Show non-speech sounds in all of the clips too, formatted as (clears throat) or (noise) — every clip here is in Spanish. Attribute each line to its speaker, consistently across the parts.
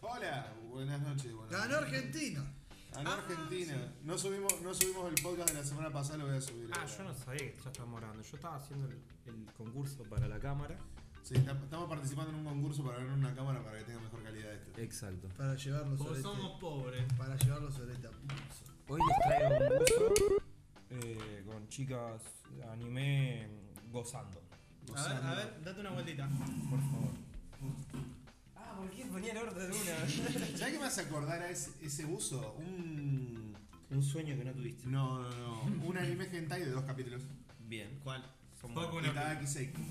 Speaker 1: Hola, buenas noches. buenas
Speaker 2: Ganó
Speaker 1: noches.
Speaker 2: Argentina.
Speaker 1: Ganó
Speaker 3: Ah,
Speaker 1: Argentina. No, subimos, no subimos el podcast de la semana pasada, lo voy a subir.
Speaker 3: Ah,
Speaker 1: ahora.
Speaker 3: yo no sabía que ya estábamos grabando. Yo estaba haciendo el, el concurso para la cámara.
Speaker 1: Sí, está- estamos participando en un concurso para ganar una cámara para que tenga mejor calidad esto.
Speaker 3: Exacto.
Speaker 2: Para llevarlos
Speaker 4: Porque
Speaker 2: orete.
Speaker 4: somos pobres.
Speaker 2: Para este llevarlos orete a pulso.
Speaker 3: Hoy les traigo un buzo eh, con chicas anime mm, gozando.
Speaker 4: A ver, a ver, date una vueltita.
Speaker 3: Por favor. Ah, ¿por qué ponía el orden de una?
Speaker 1: ¿Sabes qué me hace acordar a ese, ese buzo? Un.
Speaker 3: un sueño que no tuviste.
Speaker 1: No, no, no. Un anime hentai de dos capítulos.
Speaker 3: Bien.
Speaker 4: ¿Cuál?
Speaker 3: Somos-
Speaker 4: Poco una-
Speaker 1: Itadaki Seiki.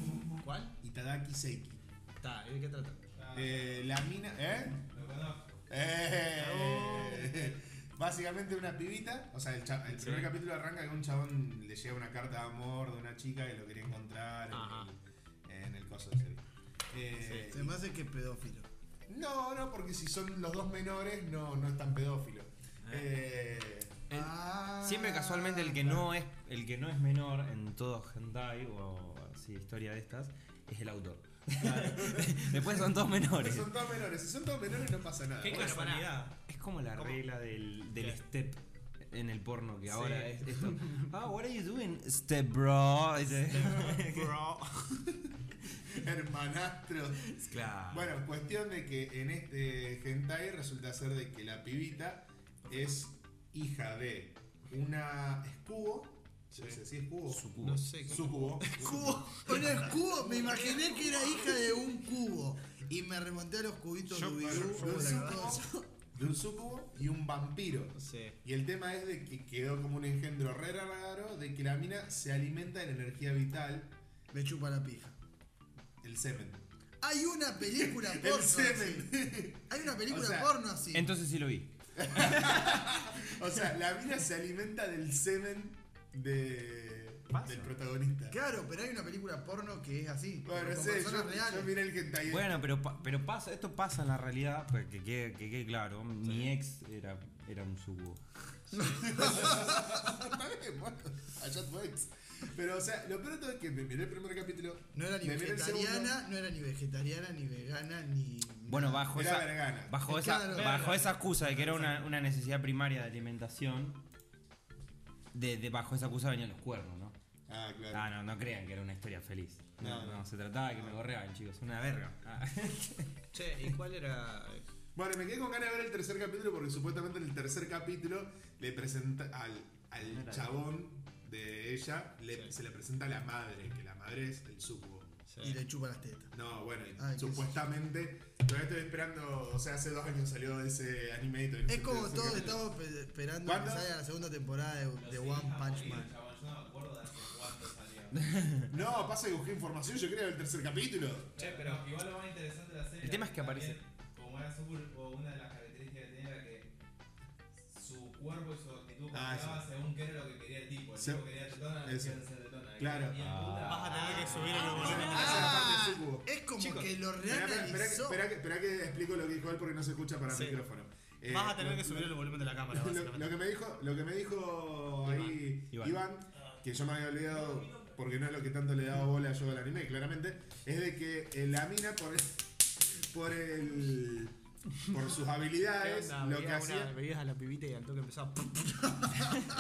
Speaker 4: ¿Cuál?
Speaker 1: Itadaki Seiki.
Speaker 4: Está, ¿y de qué trata?
Speaker 3: Ah.
Speaker 1: Eh, la mina. ¿Eh? Eh, Básicamente una pibita, o sea, el, cha- el primer capítulo arranca que un chabón le llega una carta de amor de una chica que lo quería encontrar
Speaker 4: Ajá.
Speaker 1: en el, en el coso de serie. Eh,
Speaker 2: Se me hace que pedófilo.
Speaker 1: No, no, porque si son los dos menores no, no es tan pedófilo.
Speaker 4: Ah.
Speaker 1: Eh,
Speaker 3: El-
Speaker 2: Ah,
Speaker 3: Siempre casualmente el que no es el que no es menor en todo hentai o así historia de estas es el autor. (laughs) Después son todos menores.
Speaker 1: son todos menores, si son todos menores no pasa nada.
Speaker 4: ¿Qué
Speaker 1: Bueno,
Speaker 4: claro, pará.
Speaker 3: Es como la
Speaker 4: ¿Cómo?
Speaker 3: regla del, del
Speaker 4: ¿Qué?
Speaker 3: step en el porno que
Speaker 4: Sí.
Speaker 3: ahora es (laughs) esto. Ah, what are you doing, step bro?
Speaker 4: Bro.
Speaker 1: hermanastro.
Speaker 3: claro.
Speaker 1: Bueno, cuestión de que en este hentai resulta ser de que la pibita es hija de una escubo. ¿Se dice así escubo?
Speaker 3: Sucubo.
Speaker 4: (laughs) No sé cómo.
Speaker 1: Sucubo.
Speaker 2: Cubo. Con el cubo, me imaginé que era hija de un cubo. Y me remonté a los cubitos de
Speaker 4: Yo-
Speaker 2: Ubirú.
Speaker 1: De un
Speaker 2: una cosa.
Speaker 1: sucubo, de un sucubo y un vampiro.
Speaker 4: No sé.
Speaker 1: Y el tema es de que quedó como un engendro re raro de que la mina se alimenta en energía vital,
Speaker 2: Me chupa la pija.
Speaker 1: el semen.
Speaker 2: Hay una película porno.
Speaker 1: El semen.
Speaker 2: así. Hay una película
Speaker 1: O sea,
Speaker 2: porno así.
Speaker 3: Entonces sí lo vi.
Speaker 1: (laughs) o sea, la mina se alimenta del semen de,
Speaker 3: Pasa.
Speaker 1: del protagonista.
Speaker 2: Claro, pero hay una película porno que es así.
Speaker 1: Bueno,
Speaker 2: pero con
Speaker 1: sé,
Speaker 2: personas
Speaker 1: yo, yo
Speaker 2: reales.
Speaker 1: miré el hentai.
Speaker 3: Bueno, pero, pa- pero pasa, esto pasa en la realidad, para que quede, que quede claro. Mi ex era, era un subo.
Speaker 1: (laughs) Está bien, bueno, allá tu ex. Pero, o sea, lo peor de todo es que me miré el primer capítulo.
Speaker 2: no era ni
Speaker 1: me miré el segundo,
Speaker 2: vegetariana, no era ni vegetariana, ni vegana, ni.
Speaker 3: Bueno, bajo
Speaker 1: Era
Speaker 3: esa,
Speaker 1: vergana.
Speaker 3: bajo,
Speaker 2: Es
Speaker 3: esa,
Speaker 2: claro.
Speaker 3: bajo esa excusa de que era una, una necesidad primaria de alimentación, de, de- bajo esa excusa venían los cuernos, ¿no?
Speaker 1: Ah, claro.
Speaker 3: Ah, no, no crean que era una historia feliz. No,
Speaker 1: No, no.
Speaker 3: no, se trataba de que me gorreaban, chicos. Una verga. Ah. (laughs)
Speaker 4: Che, ¿y cuál era?
Speaker 1: Bueno, me quedé con ganas de ver el tercer capítulo porque supuestamente en el tercer capítulo le presenta al, al
Speaker 3: Era
Speaker 1: chabón de ella, le-
Speaker 4: Sí.
Speaker 1: se le presenta a la madre, que la madre es el sucubo.
Speaker 4: Sí.
Speaker 2: Y le chupa las tetas.
Speaker 1: No, bueno, y
Speaker 2: Ay, qué
Speaker 1: supuestamente, todavía estoy esperando, o sea, hace dos años salió ese anime y todavía no
Speaker 2: Es
Speaker 1: sé
Speaker 2: como
Speaker 1: el tercer
Speaker 2: todos
Speaker 1: capítulo.
Speaker 2: estamos pe- esperando
Speaker 1: ¿Cuándo?
Speaker 2: que salga la segunda temporada de, de One Punch Man.
Speaker 5: Yo no me acuerdo de hace cuánto salió.
Speaker 1: No, pasa que busqué información, yo creo, del tercer capítulo.
Speaker 5: Che, pero igual lo más interesante de la serie.
Speaker 3: El tema es que
Speaker 5: también, Como era Subur, o una de las características que tenía era que su cuerpo y su actitud
Speaker 1: Ah,
Speaker 5: cambiaba según qué era lo que quería el tipo. El
Speaker 1: Se-
Speaker 5: tipo quería tetona, le
Speaker 1: eso.
Speaker 5: querían hacer tetona.
Speaker 1: Claro. Ah.
Speaker 4: Vas a tener
Speaker 5: Ah.
Speaker 4: que subir el volumen.
Speaker 1: Esa es la parte de Sucubo.
Speaker 2: Es como
Speaker 4: Chicos,
Speaker 2: que lo
Speaker 1: Esperá, esperá, esperá que-
Speaker 2: reanalizó.
Speaker 1: esperá que, esperá que explico lo que dijo él porque no se escucha para
Speaker 4: Sí.
Speaker 1: el micrófono. Eh,
Speaker 4: Vas a
Speaker 1: lo-
Speaker 4: tener que subir el
Speaker 1: lo-
Speaker 4: volumen de la cámara,
Speaker 1: (laughs) lo, lo
Speaker 4: básicamente.
Speaker 1: que me dijo, lo que me dijo ahí Iván,
Speaker 3: Iván.
Speaker 1: que yo me había olvidado porque no es lo que tanto le daba bola yo al anime, claramente, es de que eh, la mina por el, por el por
Speaker 4: (laughs)
Speaker 1: sus habilidades, lo que hacía,
Speaker 4: Veías a la pibita y al toque empezaba. (laughs)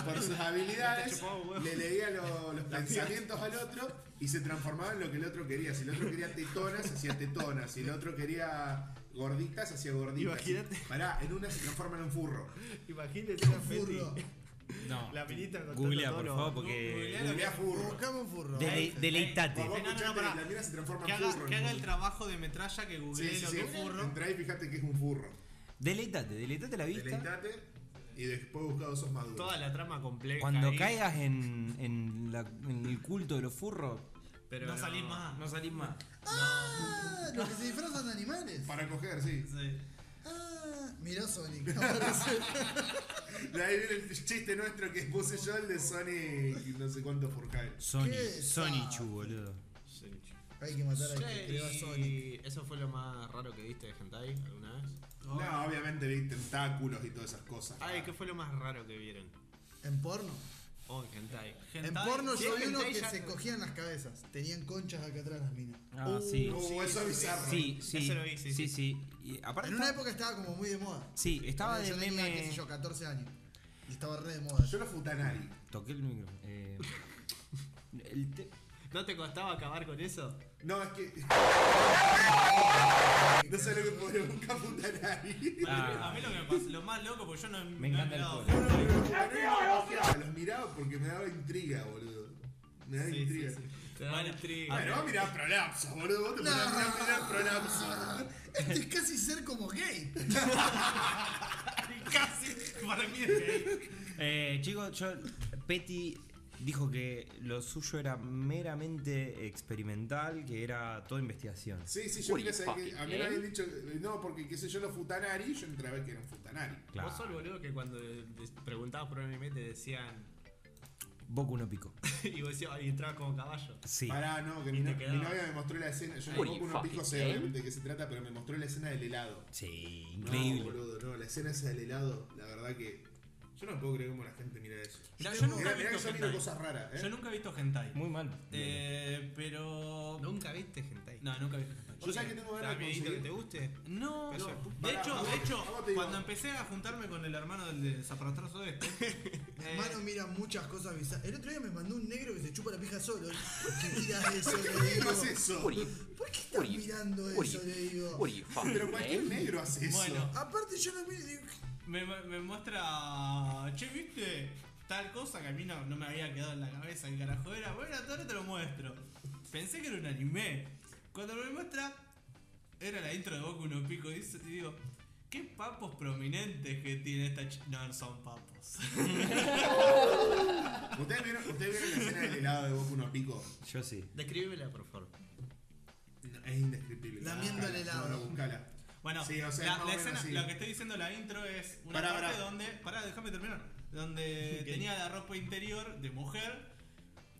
Speaker 1: por sus habilidades,
Speaker 4: chupó, huevo.
Speaker 1: le leía lo- los pensamientos al otro y se transformaba en lo que el otro quería. Si el otro quería tetonas, hacía tetonas. Si el otro quería gorditas, hacía gorditas.
Speaker 4: Imagínate.
Speaker 1: Pará, en una se transforma en un furro.
Speaker 4: Imagínate la
Speaker 2: Furro.
Speaker 4: peti.
Speaker 3: No.
Speaker 4: (laughs) La minita contando
Speaker 3: Googlea,
Speaker 4: todo
Speaker 3: por
Speaker 4: lo-
Speaker 3: favor, porque.
Speaker 1: Googleá furro.
Speaker 2: Buscamos un furro.
Speaker 3: Dele- deleitate.
Speaker 1: Vos, vos
Speaker 4: No, no, no,
Speaker 1: escuchate,
Speaker 4: pará.
Speaker 1: la mina se transforma
Speaker 4: Que
Speaker 1: en
Speaker 4: haga,
Speaker 1: furro.
Speaker 4: que haga el trabajo de metralla que
Speaker 1: Sí,
Speaker 4: googleé
Speaker 1: sí,
Speaker 4: lo
Speaker 1: sí.
Speaker 4: que es furro.
Speaker 1: Entrá y fijate que es un furro.
Speaker 3: Deleitate, deleitate la vista.
Speaker 1: Deleitate y después buscá dos sos maduros.
Speaker 4: Toda la trama compleja.
Speaker 3: Cuando
Speaker 4: ahí.
Speaker 3: caigas en, en la- en el culto de los furros,
Speaker 4: Pero
Speaker 3: no,
Speaker 4: no salís más.
Speaker 3: No salís más.
Speaker 2: Ah, los que se disfrazan de animales.
Speaker 1: Para coger, sí.
Speaker 4: Sí.
Speaker 2: Ah, miró Sonic. (laughs) Ahora se-
Speaker 1: De ahí viene el chiste nuestro que puse yo, el de Sony no sé cuánto Furcal.
Speaker 3: Sony,
Speaker 2: ¿Qué
Speaker 3: Sony
Speaker 2: sabe?
Speaker 3: Chu, boludo.
Speaker 2: Hay que matar al que creó a
Speaker 4: Che,
Speaker 2: Sonic.
Speaker 4: y eso fue lo más raro que viste de Hentai alguna vez.
Speaker 1: No, obviamente vi tentáculos y todas esas cosas.
Speaker 4: Ay, ¿qué fue lo más raro que vieron?
Speaker 2: ¿En porno?
Speaker 6: O en Oh, hentai.
Speaker 2: En
Speaker 6: Hentai-
Speaker 2: porno
Speaker 6: si
Speaker 2: yo
Speaker 6: es
Speaker 2: vi uno
Speaker 6: hentai
Speaker 2: que
Speaker 6: ya-
Speaker 2: se cogían las cabezas. Tenían conchas acá atrás las minas.
Speaker 3: Ah, sí.
Speaker 1: Uh, eso es bizarro.
Speaker 3: Sí, sí.
Speaker 6: Eso lo vi, sí, sí.
Speaker 3: sí. Y aparte
Speaker 2: En una
Speaker 3: estaba-
Speaker 2: época estaba como muy de moda.
Speaker 3: Sí, estaba de
Speaker 2: yo tenía,
Speaker 3: meme.
Speaker 2: qué sé yo, 14 años. Y estaba re de moda.
Speaker 1: Yo no futanari.
Speaker 3: Toqué el micro. (laughs) eh, el te-
Speaker 6: ¿No te costaba acabar con eso?
Speaker 1: No, es que. No sé lo que podría nunca futanari.
Speaker 3: Ah.
Speaker 4: A mí lo que me pasa, lo más loco, porque yo no
Speaker 3: Me encanta el
Speaker 4: no,
Speaker 1: (laughs)
Speaker 3: polo.
Speaker 1: Los miraba porque me daba intriga, boludo. Me daba
Speaker 6: Sí, sí,
Speaker 1: intriga.
Speaker 6: sí. Te
Speaker 4: Bueno,
Speaker 6: daba intriga.
Speaker 1: Bueno, vos mirabas prolapso, boludo. Vos te
Speaker 2: No.
Speaker 1: ponías a mirar prolapso.
Speaker 2: Esto Este es casi ser como gay.
Speaker 4: (laughs) Casi, para mí es gay.
Speaker 3: Eh, chicos, yo. Petty dijo que lo suyo era meramente experimental, que era todo investigación.
Speaker 1: Sí, sí, yo
Speaker 3: Uy,
Speaker 1: quería saber que. A mí me
Speaker 3: fucking
Speaker 6: ¿Eh?
Speaker 1: habían dicho. eh, No, porque qué sé yo, los futanari. Yo entraba que eran futanari.
Speaker 3: Claro.
Speaker 6: Vos sos el boludo que cuando eh, te preguntabas por un anime te decían. (laughs)
Speaker 3: Boku no pico.
Speaker 6: y vos decías, y entrabas como caballo.
Speaker 3: Sí.
Speaker 1: Pará, no, que
Speaker 6: Y
Speaker 1: mi,
Speaker 6: te
Speaker 1: no-
Speaker 6: quedaba.
Speaker 1: mi novia me mostró la escena. Yo
Speaker 3: Uy,
Speaker 1: no unos
Speaker 3: fucking
Speaker 1: pico sé
Speaker 3: gay.
Speaker 1: obviamente ¿eh? de qué se trata, pero me mostró la escena del helado.
Speaker 3: Sí, increíble.
Speaker 1: No, boludo, no, la escena esa del helado, la verdad que. Yo no puedo creer cómo la gente mira eso.
Speaker 4: Mirá,
Speaker 2: Mirá,
Speaker 4: yo nunca
Speaker 1: Mirá,
Speaker 4: he
Speaker 1: mirá que
Speaker 4: visto
Speaker 1: yo miro
Speaker 4: hentai.
Speaker 1: cosas raras,
Speaker 4: Yo
Speaker 1: eh.
Speaker 4: nunca he visto hentai.
Speaker 3: Muy mal.
Speaker 4: Eh, pero.
Speaker 6: ¿Nunca viste hentai?
Speaker 4: No, nunca he visto hentai.
Speaker 1: Yo sabés que
Speaker 6: ¿Te
Speaker 1: tengo
Speaker 6: da
Speaker 1: ganas de
Speaker 6: miedito que te
Speaker 1: conseguir.
Speaker 6: guste?
Speaker 4: No,
Speaker 6: Eso.
Speaker 4: de
Speaker 1: Pará,
Speaker 4: hecho, de
Speaker 1: vos- vos
Speaker 4: hecho,
Speaker 1: te digo.
Speaker 4: cuando empecé a juntarme con el hermano del desaparatoso este, eh,
Speaker 2: Hermano mira muchas cosas bizarras. El otro día me mandó un negro que se chupa la pija solo. ¿Qué mirás eso? Le
Speaker 1: ¿Qué
Speaker 2: digo.
Speaker 1: es eso?
Speaker 2: ¿Por qué estás mirando eso? Le digo.
Speaker 1: Pero
Speaker 2: ¿eh?
Speaker 3: ¿eh?
Speaker 1: cualquier negro hace eso.
Speaker 4: Bueno.
Speaker 2: Aparte yo no miro. y digo,
Speaker 4: me, me muestra, che, viste tal cosa que a mí no, no me había quedado en la cabeza, que carajo era. Bueno, ahora te lo muestro. Pensé que era un anime. Cuando me muestra, era la intro de Boku no Pico. Y dice- y digo, qué papos prominentes que tiene esta chica. No, no son papos.
Speaker 1: ¿Ustedes vieron, ustedes vieron la escena del helado de Boku no Pico?
Speaker 3: Yo sí.
Speaker 6: Describímela, por favor.
Speaker 1: No, es indescriptible.
Speaker 2: Lamiendo el helado.
Speaker 1: No, no, buscala.
Speaker 4: Bueno,
Speaker 1: Sí, o
Speaker 4: la,
Speaker 1: sea,
Speaker 4: la
Speaker 1: más o menos
Speaker 4: escena,
Speaker 1: así.
Speaker 4: lo que estoy diciendo la intro es una
Speaker 1: Pará,
Speaker 4: parte
Speaker 1: pará.
Speaker 4: donde. Pará, déjame terminar.
Speaker 1: (laughs)
Speaker 4: Donde tenía la ropa interior de mujer.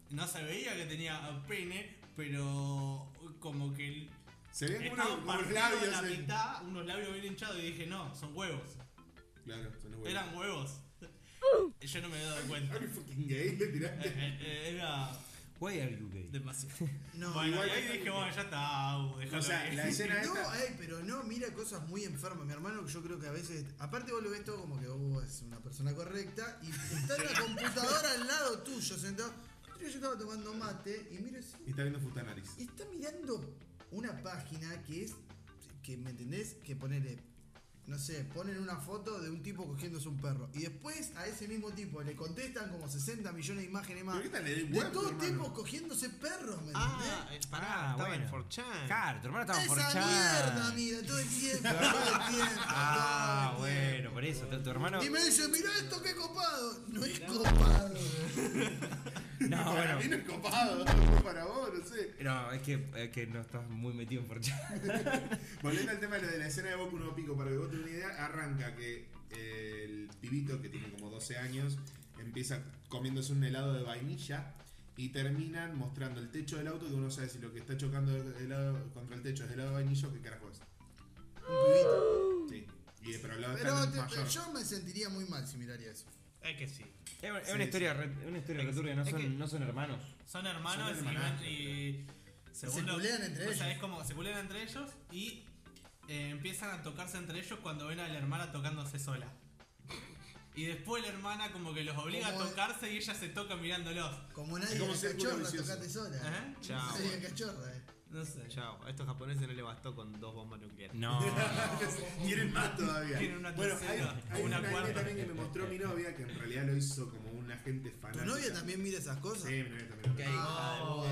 Speaker 4: No se veía que tenía pene, pero como que
Speaker 1: Se ven como
Speaker 4: estaban
Speaker 1: unos, como unos
Speaker 4: partidos
Speaker 1: labios. eh.
Speaker 4: la
Speaker 1: ahí.
Speaker 4: mitad, unos labios bien hinchados y dije, no, son huevos.
Speaker 1: Claro, son los
Speaker 4: Eran huevos.
Speaker 6: Uh.
Speaker 4: Yo no me había dado
Speaker 1: (laughs)
Speaker 4: cuenta.
Speaker 1: Are you fucking gay? Le
Speaker 4: Eh,
Speaker 1: tiraste.
Speaker 4: eh, eh, Era
Speaker 3: Why are you gay?
Speaker 4: demasiado.
Speaker 2: No,
Speaker 4: bueno,
Speaker 1: igual-
Speaker 4: y ahí dije, bueno, ya está, uh, déjalo
Speaker 1: O sea,
Speaker 4: ahí". (laughs)
Speaker 1: la escena
Speaker 2: (laughs) No,
Speaker 1: esta.
Speaker 2: eh, pero no, mira cosas muy enfermas. Mi hermano, yo creo que a veces. Aparte, vos lo ves todo como que vos es una persona correcta y está en la computadora al lado tuyo, sentado. Otro día Yo estaba tomando mate y miro así,
Speaker 1: Y está viendo Futanaris.
Speaker 2: y está mirando una página que es. que me entendés, que ponele. No sé, ponen una foto de un tipo cogiéndose un perro. Y después a ese mismo tipo le contestan como 60 millones de imágenes más.
Speaker 1: ¿Pero qué tal le di
Speaker 2: De
Speaker 1: vuelta,
Speaker 2: todo
Speaker 1: hermano?
Speaker 2: tipo cogiéndose perros, ¿me entendés?
Speaker 6: Ah, eh, pará,
Speaker 3: Ah,
Speaker 6: estaba
Speaker 3: bueno.
Speaker 6: en 4chan.
Speaker 3: Claro, tu hermano estaba
Speaker 2: Esa
Speaker 3: por
Speaker 2: mierda,
Speaker 3: chat.
Speaker 2: mira, todo el tiempo, todo
Speaker 3: (laughs)
Speaker 2: el tiempo.
Speaker 3: Ah,
Speaker 2: todo el tiempo.
Speaker 3: bueno, por eso. Tu, tu hermano.
Speaker 2: Y me dice, mirá esto, qué copado. No es copado.
Speaker 3: (laughs) No,
Speaker 1: Para (laughs)
Speaker 3: bueno.
Speaker 1: mí no es copado, no, para vos, no sé.
Speaker 3: No, es que, es que no estás muy metido en Forchan.
Speaker 1: Volviendo al tema de lo de la escena de Boku no Pico, para que vos tengas una idea, arranca que eh, el pibito que tiene como 12 años empieza comiéndose un helado de vainilla y terminan mostrando el techo del auto que uno sabe si lo que está chocando el helado- contra el techo es helado de vainilla o qué carajo es.
Speaker 2: Un pibito.
Speaker 1: Sí. Y, pero al lado está
Speaker 2: Pero
Speaker 1: el
Speaker 2: te-
Speaker 1: mayor. (laughs)
Speaker 2: yo me sentiría muy mal si miraría eso.
Speaker 4: Es que sí.
Speaker 3: (laughs) Es una, es
Speaker 1: Sí,
Speaker 3: una historia, re- una historia returbia, no
Speaker 4: es que-
Speaker 3: son, no son hermanos.
Speaker 4: Son hermanos
Speaker 1: Son
Speaker 4: y van-
Speaker 1: hermanos,
Speaker 4: y.
Speaker 2: Se culean entre
Speaker 4: o sea,
Speaker 2: ellos.
Speaker 4: es como se culean entre ellos y eh, empiezan a tocarse entre ellos cuando ven a la hermana tocándose sola. Y después la hermana como que los obliga a
Speaker 2: Como-
Speaker 4: tocarse y ella se toca mirándolos.
Speaker 2: Como
Speaker 1: Es
Speaker 2: nadie
Speaker 1: como
Speaker 2: la
Speaker 1: círculo
Speaker 2: cachorra,
Speaker 1: vicioso.
Speaker 2: tocate sola.
Speaker 4: ¿Eh?
Speaker 6: Chao.
Speaker 2: Nadie la cachorra, eh.
Speaker 4: No sé.
Speaker 6: Chao, a estos japoneses no les bastó con dos bombas nucleares.
Speaker 3: No. (laughs)
Speaker 1: Quieren más todavía.
Speaker 4: Quieren una
Speaker 1: bueno, hay,
Speaker 4: tercera,
Speaker 1: hay
Speaker 4: una
Speaker 1: una
Speaker 4: cuarta.
Speaker 1: también que me mostró mi novia que en realidad lo hizo como una gente fanática.
Speaker 2: ¿Tu novia también mira esas cosas?
Speaker 1: Sí, mi novia también.
Speaker 6: Qué
Speaker 2: Ah,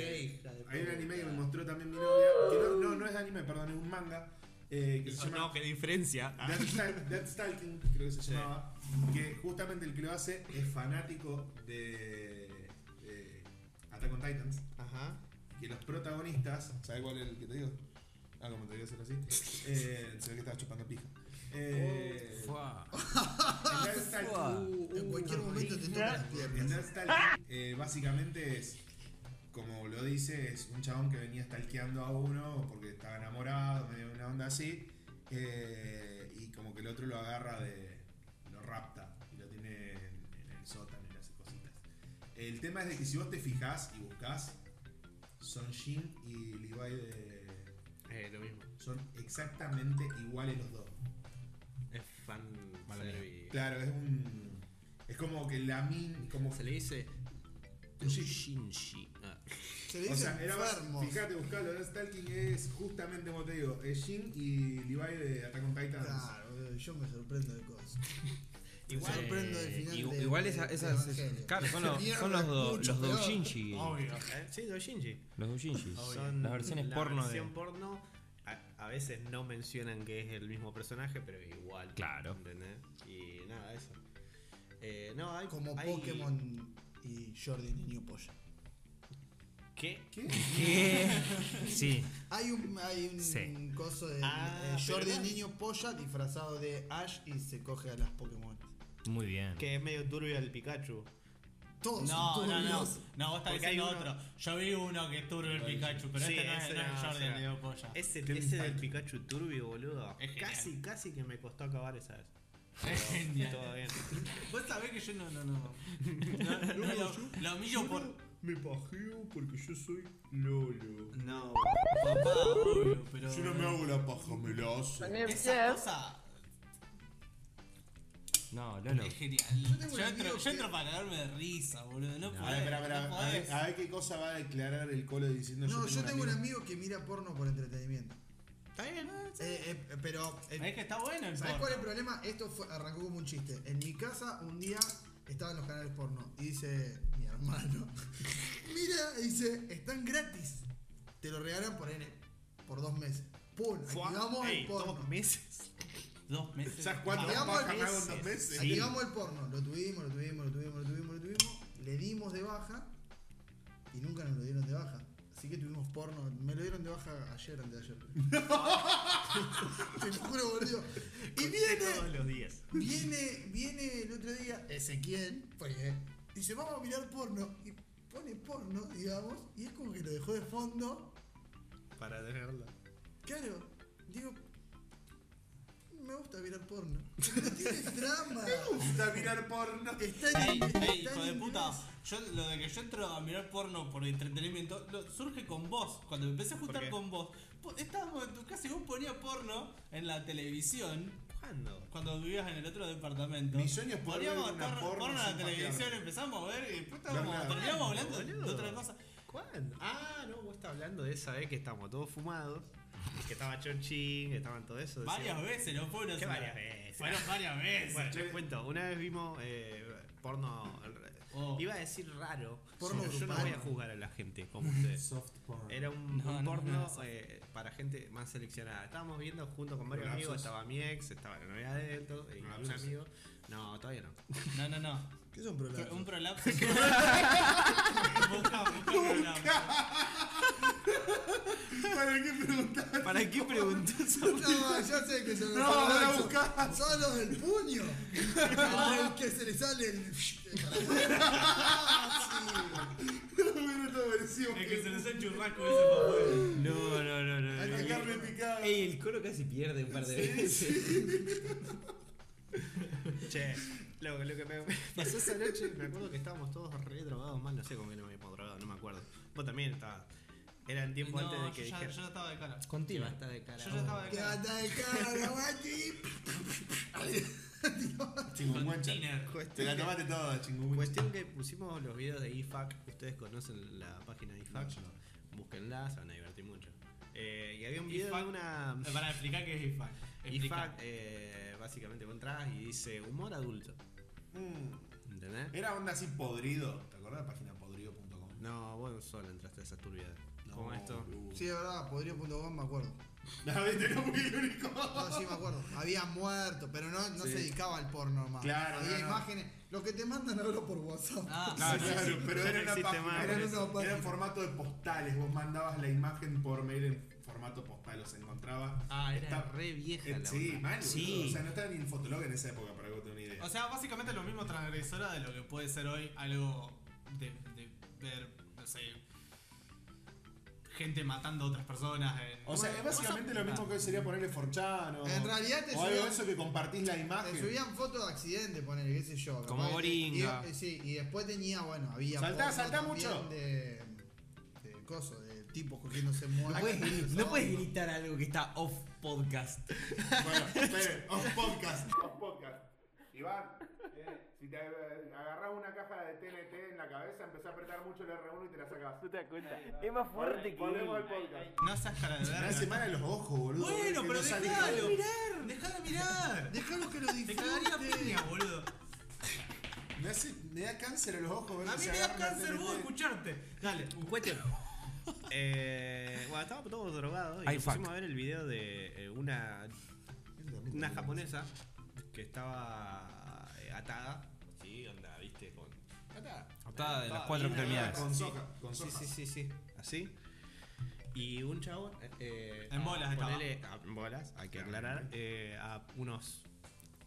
Speaker 1: eh,
Speaker 6: hija de
Speaker 1: Hay un anime que me mostró también mi novia, que no, no, no es anime, perdón, es un manga, eh, que se
Speaker 6: No, ah.
Speaker 1: llama
Speaker 6: qué diferencia.
Speaker 1: Death Stal- Death Stalking, creo que se llamaba, que justamente el que lo hace es fanático de, de Attack on Titans,
Speaker 6: Ajá.
Speaker 1: que los protagonistas, ¿sabes cuál es el que te digo? Ah, como te digo hacer así. Eh, se ve que estaba chupando pija. Eh,
Speaker 6: Oh,
Speaker 3: Fua.
Speaker 1: en Death Stalking- uh,
Speaker 2: En cualquier momento te toca las
Speaker 1: en
Speaker 2: piernas.
Speaker 1: Death Stalking, eh, básicamente es, como lo dice, es un chabón que venía stalkeando a uno porque estaba enamorado, medio una onda así, eh, y como que el otro lo agarra de. lo rapta y lo tiene en, en el sótano y le hace cositas. El tema es de que si vos te fijás y buscás, Son Jin y Levi de-
Speaker 7: Eh, lo mismo.
Speaker 1: son exactamente iguales los dos.
Speaker 7: Es fan
Speaker 3: Mala mía.
Speaker 7: service.
Speaker 1: Claro, es un. Es como que la min. Como,
Speaker 7: Se le dice. Shinji. Ah.
Speaker 2: Se le
Speaker 1: o
Speaker 2: dice
Speaker 1: sea, era más-
Speaker 2: enfermo.
Speaker 1: Fíjate, buscalo. El Stalking es justamente como te digo: es Jin y Levi de Attack on Titan.
Speaker 2: Claro, boludo, yo me sorprendo de
Speaker 3: (laughs)
Speaker 2: cosas.
Speaker 7: Igual,
Speaker 2: Me sorprendo del final.
Speaker 3: igu-
Speaker 2: de-
Speaker 3: igual
Speaker 2: de-
Speaker 3: esa-
Speaker 2: de
Speaker 3: esas.
Speaker 2: Evangelio.
Speaker 3: claro, son los,
Speaker 2: Mierda,
Speaker 3: son los, do-
Speaker 2: mucho
Speaker 3: los
Speaker 2: peor.
Speaker 3: doujinshi.
Speaker 4: Obvio.
Speaker 7: Eh, Sí, los Shinji.
Speaker 3: Los doujinshi.
Speaker 4: Obvio.
Speaker 7: Son
Speaker 3: Las versiones
Speaker 7: la
Speaker 3: porno de-
Speaker 7: versión porno. A, a veces no mencionan que es el mismo personaje, pero igual.
Speaker 3: Claro.
Speaker 7: ¿entendés? Y nada, eso. Eh, no, hay
Speaker 2: Como
Speaker 7: hay-
Speaker 2: Pokémon y Jordi Niño Polla.
Speaker 7: ¿Qué?
Speaker 1: ¿Qué?
Speaker 3: (laughs) ¿Qué? Sí.
Speaker 2: Hay un, hay un
Speaker 3: Sí.
Speaker 2: coso de eh,
Speaker 7: Ah,
Speaker 2: Jordi
Speaker 7: pero no-
Speaker 2: Niño Polla disfrazado de Ash y se coge a las Pokémon.
Speaker 3: Muy bien.
Speaker 7: Que es medio turbio el Pikachu.
Speaker 2: Todos son
Speaker 4: No, no, no.
Speaker 2: turbios.
Speaker 4: No, vos estás
Speaker 7: Porque hay
Speaker 4: diciendo
Speaker 7: uno-
Speaker 4: otro. Yo vi uno que es turbio el Pikachu, pero
Speaker 7: Sí,
Speaker 4: este no es,
Speaker 7: ese
Speaker 4: no es
Speaker 7: no,
Speaker 4: Jordan
Speaker 7: ese no.
Speaker 4: Leo Polla.
Speaker 7: Ese,
Speaker 1: Qué
Speaker 7: ese del
Speaker 1: impacto.
Speaker 7: Pikachu turbio, boludo.
Speaker 4: Es genial.
Speaker 7: Casi, casi que me costó acabar esa vez.
Speaker 4: (laughs) Es genial.
Speaker 7: Todo bien.
Speaker 4: Vos sabés que yo no, no, no. (laughs) No, no, lo, lo humillo por.
Speaker 2: Me pajeo porque yo soy Lolo.
Speaker 4: No, papá, obvio, pero.
Speaker 1: Yo no me hago la paja, me la hace.
Speaker 4: Esa cosa
Speaker 3: No, Lolo.
Speaker 4: es genial. Yo,
Speaker 2: tengo un
Speaker 4: entro,
Speaker 2: amigo
Speaker 4: yo
Speaker 2: que-
Speaker 4: entro para cagarme de risa, boludo. No,
Speaker 1: A ver,
Speaker 4: podés,
Speaker 1: espera, espera,
Speaker 4: no
Speaker 1: a ver-
Speaker 4: podés.
Speaker 1: a ver qué cosa va a declarar el colo diciendo
Speaker 2: No, yo tengo un
Speaker 1: amigo.
Speaker 2: amigo que mira porno por entretenimiento.
Speaker 4: Está bien, ¿no? Sí.
Speaker 2: Eh, eh, pero. eh,
Speaker 4: Es que está bueno el
Speaker 2: ¿Sabes
Speaker 4: porno.
Speaker 2: cuál es el problema? Esto fue- arrancó como un chiste. En mi casa un día estaban los canales porno y dice mi hermano, (laughs) mira, y dice, están gratis. Te lo regalan por N, por dos meses. Pum,
Speaker 7: Fua,
Speaker 2: activamos
Speaker 7: ey,
Speaker 2: el porno.
Speaker 7: dos meses.
Speaker 4: Dos meses.
Speaker 1: ¿Sabes cuánto paja
Speaker 2: Ah,
Speaker 1: me hago en
Speaker 2: meses.
Speaker 1: dos meses?
Speaker 2: Activamos el porno. Lo tuvimos, lo tuvimos, lo tuvimos, lo tuvimos, lo tuvimos. Le dimos de baja y nunca nos lo dieron de baja. Así que tuvimos porno. Me lo dieron de baja ayer,
Speaker 1: (laughs)
Speaker 2: antes de ayer. Te lo juro, boludo. Y viene.
Speaker 7: Todos los días.
Speaker 2: Viene, viene el otro día Ezequiel, porque dice, vamos a mirar porno. Y pone porno, digamos, y es como que lo dejó de fondo.
Speaker 7: Para tenerlo.
Speaker 2: Claro, digo, me gusta mirar porno. (laughs) No tiene trama.
Speaker 1: (laughs) gusta mirar porno.
Speaker 2: Está
Speaker 4: Ah, Ey,
Speaker 2: en
Speaker 4: ey,
Speaker 2: está
Speaker 4: hijo de
Speaker 2: en
Speaker 4: puta,
Speaker 2: inglés.
Speaker 4: yo lo de que yo entro a mirar porno por entretenimiento lo- surge con vos. Cuando me empecé a
Speaker 7: qué?
Speaker 4: juntar con vos, po- estábamos en tu casa y vos ponías porno en la televisión
Speaker 7: ¿Cuándo?
Speaker 4: cuando vivías en el otro departamento.
Speaker 1: Mi sueño es poder
Speaker 4: Poníamos
Speaker 1: ver
Speaker 4: porno,
Speaker 1: una porno
Speaker 4: porno en la
Speaker 1: sin patearme.
Speaker 4: televisión, empezamos a ver y después
Speaker 1: Claro.
Speaker 4: estábamos, terminamos hablando de- de
Speaker 7: Boludo.
Speaker 4: otra cosa.
Speaker 7: ¿Cuándo? Ah, no, vos estás hablando de esa vez que estábamos todos fumados. Que estaba Chonchín, que estaban todo eso. decía-
Speaker 4: Varias veces, no fue una
Speaker 7: ¿Qué
Speaker 4: sola.
Speaker 7: varias veces?
Speaker 4: Fueron varias veces.
Speaker 7: Bueno, les cuento, una vez vimos eh, porno.
Speaker 4: Oh.
Speaker 7: Iba a decir raro.
Speaker 2: Porno
Speaker 7: pero yo no
Speaker 2: grupal.
Speaker 7: voy a juzgar a la gente como
Speaker 4: (laughs)
Speaker 7: ustedes.
Speaker 1: Soft porn.
Speaker 7: Era un,
Speaker 4: No,
Speaker 7: un
Speaker 4: no,
Speaker 7: porno
Speaker 4: no, no.
Speaker 7: eh, para gente más seleccionada. Estábamos viendo junto con varios
Speaker 1: Lapsus.
Speaker 7: amigos, estaba mi ex, estaba la novia de él, todo, y un
Speaker 1: Lapsus.
Speaker 7: amigo. No, todavía no.
Speaker 4: No, no, no.
Speaker 2: ¿Qué es un problema?
Speaker 4: Pro- Un
Speaker 1: (laughs)
Speaker 4: prolapso. Busca- busca prolapso.
Speaker 1: ¿Para qué preguntar?
Speaker 7: ¿Para qué preguntas?
Speaker 2: No, ya sé que se me
Speaker 1: No,
Speaker 2: paró
Speaker 1: la
Speaker 2: eso.
Speaker 1: buscás.
Speaker 2: Son los del puño. el que se le sale el. (laughs) Ah, sí.
Speaker 1: Hubiera estado buenísimo
Speaker 4: Es que se les
Speaker 1: que-
Speaker 4: ha hecho un rasco ese papá.
Speaker 3: No, no, no, no.
Speaker 1: Hay
Speaker 3: no.
Speaker 1: que carne picada.
Speaker 3: Ey, el coro casi pierde un par de veces.
Speaker 7: Che, lo, lo
Speaker 4: (laughs)
Speaker 7: que me pasó esa noche, me acuerdo que estábamos todos re drogados mal, no sé con qué nos habíamos drogado, no me acuerdo. Vos también estabas. Era el tiempo
Speaker 4: No,
Speaker 7: antes de que
Speaker 4: yo ya,
Speaker 7: dijera.
Speaker 4: yo ya estaba de cara.
Speaker 3: Continúa.
Speaker 7: Basta de cara.
Speaker 4: Yo ya estaba de
Speaker 2: Te
Speaker 4: cara.
Speaker 2: anda de cara, guachi.
Speaker 1: Chingunguancha.
Speaker 4: Tiner.
Speaker 1: Te la
Speaker 7: Cuestión,
Speaker 1: tomaste toda,
Speaker 7: que,
Speaker 1: chingunguancha.
Speaker 7: cuestión que pusimos los videos de E IFAC, ustedes conocen la página de E IFAC, búsquenla, se van a divertir mucho. Eh, y había un video
Speaker 4: IFAC.
Speaker 7: de una. mm,
Speaker 4: Eh, Para explicar qué es IFAC. Explica.
Speaker 7: IFAC, eh, básicamente vos entrás y dice humor adulto.
Speaker 1: Mm.
Speaker 4: Eh.
Speaker 7: ¿Entendés?
Speaker 1: Era onda así podrido. ¿Te acordás de la página podrido.com?
Speaker 7: No, vos solo entraste a esa turbiedad. Como esto.
Speaker 1: boludo. (laughs)
Speaker 2: Sí, de verdad, podría.com me acuerdo.
Speaker 1: No, viste, no fui el único.
Speaker 2: No, sí, me acuerdo. Había muerto, pero no, no
Speaker 1: Sí.
Speaker 2: se dedicaba al porno, hermano.
Speaker 1: Claro,
Speaker 2: Había
Speaker 1: no, no.
Speaker 2: imágenes. Lo que te mandan ahora por WhatsApp.
Speaker 4: Ah,
Speaker 1: Claro,
Speaker 4: sí,
Speaker 1: claro, pero
Speaker 7: Ya
Speaker 1: era
Speaker 7: no
Speaker 1: una
Speaker 7: existe
Speaker 1: página,
Speaker 7: más,
Speaker 1: era,
Speaker 2: por eso.
Speaker 1: era en formato de postales, vos mandabas la imagen por mail en formato postal, o se encontraba.
Speaker 7: Ah, era
Speaker 1: Está-
Speaker 7: re vieja
Speaker 1: Eh,
Speaker 7: la
Speaker 1: sí,
Speaker 7: onda.
Speaker 1: mal,
Speaker 3: Sí.
Speaker 1: boludo. O sea, no estaba ni en Fotolog en esa época, para que vos tengas una idea.
Speaker 4: O sea, básicamente lo mismo transgresora de lo que puede ser hoy algo de, de ver, no sé. gente matando a otras personas. en-
Speaker 1: O sea,
Speaker 4: Bueno,
Speaker 1: es básicamente lo mismo que hoy sería ponerle Forchano.
Speaker 2: En realidad te
Speaker 1: O algo de
Speaker 2: subían-
Speaker 1: eso que compartís la
Speaker 2: Te
Speaker 1: imagen.
Speaker 2: subían fotos de accidentes, ponele, qué sé yo.
Speaker 3: Como
Speaker 2: capaz,
Speaker 3: Boringa.
Speaker 2: Y, y- sí, y después tenía, bueno, había.
Speaker 1: Saltá,
Speaker 2: fotos
Speaker 1: saltá
Speaker 2: también
Speaker 1: mucho.
Speaker 2: De, de cosas, de tipos cogiéndose muertos.
Speaker 3: No puedes,
Speaker 2: y
Speaker 3: gri-
Speaker 2: eso.
Speaker 3: no puedes gritar algo que está off podcast.
Speaker 4: (laughs)
Speaker 1: Bueno, esperen, off podcast. Off podcast. Iván, eh, si te agarras una caja de TNT en la cabeza, empezás a apretar mucho el R1 y te la sacás.
Speaker 8: Es más fuerte que él.
Speaker 1: al podcast.
Speaker 4: No seas cara de
Speaker 1: Me hace
Speaker 4: verga.
Speaker 1: mal a los ojos, boludo. es
Speaker 4: Bueno,
Speaker 1: que
Speaker 4: pero
Speaker 1: no salí.
Speaker 4: dejalo. Mirar. Dejalo mirar.
Speaker 2: Dejalo que lo
Speaker 4: Te cagaría
Speaker 2: disfrute.
Speaker 4: piña, boludo.
Speaker 1: Me, hace, me da cáncer a los ojos, boludo.
Speaker 4: A mí
Speaker 1: se
Speaker 4: me da
Speaker 1: agarra
Speaker 4: cáncer
Speaker 1: TNT.
Speaker 4: vos escucharte. Dale.
Speaker 7: Un cuete. Eh, bueno, estábamos todos drogados y
Speaker 3: Ay,
Speaker 7: nos
Speaker 3: fuck.
Speaker 7: pusimos a ver el video de eh, una, una japonesa que estaba eh, atada. Sí, onda, viste, con. Atada.
Speaker 3: Atada de las cuatro
Speaker 7: y una-
Speaker 3: extremidades.
Speaker 1: Con soja, con
Speaker 7: Sí,
Speaker 1: soja.
Speaker 7: sí, sí, sí. Así. Y un chabón. eh,
Speaker 4: En
Speaker 7: a
Speaker 4: bolas estaba.
Speaker 7: ponerle- a- en bolas, hay que aclarar. eh, a unos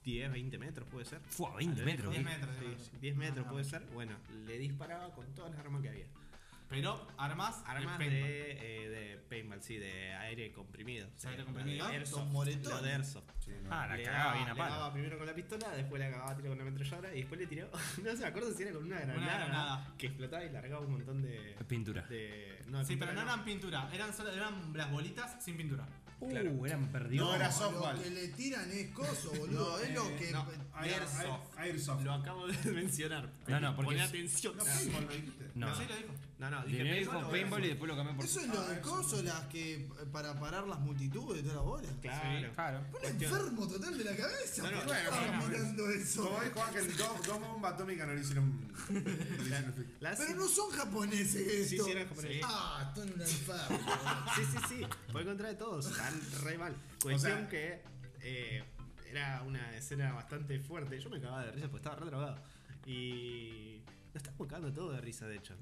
Speaker 7: 10, 20 metros puede ser.
Speaker 3: Fua, 20 metros.
Speaker 4: 10 metros.
Speaker 7: Sí,
Speaker 4: digamos.
Speaker 7: sí, 10 metros puede ser. Bueno, le disparaba con todas las armas que había.
Speaker 4: Pero armas.
Speaker 7: Armas
Speaker 4: el paintball.
Speaker 7: de, eh, de paintball, sí, de aire comprimido.
Speaker 4: Sí, aire
Speaker 7: la
Speaker 4: comprimido.
Speaker 7: de
Speaker 2: Con
Speaker 7: Airsoft.
Speaker 2: moretón.
Speaker 7: la de Airsoft.
Speaker 3: Ah, la
Speaker 7: Le
Speaker 3: cagaba
Speaker 7: daba-
Speaker 3: bien a
Speaker 7: le
Speaker 3: palo.
Speaker 7: daba primero con la pistola, después le acababa tiro con la ametralladora y después le tiró. (laughs) no se me acuerdo si era con una granada,
Speaker 4: granada.
Speaker 7: que explotaba y largaba un montón de.
Speaker 3: Pintura.
Speaker 7: de- no, de
Speaker 4: Sí, pero
Speaker 7: pintura
Speaker 4: no eran pintura. Eran, solo, eran las bolitas sin pintura.
Speaker 3: Uh,
Speaker 7: claro.
Speaker 3: eran perdidos.
Speaker 1: No, era
Speaker 2: No,
Speaker 1: softball.
Speaker 2: Lo que le tiran es coso, boludo. es lo que.
Speaker 7: eh, no.
Speaker 1: Air-
Speaker 7: Airsoft.
Speaker 1: air- Airsoft.
Speaker 7: Lo acabo de (laughs) mencionar.
Speaker 3: No, no, porque
Speaker 7: Poné
Speaker 3: es-
Speaker 7: atención.
Speaker 1: No, paintball Ah. lo dijiste.
Speaker 3: No.
Speaker 4: Sí, lo dijo.
Speaker 7: No, no, dije
Speaker 3: Primero dijo
Speaker 7: paintball,
Speaker 3: paintball y después lo cambié por.
Speaker 2: Eso es
Speaker 1: Ah,
Speaker 2: lo de coso, las que. eh, para parar las multitudes de todas las bolas.
Speaker 7: Claro.
Speaker 3: Claro.
Speaker 2: Un
Speaker 7: Cuestión.
Speaker 2: enfermo total de la cabeza.
Speaker 7: No, no,
Speaker 2: ¿por qué
Speaker 1: bueno,
Speaker 2: estabas
Speaker 1: bueno,
Speaker 2: mirando eso?
Speaker 1: Como dijo Ángel, dos, dos bombas atómicas no le hicieron. no
Speaker 4: (laughs)
Speaker 1: le hicieron efecto.
Speaker 7: La-
Speaker 2: Pero no son japoneses
Speaker 7: Sí,
Speaker 2: esto.
Speaker 7: sí, eran japoneses.
Speaker 2: Ah, son un enfermo.
Speaker 7: Sí, sí, sí. Fue en contra de todos. Están re mal. Cuestión que eh, era una escena bastante fuerte. Yo me cagaba de risa porque estaba re drogado. Y. Nos estábamos cagando todos de risa, de hecho.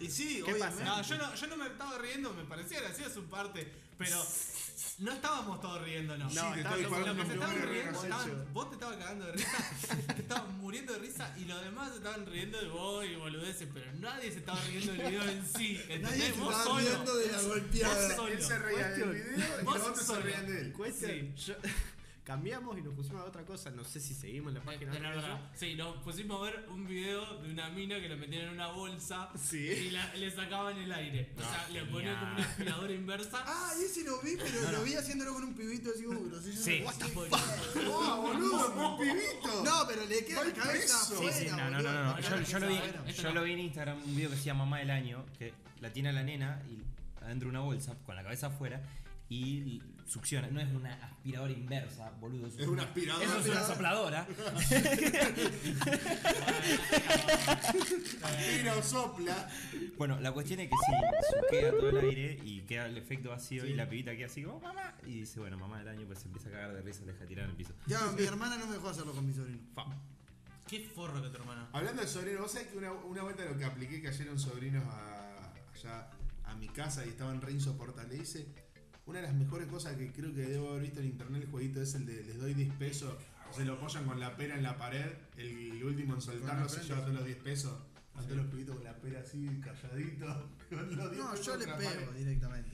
Speaker 2: y sí,
Speaker 7: ¿Qué
Speaker 2: obviamente.
Speaker 4: No, yo no, yo no me estaba riendo, me parecía gracioso su parte, pero no estábamos todos riendo, no.
Speaker 7: No,
Speaker 4: Lo
Speaker 1: te
Speaker 7: estaba
Speaker 1: estoy
Speaker 7: todo-
Speaker 1: disparando
Speaker 4: que se
Speaker 1: un
Speaker 4: estaban
Speaker 1: número re
Speaker 4: riendo,
Speaker 1: gracioso.
Speaker 4: estaban- vos te estabas cagando de risa, te estabas muriendo de risa y los demás se estaban riendo de vos y boludeces, pero nadie se estaba riendo del video en sí.
Speaker 2: Nadie se
Speaker 4: ¿Entendés? Vos
Speaker 2: estaba
Speaker 4: solo.
Speaker 2: riendo de la golpeada.
Speaker 4: Vos solo.
Speaker 1: Él se reía del
Speaker 7: Cuestión.
Speaker 1: video y
Speaker 4: Vos
Speaker 1: los otros se
Speaker 4: solo.
Speaker 1: reían de él.
Speaker 7: Cuestión, yo- (laughs) cambiamos y nos pusimos a otra cosa. No sé si seguimos la página.
Speaker 4: Eh, no,
Speaker 7: otra
Speaker 4: no,
Speaker 7: vez.
Speaker 4: no. Sí, nos pusimos a ver un video de una mina que la metían en una bolsa
Speaker 7: Sí.
Speaker 4: y la- le sacaban el aire. o sea, le ponían como una aspiradora inversa.
Speaker 2: Ah, y ese lo vi, pero lo vi haciéndolo con un pibito así como grosillo.
Speaker 3: Sí.
Speaker 2: What the
Speaker 4: Boludo.
Speaker 2: (laughs) fuck?
Speaker 1: ¡Ah, boludo! ¡Un pibito!
Speaker 2: No, pero le queda
Speaker 1: Voy
Speaker 2: la cabeza
Speaker 1: preso.
Speaker 2: afuera,
Speaker 1: Sí,
Speaker 3: No, no,
Speaker 2: boludo.
Speaker 3: no, no, no.
Speaker 4: Bueno,
Speaker 3: Yo,
Speaker 4: no,
Speaker 3: yo lo
Speaker 4: no,
Speaker 3: vi,
Speaker 4: bueno, esto
Speaker 3: yo
Speaker 4: no.
Speaker 3: lo vi en Instagram un video que se llama Mamá del Año, que la tiene a la nena y adentro una bolsa, con la cabeza afuera, y succiona. No es una aspiradora inversa, boludo.
Speaker 1: Es una aspiradora.
Speaker 3: Eso es una sopladora.
Speaker 1: Aspira o sopla.
Speaker 3: Bueno, la cuestión es que sí, queda todo el aire y queda el efecto vacío y la pibita queda así como mamá. Y dice, bueno, mamá del año, pues se empieza a cagar de risa, la deja tirar en el piso.
Speaker 2: Ya, mi hermana no me dejó hacerlo con mi sobrino.
Speaker 4: Qué forro que tu hermano.
Speaker 1: Hablando de sobrinos, vos sabés que una, una vuelta lo que apliqué cayeron sobrinos a, allá a mi casa y estaban re insoportables. Le hice una de las mejores cosas que creo que debo haber visto en internet el jueguito es el de les doy 10 pesos, se lo apoyan con la pera en la pared, el último en soltarlo se lleva todos los 10 pesos. A todos los pibitos con la pera así, calladitos. (laughs) con los 10
Speaker 2: No,
Speaker 1: pesos
Speaker 2: yo le
Speaker 1: en la pared.
Speaker 2: pego directamente.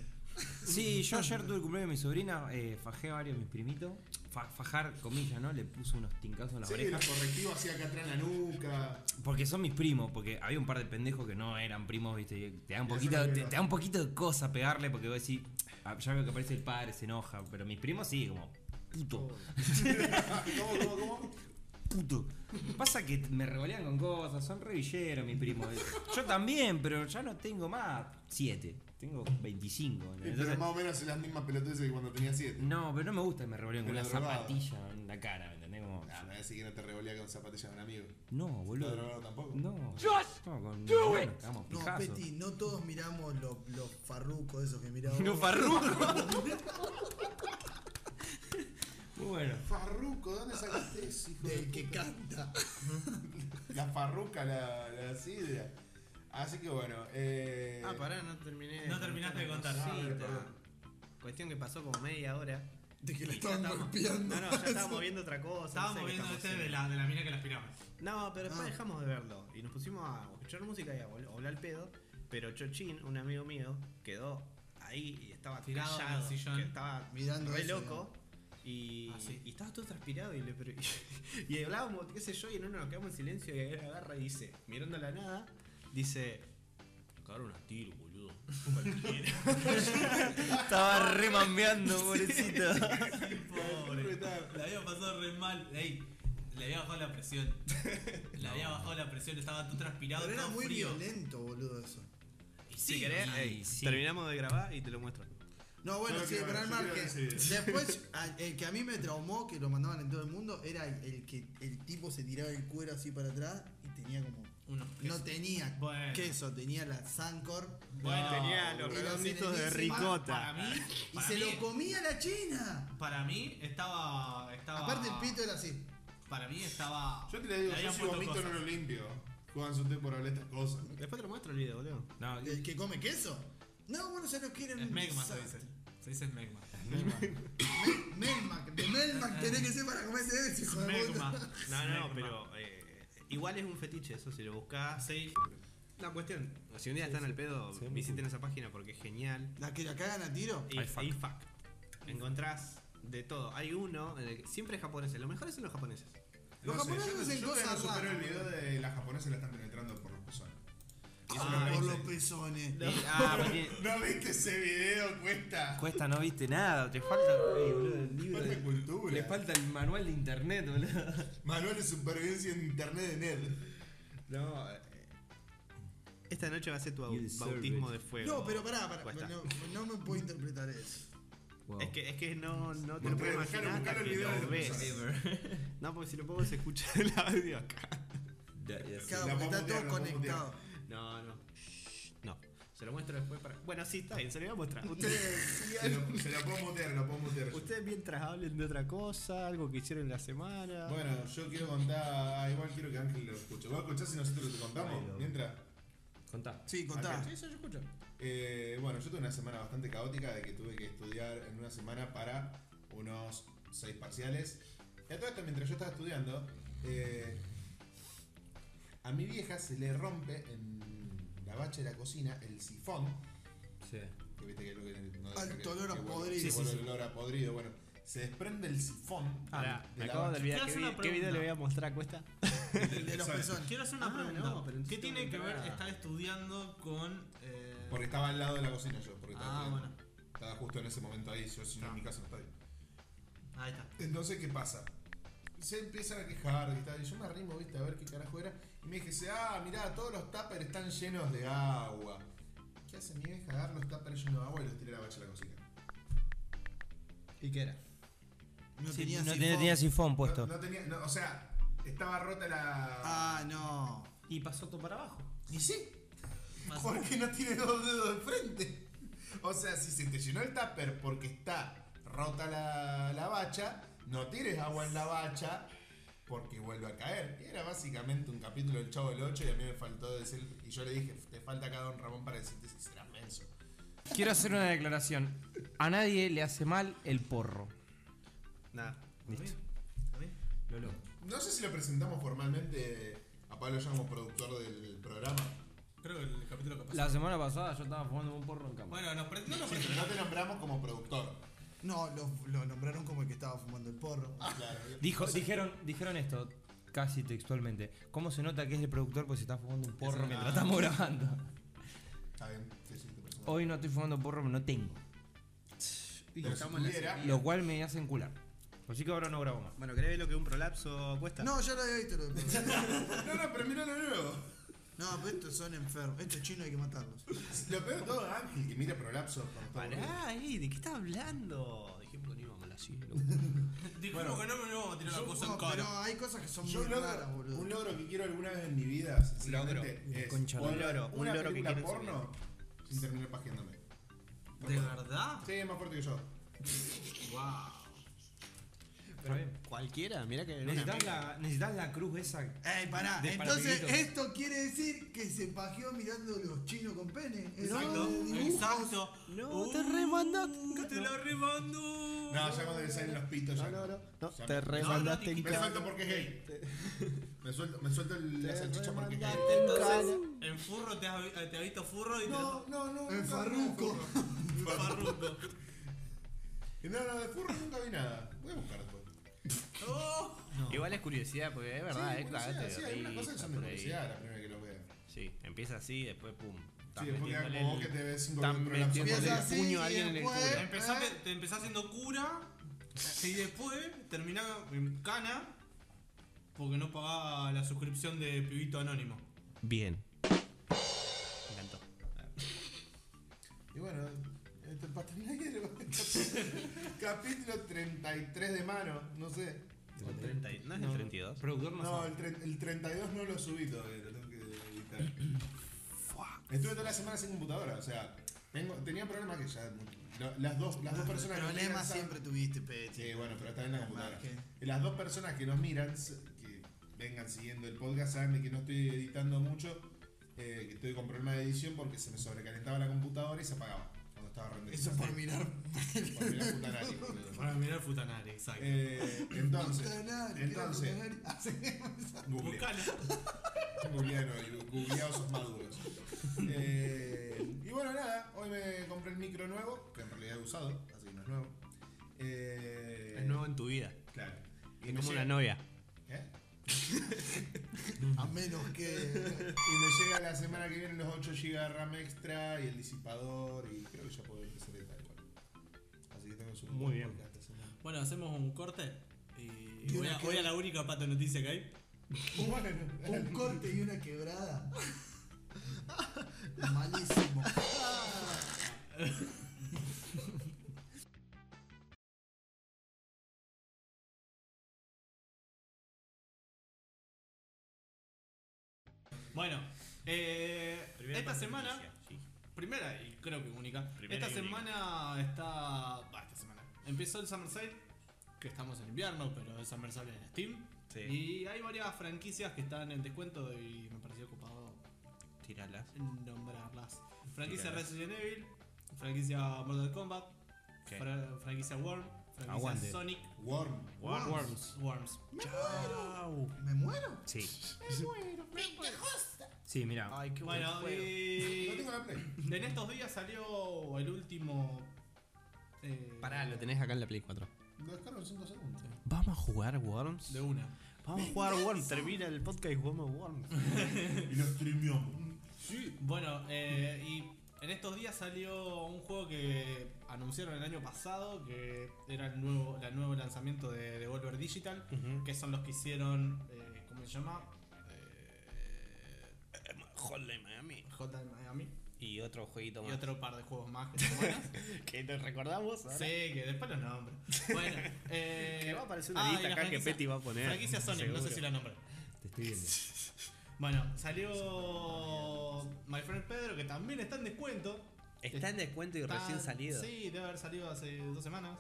Speaker 3: Sí, yo ayer tuve el cumpleaños de mi sobrina, eh, fajé a varios de mis primitos. Fa- fajar, comillas, ¿no? Le puse unos tincazos en las
Speaker 1: Sí,
Speaker 3: orejas.
Speaker 1: los correctivos así acá atrás en la (laughs) nuca.
Speaker 3: Porque son mis primos, porque había un par de pendejos que no eran primos, viste, y te da un
Speaker 1: Y eso
Speaker 3: poquito,
Speaker 1: no
Speaker 3: te,
Speaker 1: le
Speaker 3: te da un poquito de cosa pegarle porque vos decís, "Ah, ya veo que aparece el padre, se enoja, pero mis primos sí, como puto,
Speaker 1: ¿Cómo, cómo, cómo?
Speaker 3: puto. Pasa que me regolean con cosas, son revilleros mis primos. Yo también, pero ya no tengo más siete, tengo 25. ¿no?
Speaker 1: Eh, Pero
Speaker 3: Entonces,
Speaker 1: más o menos es las mismas pelotudeces que cuando tenía 7.
Speaker 3: no, pero no me gusta que me regoleen con
Speaker 1: Pero
Speaker 3: una
Speaker 1: drogado.
Speaker 3: zapatilla en la cara, ¿me entendés? Como,
Speaker 1: Ah, me decís que no te revolía con zapatillas de un amigo.
Speaker 3: no,
Speaker 1: ¿No
Speaker 3: boludo.
Speaker 1: te drogado tampoco?
Speaker 3: No, no, con bueno, cagamos
Speaker 2: No,
Speaker 3: pijazo.
Speaker 2: Peti, no todos miramos los los farrucos esos que miramos.
Speaker 3: No, (laughs) farruco. Muy bueno.
Speaker 1: Farruco, ¿dónde sacaste eso, hijo de
Speaker 2: (laughs) Del que
Speaker 1: puta?
Speaker 2: canta.
Speaker 1: La farruca, la, la sidra. Así que bueno, eh.
Speaker 7: Ah, pará, no terminé.
Speaker 4: No terminaste de contar.
Speaker 7: Sí,
Speaker 1: Ah,
Speaker 7: ta.
Speaker 1: perdón.
Speaker 7: Cuestión que pasó como media hora.
Speaker 2: De que la
Speaker 7: Y ya
Speaker 2: estaban
Speaker 7: estábamos-
Speaker 2: golpeando.
Speaker 7: No, no, ya estábamos viendo otra cosa. no sé
Speaker 4: Estábamos
Speaker 7: qué
Speaker 4: viendo
Speaker 7: estábamos
Speaker 4: este de
Speaker 7: haciendo.
Speaker 4: la, de la mina que la aspiraba.
Speaker 7: No, pero después
Speaker 2: Ah.
Speaker 7: dejamos de verlo y nos pusimos a escuchar música y a bol- a hablar al pedo. Pero Chochín, un amigo mío, quedó ahí y estaba
Speaker 4: Tirado en
Speaker 7: callado,
Speaker 4: el sillón.
Speaker 7: que estaba
Speaker 2: Mirando
Speaker 7: re
Speaker 2: eso,
Speaker 7: loco. Y,
Speaker 4: Ah, sí.
Speaker 7: y estaba todo transpirado y, le, pero- (laughs) y, y hablábamos, qué sé yo, y en uno nos quedamos en silencio y él agarra y dice, mirando a la nada, dice, cagaron a tiro, boludo. Cualquiera.
Speaker 4: (laughs)
Speaker 3: Estaba remambeando, pobrecito.
Speaker 4: Sí, pobre. La había pasado re mal. Ey, le había bajado la
Speaker 2: (laughs)
Speaker 4: presión. Le había bajado la presión, estaba todo transpirado,
Speaker 2: Pero era
Speaker 4: todo
Speaker 2: muy
Speaker 4: frío.
Speaker 2: violento, boludo, eso.
Speaker 4: Y
Speaker 7: si
Speaker 4: sí,
Speaker 7: querés,
Speaker 4: y-
Speaker 7: ey,
Speaker 3: sí.
Speaker 7: terminamos de grabar y te lo muestro.
Speaker 2: No, bueno,
Speaker 1: No,
Speaker 2: sí,
Speaker 1: claro,
Speaker 2: pero
Speaker 1: yo
Speaker 2: Mar,
Speaker 1: creo
Speaker 2: que
Speaker 1: que sí.
Speaker 2: después a- el que a mí me traumó, que lo mandaban en todo el mundo, era el, el que el tipo se tiraba el cuero así para atrás y tenía como...
Speaker 4: Unos
Speaker 2: No tenía
Speaker 4: Bueno.
Speaker 2: queso, tenía la Sancor
Speaker 4: Bueno,
Speaker 7: Tenía
Speaker 2: boludo.
Speaker 7: los
Speaker 2: Y los
Speaker 7: redonditos de
Speaker 2: enemigos-
Speaker 7: ricota.
Speaker 4: Para mí,
Speaker 2: Ah. y
Speaker 4: para
Speaker 2: se
Speaker 4: mí-
Speaker 2: lo comía la china.
Speaker 4: Para mí estaba. estaba
Speaker 2: Aparte el pito era así.
Speaker 4: Para mí estaba.
Speaker 1: Yo te le digo, yo
Speaker 4: habían
Speaker 1: si
Speaker 4: puesto
Speaker 1: vomito no
Speaker 4: cosas.
Speaker 1: lo limpio. Juegan usted por hablar estas cosas.
Speaker 7: Después te lo muestro el video, boludo.
Speaker 3: No,
Speaker 2: ¿El que come queso? No, bueno, ya no quieren...
Speaker 4: Es Megma, se
Speaker 2: sa-
Speaker 4: dice. Se dice Megma.
Speaker 2: Mel- Melmac, de Melmac tenés que ser para comerse eso, hijo de puta.
Speaker 4: Megma.
Speaker 7: No, no, pero eh, igual es un fetiche eso, si lo buscás. Sí. La cuestión, si un día están al pedo, visiten esa página porque es genial.
Speaker 2: ¿La que la cagan a tiro?
Speaker 7: Y,
Speaker 3: Ay, fuck.
Speaker 7: y fuck. Encontrás de todo. Hay uno, en el que- siempre japoneses, los mejores son los japoneses.
Speaker 2: Los
Speaker 1: No sé,
Speaker 2: japoneses
Speaker 1: yo-
Speaker 2: hacen
Speaker 1: yo
Speaker 2: cosas
Speaker 1: todavía no supero
Speaker 2: raras,
Speaker 1: el video de las japonesas la están penetrando por los pezones. Eso
Speaker 2: Ah,
Speaker 1: no,
Speaker 2: por
Speaker 1: lo
Speaker 2: los
Speaker 1: viste.
Speaker 2: pezones.
Speaker 7: Y- ah, pero
Speaker 1: (laughs)
Speaker 7: tiene-
Speaker 1: ¿No viste ese video, cuesta?
Speaker 3: (laughs) cuesta, no viste nada, te falta. Ey, boludo, el libro
Speaker 1: Falta
Speaker 3: de-
Speaker 1: cultura.
Speaker 3: Le falta el manual de internet, boludo.
Speaker 1: Manual de supervivencia en internet de Ned.
Speaker 7: no, eh, esta noche va a ser tu
Speaker 3: You
Speaker 7: bau-
Speaker 3: deserve
Speaker 7: bautismo
Speaker 3: it.
Speaker 7: de fuego.
Speaker 2: No, pero pará, pará,
Speaker 7: Cuesta.
Speaker 2: no, no me puedo interpretar eso.
Speaker 7: Es que, es que no, no te
Speaker 1: Bueno,
Speaker 7: lo puedo
Speaker 1: pero
Speaker 7: imaginar
Speaker 1: buscalo,
Speaker 7: hasta
Speaker 1: buscalo el
Speaker 7: que
Speaker 1: video de
Speaker 7: lo
Speaker 1: los
Speaker 7: ves. (laughs) No, porque si lo pongo se escucha el audio acá.
Speaker 2: Claro,
Speaker 1: La
Speaker 2: porque está
Speaker 1: vamos a
Speaker 2: todo
Speaker 1: mutear, la vamos
Speaker 2: conectado.
Speaker 7: No, no. Shh, No. Se lo muestro después para. Bueno, sí, está bien, se lo voy a mostrar. Ustedes,
Speaker 2: Ustedes
Speaker 1: Se
Speaker 2: sigan.
Speaker 1: lo, se lo puedo mutear, lo puedo mutear. yo.
Speaker 7: ustedes mientras hablen de otra cosa, algo que hicieron la semana.
Speaker 1: Bueno, yo quiero contar. ah, igual quiero que Ángel lo escuche. ¿Vos escuchás si nosotros te contamos?
Speaker 3: Ay, lo-
Speaker 1: Mientras.
Speaker 3: Contá.
Speaker 2: Sí, contá.
Speaker 1: Acá. Eh, bueno, yo tuve una semana bastante caótica de que tuve que estudiar en una semana para unos seis parciales. Y a todo esto, mientras yo estaba estudiando, eh, a mi vieja se le rompe en la bacha de la cocina el sifón.
Speaker 3: Sí.
Speaker 1: Que viste que es lo que no deja
Speaker 2: Alto
Speaker 1: que-
Speaker 2: olor a
Speaker 1: que vuelva-
Speaker 2: podrido.
Speaker 1: que
Speaker 2: Sí,
Speaker 1: vuelva el olor a podrido. Bueno, se desprende el sifón.
Speaker 3: Ah.
Speaker 7: Pará, Ah, me
Speaker 1: la
Speaker 7: acabo de
Speaker 1: bacha.
Speaker 7: olvidar.
Speaker 4: Quiero
Speaker 7: ¿Qué,
Speaker 4: hacer
Speaker 7: vi-
Speaker 4: una
Speaker 7: qué video
Speaker 4: pregunta.
Speaker 7: le voy a mostrar cuesta?
Speaker 2: El de los
Speaker 1: Exacto.
Speaker 2: pezones.
Speaker 4: Quiero hacer una
Speaker 7: Ah,
Speaker 4: pregunta.
Speaker 7: no, pero
Speaker 4: ¿Qué
Speaker 7: entonces
Speaker 4: tiene
Speaker 7: tengo
Speaker 4: que
Speaker 7: que
Speaker 4: ver
Speaker 7: entrar.
Speaker 4: estar estudiando con. eh,
Speaker 1: Porque estaba al lado de la cocina yo. Porque estaba
Speaker 4: Ah,
Speaker 1: estudiando.
Speaker 4: bueno.
Speaker 1: Estaba justo en ese momento ahí. Yo, si no, en mi casa no estoy.
Speaker 4: Ahí está.
Speaker 1: Entonces, ¿qué pasa? Se empiezan a quejar, ¿viste? Y yo me arrimo, ¿viste? A ver qué carajo era. Y me dije, ah, mirá, todos los tuppers están llenos de agua. ¿Qué hace mi vieja? Agarrar los tuppers llenos de agua y los tiré a la bacha de la cocina.
Speaker 7: ¿Y qué era?
Speaker 2: No
Speaker 3: Sí,
Speaker 2: tenía
Speaker 3: no
Speaker 2: sifón.
Speaker 3: tenía, tenía sifón
Speaker 1: No,
Speaker 3: puesto.
Speaker 1: no tenía, no, o sea, estaba rota la...
Speaker 2: Ah, no.
Speaker 3: Y pasó todo para abajo.
Speaker 1: Y sí,
Speaker 4: Más-
Speaker 1: porque no tiene dos dedos de frente. O sea, si se te llenó el tupper porque está rota la, la bacha, no tires agua en la bacha porque vuelve a caer. Era básicamente un capítulo del Chavo del 8 y a mí me faltó decir, y yo le dije, te falta acá Don Ramón para decirte si serás menso.
Speaker 3: Quiero hacer una declaración. A nadie le hace mal el porro.
Speaker 7: Nada.
Speaker 4: Listo.
Speaker 3: Lolo.
Speaker 1: No sé si lo presentamos formalmente a Pablo ya como productor del programa.
Speaker 4: Creo que el capítulo que pasó.
Speaker 3: La semana pasada yo estaba fumando un porro en cama.
Speaker 4: Bueno, nos pre- no nos
Speaker 1: Sí,
Speaker 4: pre-
Speaker 1: pero no te nombramos como productor.
Speaker 2: No, lo, lo nombraron como el que estaba fumando el porro.
Speaker 1: Claro.
Speaker 3: Dijo, dijeron, dijeron esto casi textualmente. ¿Cómo se nota que es el productor? Pues se está fumando un porro mientras estamos grabando.
Speaker 1: Está bien, sí, sí, te presentamos.
Speaker 3: Hoy no estoy fumando porro, pero no tengo.
Speaker 1: Pero si tuviera,
Speaker 3: Lo cual me hace encular. Así que ahora no grabo más.
Speaker 7: Bueno, ¿querés ver lo que es un prolapso cuesta?
Speaker 2: No, ya lo había visto. Lo
Speaker 1: No, no, pero mirá lo nuevo.
Speaker 2: no, pero estos son enfermos. Estos chinos hay que matarlos.
Speaker 1: Lo peor de todo es Ángel que mira prolapso cuando está aburrido.
Speaker 7: Pará, eh, ¿de qué estás hablando? Dijimos que no íbamos a la (laughs) cielo.
Speaker 4: Dijimos que no me lo vamos a tirar la
Speaker 2: Yo-
Speaker 4: cosa en
Speaker 2: no,
Speaker 4: cara.
Speaker 2: pero hay cosas que son
Speaker 1: Yo
Speaker 2: muy
Speaker 1: un logro,
Speaker 2: raras, boludo.
Speaker 1: un logro que quiero alguna vez en mi vida, sinceramente,
Speaker 3: Logro.
Speaker 1: es
Speaker 3: Concha,
Speaker 1: poder
Speaker 7: un logro,
Speaker 1: ver
Speaker 7: un
Speaker 1: una
Speaker 7: logro que
Speaker 1: película
Speaker 7: quiero en mi
Speaker 1: porno sin terminar pajeándome.
Speaker 4: ¿De verdad?
Speaker 1: Sí, es más fuerte que yo.
Speaker 4: Wow.
Speaker 3: Está bien.
Speaker 7: Cualquiera, mirá que.
Speaker 3: ¿Necesitas la, necesitas la cruz esa.
Speaker 2: Ey, pará.
Speaker 3: De
Speaker 2: Entonces,
Speaker 3: parapiguitos.
Speaker 2: esto quiere decir que se pajeó mirando los chinos con pene.
Speaker 4: Exacto,
Speaker 2: Eso-
Speaker 4: exacto.
Speaker 7: No, te remandaste.
Speaker 4: Te la remando. no.
Speaker 1: No, ya cuando le salen los pitos ya.
Speaker 7: No, no, no. No,
Speaker 1: Ya
Speaker 7: te
Speaker 1: me-
Speaker 7: remandaste en
Speaker 1: Me
Speaker 7: cara.
Speaker 1: suelto porque es gay. Me suelto, me suelto el- la salchicha porque es gay.
Speaker 4: Date, Entonces, en furro te has, vi- eh, te has visto furro y
Speaker 7: No, no, no.
Speaker 2: El farruco.
Speaker 4: te farruco.
Speaker 1: No, no, de furro nunca vi nada. Voy a buscar después.
Speaker 4: Oh,
Speaker 7: Igual es curiosidad, porque es verdad,
Speaker 1: sí,
Speaker 7: es
Speaker 1: curiosidad,
Speaker 7: claramente
Speaker 1: sí, hay una cosa que
Speaker 7: derrota
Speaker 1: son de
Speaker 7: por ahí.
Speaker 1: curiosidad la primera que lo veo.
Speaker 7: Sí, empieza así, después pum. estás
Speaker 1: Sí, después queda
Speaker 7: metiéndole
Speaker 1: como vos
Speaker 7: el-
Speaker 1: que te ves cinco
Speaker 7: estás
Speaker 1: minutos en la
Speaker 7: metiéndole
Speaker 1: absorción.
Speaker 2: Empieza
Speaker 7: el
Speaker 2: así
Speaker 7: puño a
Speaker 2: y
Speaker 7: alguien en el
Speaker 2: después-
Speaker 7: culo.
Speaker 4: empezaste, te empezás siendo cura y después terminás en cana porque no pagaba la suscripción de Pibito Anónimo.
Speaker 7: Bien. Me encantó.
Speaker 1: Y bueno, este el pastel negro. (laughs) Capítulo 33 de mano, no sé.
Speaker 7: O 30 y- ¿No es el 32?
Speaker 3: Productor no,
Speaker 1: No,
Speaker 3: sabe.
Speaker 1: el, tre- el 32 no lo subí todavía, lo tengo que editar. Estuve toda la semana sin computadora, o sea, tengo, tenía problemas que ya. lo- las dos, las dos personas que nos miran
Speaker 2: Problemas
Speaker 1: saben-
Speaker 2: siempre tuviste, Peti.
Speaker 1: Sí, bueno, pero está en la
Speaker 2: Al
Speaker 1: computadora.
Speaker 2: margen.
Speaker 1: Y Las dos personas que nos miran, s- que vengan siguiendo el podcast, saben de que no estoy editando mucho, eh, que estoy con problemas de edición porque se me sobrecalentaba la computadora y se apagaba cuando estaba renderizando.
Speaker 2: Eso por mirar.
Speaker 1: Por mirar puta nariz, boludo.
Speaker 4: Para mirar Futanari, exacto.
Speaker 1: Eh, entonces, entonces-
Speaker 2: (laughs)
Speaker 1: Google.
Speaker 4: Buscalo.
Speaker 1: Googleano y googleados sos maduros. Eh, y bueno, nada, hoy me compré el micro nuevo, que en realidad he usado, así que no es nuevo. Eh,
Speaker 7: Es nuevo en tu vida.
Speaker 1: Claro. Y
Speaker 7: Es
Speaker 1: me
Speaker 7: como
Speaker 1: llega-
Speaker 7: una novia.
Speaker 1: ¿Eh?
Speaker 2: A menos (laughs) que.
Speaker 1: Y me llega la semana que viene los 8 GB de RAM extra y el disipador y creo que ya puedo empezar a editar igual. Así que tengo su
Speaker 7: Muy bien.
Speaker 1: podcast esta semana.
Speaker 4: Bueno, hacemos un corte. Y
Speaker 2: ¿Qué
Speaker 4: voy,
Speaker 2: hora
Speaker 4: a,
Speaker 2: queda?
Speaker 4: voy a la única pato noticia que hay.
Speaker 1: Bueno,
Speaker 2: Un corte y una quebrada. (laughs) Malísimo.
Speaker 4: Bueno, eh,
Speaker 7: Primera
Speaker 4: esta
Speaker 7: parte
Speaker 4: semana,
Speaker 7: noticia, sí.
Speaker 4: primera y creo que única,
Speaker 7: Primera
Speaker 4: esta
Speaker 7: y única.
Speaker 4: semana está. Bah, esta semana. Empezó el Summer Sale, que estamos en invierno, pero es Summer Sale en Steam.
Speaker 7: Sí.
Speaker 4: Y hay varias franquicias que están en descuento y me pareció ocupado
Speaker 7: Tírala.
Speaker 4: nombrarlas. Franquicia
Speaker 7: Tiralas.
Speaker 4: Resident Evil, franquicia Mortal Kombat,
Speaker 7: Ok.
Speaker 4: fra- franquicia Worm, franquicia
Speaker 7: Aguante.
Speaker 4: Sonic,
Speaker 1: Worm.
Speaker 7: Worms.
Speaker 4: Worms.
Speaker 7: Chau.
Speaker 2: ¿Me muero?
Speaker 7: Sí.
Speaker 3: Sí, mirá.
Speaker 7: Ay, qué
Speaker 4: Bueno,
Speaker 1: No
Speaker 4: y
Speaker 1: tengo la play.
Speaker 4: en estos días salió el último. eh,
Speaker 7: Pará, lo tenés acá en la Play 4.
Speaker 1: Lo descargo en 5 segundos.
Speaker 7: ¿Vamos a jugar Worms?
Speaker 4: De una.
Speaker 7: Vamos a jugar Worms. Termina el podcast y jugamos Worms.
Speaker 1: Y lo streameamos.
Speaker 4: Bueno, eh, y en estos días salió un juego que anunciaron el año pasado, que era el nuevo, la nuevo lanzamiento de Devolver Digital,
Speaker 7: Ujú.
Speaker 4: que son los que hicieron, eh, ¿cómo se llama? Eh,
Speaker 7: Joder, Miami.
Speaker 4: Hotline Miami
Speaker 7: Y otro jueguito
Speaker 4: y
Speaker 7: más.
Speaker 4: otro par de juegos más que son
Speaker 7: (laughs)
Speaker 4: buenos.
Speaker 7: Que te recordamos. ahora.
Speaker 4: Sí, que después los nombro. Bueno, eh,
Speaker 7: (laughs) Que va a aparecer una
Speaker 4: ah,
Speaker 7: lista
Speaker 4: y la
Speaker 7: acá que
Speaker 4: franquicia-
Speaker 7: Petty va a poner,
Speaker 4: Franquicia Sonic, no sé
Speaker 7: seguro.
Speaker 4: si la nombré.
Speaker 3: Te estoy viendo.
Speaker 4: Bueno, salió My Friend Pedro, que también está en descuento.
Speaker 7: Está en descuento y
Speaker 4: Está-
Speaker 7: recién salido.
Speaker 4: Sí, debe haber salido hace dos semanas.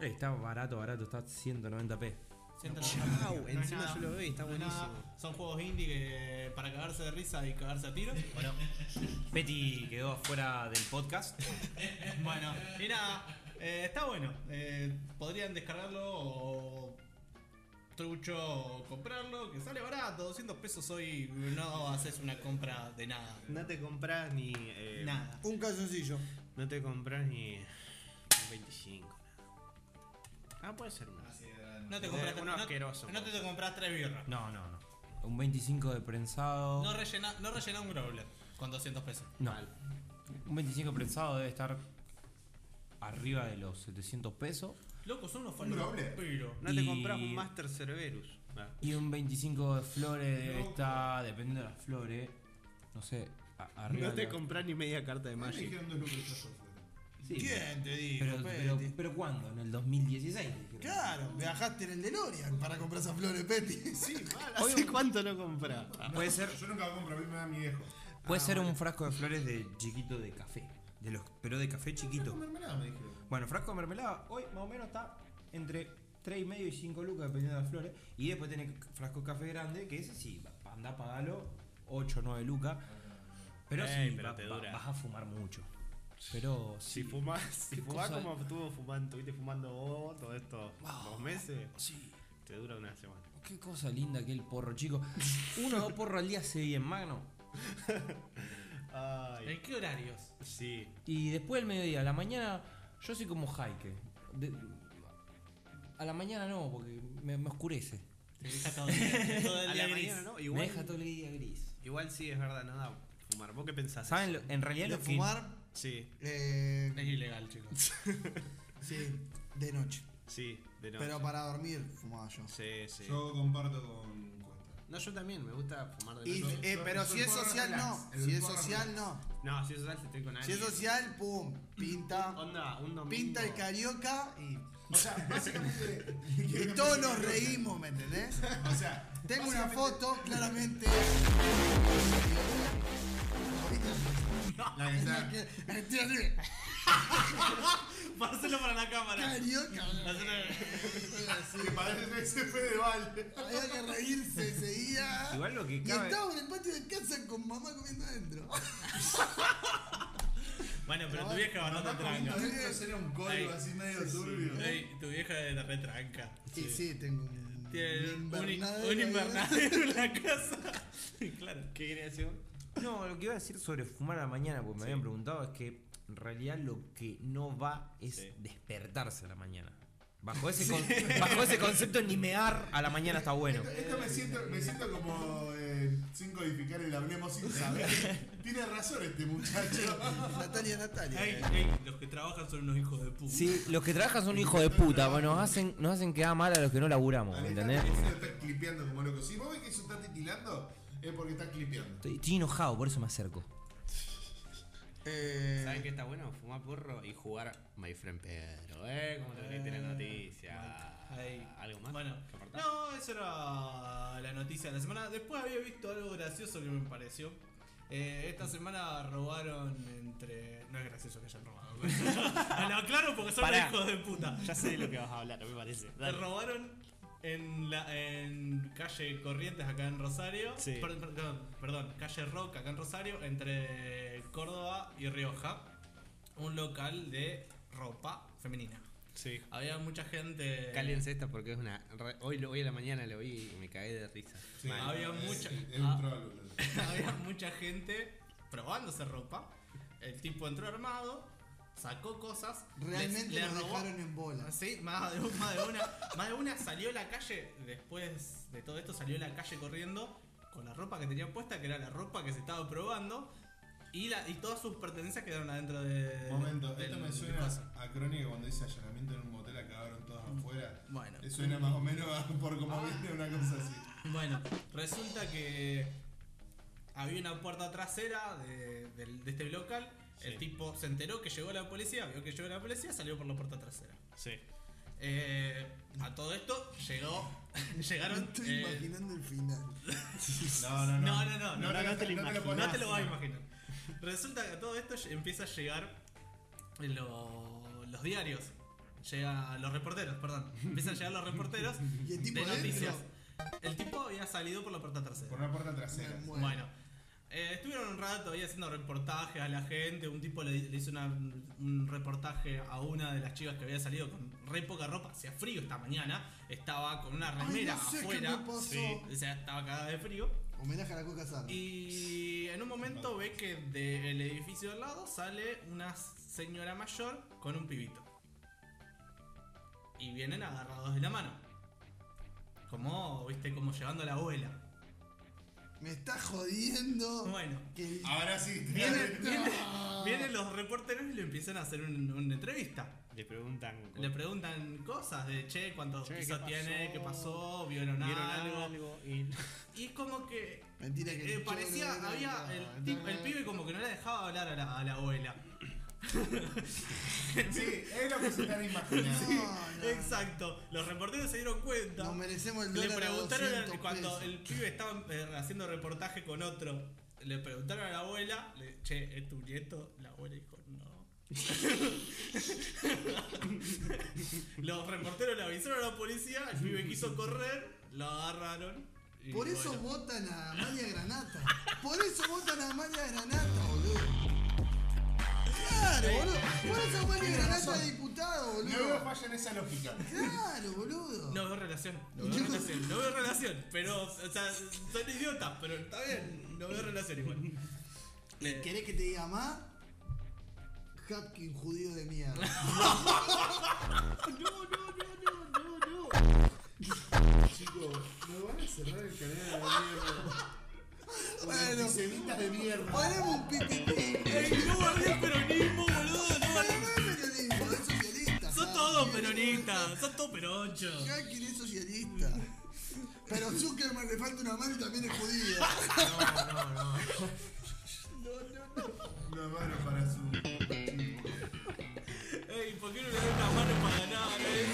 Speaker 3: Ey, Eh, está barato, barato. Está 190p.
Speaker 4: Siento
Speaker 7: Chau,
Speaker 4: que- es
Speaker 7: encima
Speaker 4: nada,
Speaker 7: yo lo veo y está
Speaker 4: no es nada.
Speaker 7: buenísimo.
Speaker 4: Son juegos indie que para cagarse de risa y cagarse a tiros. Bueno, (laughs)
Speaker 3: Petty quedó afuera del podcast.
Speaker 4: bueno y nada, eh, está bueno. Eh, podrían descargarlo o trucho o comprarlo, que sale barato. 200 pesos hoy no haces una compra de nada.
Speaker 7: No te compras ni. eh,
Speaker 4: Nada.
Speaker 2: Un calzoncillo.
Speaker 7: No te compras ni. un 25. nada. Ah, puede ser más.
Speaker 4: No te
Speaker 7: Eh,
Speaker 4: compras
Speaker 7: uno asqueroso, pues.
Speaker 4: no, no te, compras tres birras.
Speaker 3: No, no, no. Un 25 de prensado.
Speaker 4: No rellena, no rellena un growler con 200 pesos.
Speaker 3: No. Un 25 prensado debe estar arriba de los 700 pesos.
Speaker 4: Loco, son unos
Speaker 1: Un growler.
Speaker 4: pero
Speaker 7: No te
Speaker 3: Y-
Speaker 7: compras un Master Cerberus. Ah,
Speaker 3: Y un 25 de flores debe estar, dependiendo de las flores, no sé, a- arriba.
Speaker 7: No te
Speaker 3: de-
Speaker 7: compras ni media carta de
Speaker 1: Me
Speaker 7: Magic.
Speaker 1: dijeron dos lucas ya por fuera.
Speaker 3: Sí,
Speaker 2: ¿Quién te dijo,
Speaker 3: Pero, pero,
Speaker 2: Peti?
Speaker 3: pero ¿cuándo? En el 2016. dijeron.
Speaker 2: Claro, viajaste en el DeLorean para comprar esas flores, (laughs) Peti. Sí,
Speaker 7: ¿Hace cuánto no compras?
Speaker 3: Puede ser,
Speaker 1: Yo nunca lo compro, a mí me da mi viejo.
Speaker 3: puede
Speaker 7: Ah,
Speaker 3: ser un frasco de flores de chiquito de café. De los, pero de café
Speaker 1: No
Speaker 3: chiquito.
Speaker 1: comerme nada, me dijeron.
Speaker 3: Bueno, frasco de mermelada hoy más o menos está entre 3,5 y 5 lucas dependiendo de las flores. Y después tenés frasco de café grande, que ese sí, va- anda, pagalo, 8 o 9 lucas. Pero
Speaker 7: Ey,
Speaker 3: sí,
Speaker 7: pero
Speaker 3: va-
Speaker 7: te
Speaker 3: va-
Speaker 7: dura.
Speaker 3: vas a fumar mucho. Pero sí.
Speaker 7: Si fumas, si
Speaker 3: Qué
Speaker 7: fumás
Speaker 3: cosa-
Speaker 7: como estuvo fumando, estuviste fumando vos todos estos dos meses,
Speaker 3: Sí.
Speaker 7: te dura una semana.
Speaker 3: Qué cosa linda que el porro, chico. Uno o dos porros al día hace bien, Magno.
Speaker 7: Ay,
Speaker 4: ¿En qué horarios?
Speaker 7: sí.
Speaker 3: Y después del mediodía, a la mañana, yo soy como Jaike. De- a la mañana no, porque me, me oscurece.
Speaker 4: Te deja todo el día, (laughs) todo el
Speaker 7: A
Speaker 4: día
Speaker 7: la
Speaker 4: gris.
Speaker 7: mañana, ¿no?
Speaker 3: Me
Speaker 7: Igual,
Speaker 3: deja todo el día gris.
Speaker 7: igual sí es verdad, no da fumar. ¿Vos qué pensás?
Speaker 3: ¿Saben? lo- en realidad
Speaker 2: De
Speaker 3: lo que.
Speaker 2: fumar,
Speaker 7: Sí,
Speaker 2: eh,
Speaker 4: Es ilegal, chicos.
Speaker 2: sí, de noche.
Speaker 7: sí, de noche.
Speaker 2: Pero para dormir fumaba yo.
Speaker 7: Sí, sí.
Speaker 1: Yo comparto con Cuesta.
Speaker 7: No, yo también, me gusta fumar de
Speaker 2: Y-
Speaker 7: noche.
Speaker 2: eh,
Speaker 1: yo-
Speaker 2: pero
Speaker 1: yo
Speaker 2: si es
Speaker 1: porro
Speaker 2: social,
Speaker 1: relax,
Speaker 2: no.
Speaker 1: el
Speaker 2: Si es
Speaker 1: porro
Speaker 2: social,
Speaker 1: relax.
Speaker 2: no.
Speaker 7: No, si es social, estoy con
Speaker 2: Si
Speaker 7: alguien.
Speaker 2: es social, pum, pinta.
Speaker 7: Onda, un domingo.
Speaker 2: Pinta el carioca y,
Speaker 1: O (laughs) sea, básicamente.
Speaker 2: y todos nos reímos, ¿me entendés?
Speaker 1: O sea,
Speaker 2: Tengo una
Speaker 1: básicamente,
Speaker 2: foto, claramente.
Speaker 1: La que está-
Speaker 2: (laughs) Estoy así,
Speaker 4: Pásalo para la cámara.
Speaker 2: Carioca.
Speaker 1: que parece que se fue de balde.
Speaker 2: Había que reírse ese día.
Speaker 3: Igual lo que
Speaker 2: Y
Speaker 3: cabe.
Speaker 2: estaba en el patio de casa con mamá comiendo adentro.
Speaker 4: Bueno, pero tu
Speaker 2: Pero
Speaker 4: vieja
Speaker 1: Cuando
Speaker 4: barata
Speaker 1: está
Speaker 4: tranca.
Speaker 1: comiendo ¿eh? dentro sería un
Speaker 4: Ey.
Speaker 1: código así medio turbio.
Speaker 4: Ey, tu vieja era re tranca.
Speaker 2: Y sí, tengo un.
Speaker 4: Tiene un, un
Speaker 2: invernadero ahí.
Speaker 4: invernadero en la casa. (laughs) claro.
Speaker 7: ¿Qué quería decir?
Speaker 3: No, lo que iba a decir sobre fumar a la mañana, porque me habían preguntado, es que en realidad lo que no va es
Speaker 7: Sí.
Speaker 3: despertarse a la mañana. Bajo ese, con- bajo ese concepto, ni mear a la mañana está bueno.
Speaker 1: Esto me siento, me siento como eh, sin codificar el hablemos sin saber. Tiene razón este muchacho.
Speaker 2: (laughs) Natalia, Natalia.
Speaker 4: Ey, ey, los que trabajan son unos hijos de puta.
Speaker 3: Sí, los que trabajan son hijos de puta, bueno, nos hacen, nos hacen quedar mal a los que no laburamos,
Speaker 1: Al estar-
Speaker 3: ¿entendés?
Speaker 1: Eso está clipeando como loco. Si vos ves que eso está titilando, es porque está clipeando.
Speaker 3: Estoy, estoy enojado, por eso me acerco.
Speaker 2: Eh,
Speaker 7: ¿Saben qué está bueno? Fumar porro y jugar My Friend Pedro, ¿eh? Como te metiste la noticia.
Speaker 4: Ey.
Speaker 7: ¿Algo más?
Speaker 4: Bueno,
Speaker 7: ¿Qué aportás?
Speaker 4: no, eso era la noticia de la semana. Después había visto algo gracioso que me pareció. Eh, esta semana robaron entre. No es gracioso que hayan robado. (laughs) pero- Lo aclaro porque son
Speaker 7: Pará.
Speaker 4: hijos de puta.
Speaker 7: Ya sé de lo que vas a hablar, me parece.
Speaker 4: Te robaron en, la, en calle Corrientes acá en Rosario.
Speaker 7: Sí.
Speaker 4: Per- perdón, perdón, calle Roca acá en Rosario, entre Córdoba y Rioja. Un local de ropa femenina.
Speaker 7: Sí.
Speaker 4: Había mucha gente.
Speaker 7: Cállense esta porque es una. re- Hoy, lo- hoy a la mañana lo vi y me cagué de risa. Mal.
Speaker 4: Había
Speaker 1: Es-
Speaker 4: mucha-
Speaker 1: Es, es
Speaker 4: ah.
Speaker 1: un troll, boludo.
Speaker 4: (laughs) Había mucha gente probándose ropa. El tipo entró armado, sacó cosas.
Speaker 2: realmente
Speaker 4: les- les
Speaker 2: nos
Speaker 4: robó-
Speaker 2: dejaron en bola.
Speaker 4: Sí, más de, un- más de una. Más de una salió a la calle, después de todo esto, salió a la calle corriendo con la ropa que tenía puesta, que era la ropa que se estaba probando. Y, la, y todas sus pertenencias quedaron adentro de.
Speaker 1: Momento,
Speaker 4: del-
Speaker 1: esto me
Speaker 4: del
Speaker 1: suena
Speaker 4: coso.
Speaker 1: a crónica cuando dice allanamiento en un motel, acabaron todos afuera.
Speaker 4: Bueno.
Speaker 1: Suena más o menos a- por como viene una cosa así.
Speaker 4: Bueno, resulta que había una puerta trasera de, del- de este local. El tipo se enteró que llegó la policía, vio que llegó la policía, salió por la puerta trasera.
Speaker 7: Sí.
Speaker 4: Eh, a todo esto llegó, (laughs)
Speaker 2: Me
Speaker 4: llegaron.
Speaker 2: estoy
Speaker 4: eh,
Speaker 2: imaginando el final.
Speaker 1: No, no, Ah, no.
Speaker 4: No, no, no,
Speaker 7: no, no te lo
Speaker 4: no,
Speaker 7: imaginas.
Speaker 4: te lo vas a imaginar. Resulta que a todo esto empieza a llegar eh, lo- los diarios, llega los reporteros, perdón, empiezan a llegar los reporteros
Speaker 2: Y (laughs) el tipo
Speaker 4: de
Speaker 2: adentro.
Speaker 4: noticias. El tipo había salido por la puerta trasera.
Speaker 1: Por una puerta trasera.
Speaker 2: Me muero.
Speaker 4: Bueno, eh, estuvieron un rato ahí haciendo reportajes a la gente. Un tipo le, le hizo una- un reportaje a una de las chicas que había salido con re poca ropa. Hacía frío esta mañana. Estaba con una
Speaker 2: Ay,
Speaker 4: remera
Speaker 2: no sé qué
Speaker 4: afuera.
Speaker 2: me pasó. Ah.
Speaker 7: Sí.
Speaker 4: O sea, estaba cagada de frío.
Speaker 2: Homenaje a la Coca Sara.
Speaker 4: Y en un momento ve que del edificio de al lado sale una señora mayor con un pibito. Y vienen agarrados de la mano. Como, viste, como llevando a la abuela.
Speaker 2: Me está jodiendo.
Speaker 4: Bueno, Ah,
Speaker 2: Que el-
Speaker 1: Ahora sí. te- (laughs)
Speaker 4: Vienen,
Speaker 2: No.
Speaker 4: vienen- vienen los reporteros y le empiezan a hacer un- una entrevista.
Speaker 7: Le preguntan.
Speaker 4: Le preguntan cosas de che, cuántos
Speaker 7: Che, ¿qué
Speaker 4: pisos tiene,
Speaker 7: pasó?
Speaker 4: qué pasó, vieron,
Speaker 7: ¿Vieron
Speaker 4: algo.
Speaker 7: algo? Y...
Speaker 4: Y como que
Speaker 2: Mentira que
Speaker 4: eh, parecía,
Speaker 2: yo-
Speaker 4: había el, tip- el pibe como que no la dejaba hablar a la, a la abuela.
Speaker 1: Sí, es lo que se están imaginando.
Speaker 2: (laughs) No, no,
Speaker 4: (laughs) Exacto, los reporteros se dieron cuenta.
Speaker 2: Nos merecemos el
Speaker 4: Le
Speaker 2: dólar a
Speaker 4: preguntaron a-
Speaker 2: 200
Speaker 4: cuando
Speaker 2: pesos.
Speaker 4: el pibe estaba eh, haciendo reportaje con otro. Le preguntaron a la abuela, le- che, ¿es tu nieto? La abuela dijo, no. (laughs) Los reporteros le avisaron a la policía, el pibe quiso correr, lo agarraron. y
Speaker 2: Por eso
Speaker 4: bueno.
Speaker 2: votan a Amalia Granata. Por eso votan a Amalia Granata, boludo. Claro, boludo. Por eso fue que Granata es diputado,
Speaker 1: No veo
Speaker 2: boludo.
Speaker 1: falla en esa lógica.
Speaker 2: Claro, boludo.
Speaker 4: No veo relación, no veo
Speaker 2: No.
Speaker 4: relación, no veo relación, pero, o sea, son idiotas, pero está bien, no veo relación
Speaker 2: (laughs)
Speaker 4: igual. Eh,
Speaker 2: ¿Querés que te diga más? Hapkin judío de mierda.
Speaker 1: Chicos, me van a cerrar el canal de mierda.
Speaker 2: Bueno,
Speaker 1: Semitas de mierda.
Speaker 2: ponemos un pipitín.
Speaker 4: ey, no guardé el peronismo, boludo, no guardé-
Speaker 2: No es peronismo, es socialista.
Speaker 4: Son
Speaker 2: Hapkin,
Speaker 4: todos
Speaker 2: boludo.
Speaker 4: peronistas, son todos peronchos.
Speaker 2: Hapkin es socialista. Pero Zuckerman le falta una mano y también es judío.
Speaker 1: Una mano para su.
Speaker 4: Ey, ¿por qué no le dan una mano para ganar? eh?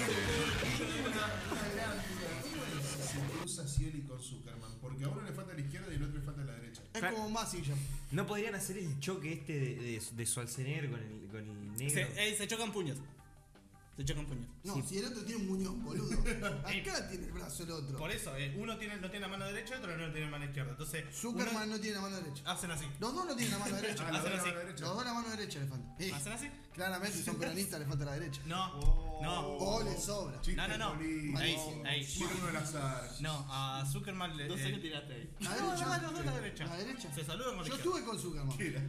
Speaker 1: Se cruza Scioli con Zuckerman. Porque a uno le falta la izquierda y al otro le falta la derecha.
Speaker 2: Es
Speaker 3: Claro.
Speaker 2: como Massinger.
Speaker 3: ¿No podrían hacer el choque este de, de, de Schwarzenegger con el, con el negro?
Speaker 4: Se, ey, se chocan puños. Se chocan puños.
Speaker 2: No, si el otro tiene un muñón, boludo. Acá tiene el brazo el otro.
Speaker 4: Por eso, eh, uno tiene, no tiene la mano derecha, otro no tiene la mano izquierda. Entonces,
Speaker 2: Zuckerman
Speaker 4: uno-
Speaker 2: no tiene la mano derecha.
Speaker 4: hacen así.
Speaker 2: Los dos no tienen
Speaker 4: (laughs)
Speaker 2: la mano derecha.
Speaker 1: Ah, la
Speaker 4: Hacen
Speaker 1: otra
Speaker 4: así.
Speaker 1: mano derecha.
Speaker 2: Los dos la mano derecha le falta. Eh,
Speaker 4: ¿Hacen así? (laughs)
Speaker 2: claramente, si son peronistas, le falta la derecha.
Speaker 4: No,
Speaker 1: Oh,
Speaker 4: no.
Speaker 2: O le sobra.
Speaker 1: Chiste
Speaker 4: No, no, no.
Speaker 1: político.
Speaker 4: Ahí, ahí.
Speaker 1: Tira uno al azar.
Speaker 4: No, a Zuckerman le. No sé qué tiraste ahí.
Speaker 2: La
Speaker 4: No,
Speaker 2: derecha.
Speaker 4: no, no, no, la derecha.
Speaker 2: La derecha.
Speaker 4: Se saluda con la
Speaker 2: Yo
Speaker 4: izquierda.
Speaker 2: estuve con Zuckerman.
Speaker 1: Mira.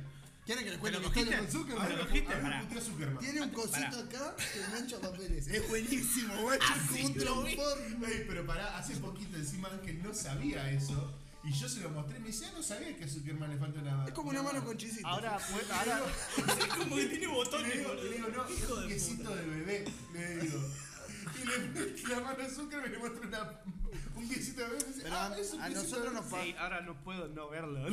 Speaker 2: ¿Quieren que les
Speaker 4: ¿Te
Speaker 2: cuente
Speaker 4: lo
Speaker 2: mi historia con
Speaker 4: cogiste? ¿Te lo
Speaker 2: Zuckerman?
Speaker 4: cogiste?
Speaker 1: A ver,
Speaker 4: Pará.
Speaker 1: putea a Zuckerman.
Speaker 2: Tiene un
Speaker 4: Pará.
Speaker 2: cosito acá que engancha papeles. Es buenísimo, guacho.
Speaker 1: Ah,
Speaker 2: Es como un transforme.
Speaker 1: Ey, pero pará, hace poquito encima que no sabía eso. Y yo se lo mostré y me dice, ah, no sabía que a Zuckerman le falta una mano.
Speaker 2: Es como una mano con chisito.
Speaker 7: Ahora,
Speaker 3: (laughs)
Speaker 7: pues, ahora.
Speaker 4: Es como que Ah, tiene
Speaker 1: Y le
Speaker 4: botones,
Speaker 1: digo,
Speaker 4: boludo.
Speaker 1: le digo, no, es
Speaker 4: Hijo
Speaker 1: un
Speaker 4: de
Speaker 1: quesito de bebé. Le digo. Y le (laughs) meto la mano a Zuckerman y le muestro una, un quesito de bebé. y me dice,
Speaker 2: Pero a,
Speaker 1: ah, es un
Speaker 2: a
Speaker 1: quesito
Speaker 2: nosotros
Speaker 1: de
Speaker 2: nos
Speaker 7: Sí,
Speaker 2: falta.
Speaker 7: ahora no puedo no
Speaker 3: (laughs)
Speaker 7: verlo.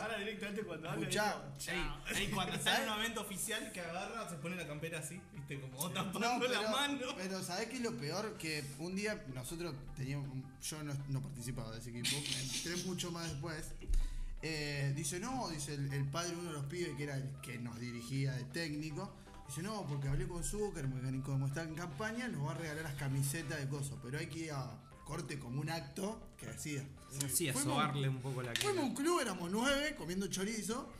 Speaker 7: ahora directamente cuando hablo.
Speaker 2: Escuchá.
Speaker 4: Ey, ey, cuando sale un evento oficial que agarra, se pone la campera así, viste, como (laughs) tapando
Speaker 2: No, pero,
Speaker 4: la mano.
Speaker 2: pero ¿sabés qué es lo peor? Que un día nosotros teníamos. Yo no, no participaba de ese equipo, entré mucho más después. Eh, dice, no, dice el, el padre de uno de los pibes que era el que nos dirigía de técnico. Dice, no, porque hablé con Zuckerman, que como está en campaña, nos va a regalar las camisetas de coso, pero hay que ir a corte como un acto que hacía.
Speaker 3: Sí, a
Speaker 2: Fuimos-
Speaker 3: sobarle un poco la
Speaker 2: Fuimos a
Speaker 3: cara.
Speaker 2: un club, éramos nueve, comiendo chorizo.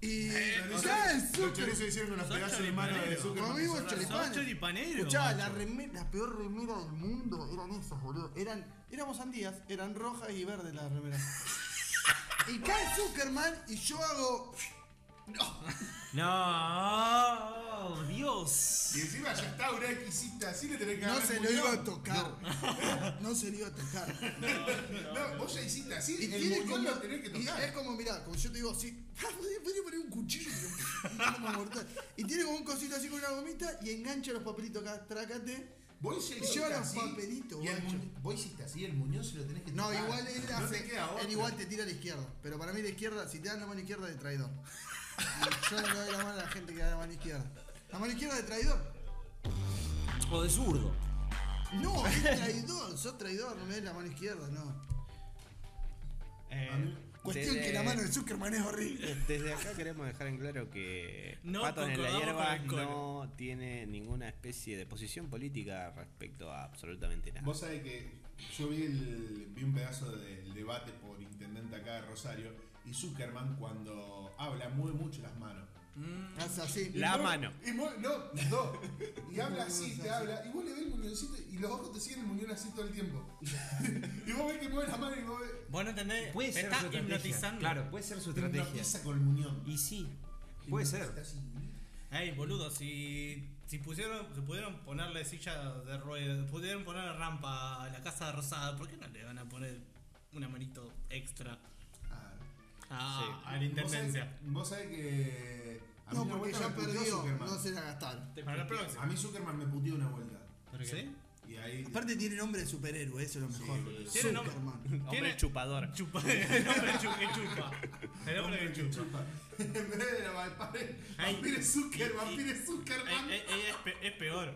Speaker 2: Y.
Speaker 4: Eh,
Speaker 1: bebé".
Speaker 2: Ya el
Speaker 1: Los
Speaker 2: Zuckerman-
Speaker 1: chorizos hicieron unos
Speaker 4: Son
Speaker 1: pedazos de mano de
Speaker 4: choripaneros.
Speaker 1: Zuckerman.
Speaker 2: Comimos
Speaker 1: que son raros.
Speaker 2: choripanes.
Speaker 4: Son choripaneros.
Speaker 2: Escuchá,
Speaker 4: macho.
Speaker 2: la, reme- la peor remera del mundo eran esas, boludo. Eran, éramos sandías, eran rojas y verdes
Speaker 1: (laughs)
Speaker 2: las remeras. y cae Zuckerman y yo hago.
Speaker 3: ¡No! ¡Dios!
Speaker 1: Y encima ya está una exquisita, así le tenés que
Speaker 2: No
Speaker 1: agarrar
Speaker 2: se
Speaker 1: el
Speaker 2: lo iba a
Speaker 1: muñón.
Speaker 2: tocar. No, se lo iba a
Speaker 1: (laughs)
Speaker 2: tocar.
Speaker 1: No, vos ya hiciste así,
Speaker 2: Y
Speaker 1: el
Speaker 2: tiene
Speaker 1: muñón
Speaker 2: como.
Speaker 1: lo tenés que
Speaker 2: y es
Speaker 1: tocar.
Speaker 2: como, mirá, como yo te digo (laughs) así. Podría podría poner un cuchillo. pero no me va a cortar. y tiene como un cosito así con una gomita y engancha los papelitos acá. Trácate.
Speaker 1: Vos ya
Speaker 2: Lleva
Speaker 1: hiciste
Speaker 2: los
Speaker 1: así.
Speaker 2: papelitos,
Speaker 1: y el
Speaker 2: guacho.
Speaker 1: muñ- Vos hiciste así, el muñón se lo tenés que
Speaker 2: Ah, No,
Speaker 1: tocar.
Speaker 2: igual él
Speaker 1: No
Speaker 2: hace.
Speaker 1: te queda
Speaker 2: él
Speaker 1: otra.
Speaker 2: igual te tira a la izquierda. Pero para mí la izquierda, si te dan la mano izquierda, de (laughs) traidor. Y yo no le doy la mano a la gente que da la mano izquierda. La mano izquierda de traidor.
Speaker 3: O de zurdo.
Speaker 2: No, (laughs) es traidor, sos traidor, no me des la mano izquierda, no.
Speaker 7: Eh,
Speaker 2: Cuestión
Speaker 7: desde-
Speaker 2: que la mano de Zuckerman es horrible.
Speaker 7: Desde acá queremos dejar en claro que
Speaker 4: No
Speaker 7: Patos en la
Speaker 4: concordamos
Speaker 7: Hierba
Speaker 4: con el cole.
Speaker 7: no tiene ninguna especie de posición política respecto a absolutamente nada.
Speaker 1: Vos sabés que yo vi, el- vi un pedazo del debate por intendente acá de Rosario y Zuckerman cuando habla mueve mucho las manos.
Speaker 2: Hace así.
Speaker 7: La mano.
Speaker 1: Y mo- no, las (laughs) dos. Y habla así, te habla. Y vos le ves el muñoncito y los ojos te siguen el muñón así todo el tiempo. (laughs) y vos ves que mueve las manos y vos ves.
Speaker 4: Vos no entendés,
Speaker 3: Puede
Speaker 4: te
Speaker 3: ser
Speaker 4: está
Speaker 3: su estrategia.
Speaker 4: hipnotizando.
Speaker 3: Claro, puede ser su estrategia.
Speaker 1: Hipnotiza con el muñón.
Speaker 3: Y sí, puede
Speaker 1: Hipnotiza
Speaker 3: ser.
Speaker 1: así.
Speaker 4: Ey, boludo, si, si pusieron, si pudieron ponerle silla de ruedas, pudieron ponerle rampa a la casa rosada, ¿por qué no le van a poner una manito extra
Speaker 1: Ah.
Speaker 4: a,
Speaker 7: Sí.
Speaker 4: a la intendencia?
Speaker 1: Vos sabés que. a mí
Speaker 2: No,
Speaker 1: una
Speaker 2: porque
Speaker 1: vuelta
Speaker 2: ya
Speaker 1: me puteó
Speaker 2: perdió,
Speaker 1: Zuckerman.
Speaker 2: no se la gastaron.
Speaker 4: Para la próxima.
Speaker 1: A mí Zuckerman me puteó una vuelta.
Speaker 4: ¿Sí?
Speaker 1: Y ahí. (laughs)
Speaker 2: Aparte tiene nombre de superhéroe, eso es lo mejor.
Speaker 1: boludo.
Speaker 4: Tiene nombre-
Speaker 2: Zuckerman.
Speaker 4: Tiene-
Speaker 7: Hombre chupador.
Speaker 4: (laughs) Chupa, el hombre chu- que chupa. El hombre que
Speaker 1: que
Speaker 4: chupa.
Speaker 1: chupa. En vez de la Valpare,
Speaker 4: Ay.
Speaker 1: Vampire Zucker,
Speaker 4: Y- y-
Speaker 1: Vampire Zuckerman.
Speaker 4: Ey, ey, ey, Eh, es, pe- es peor.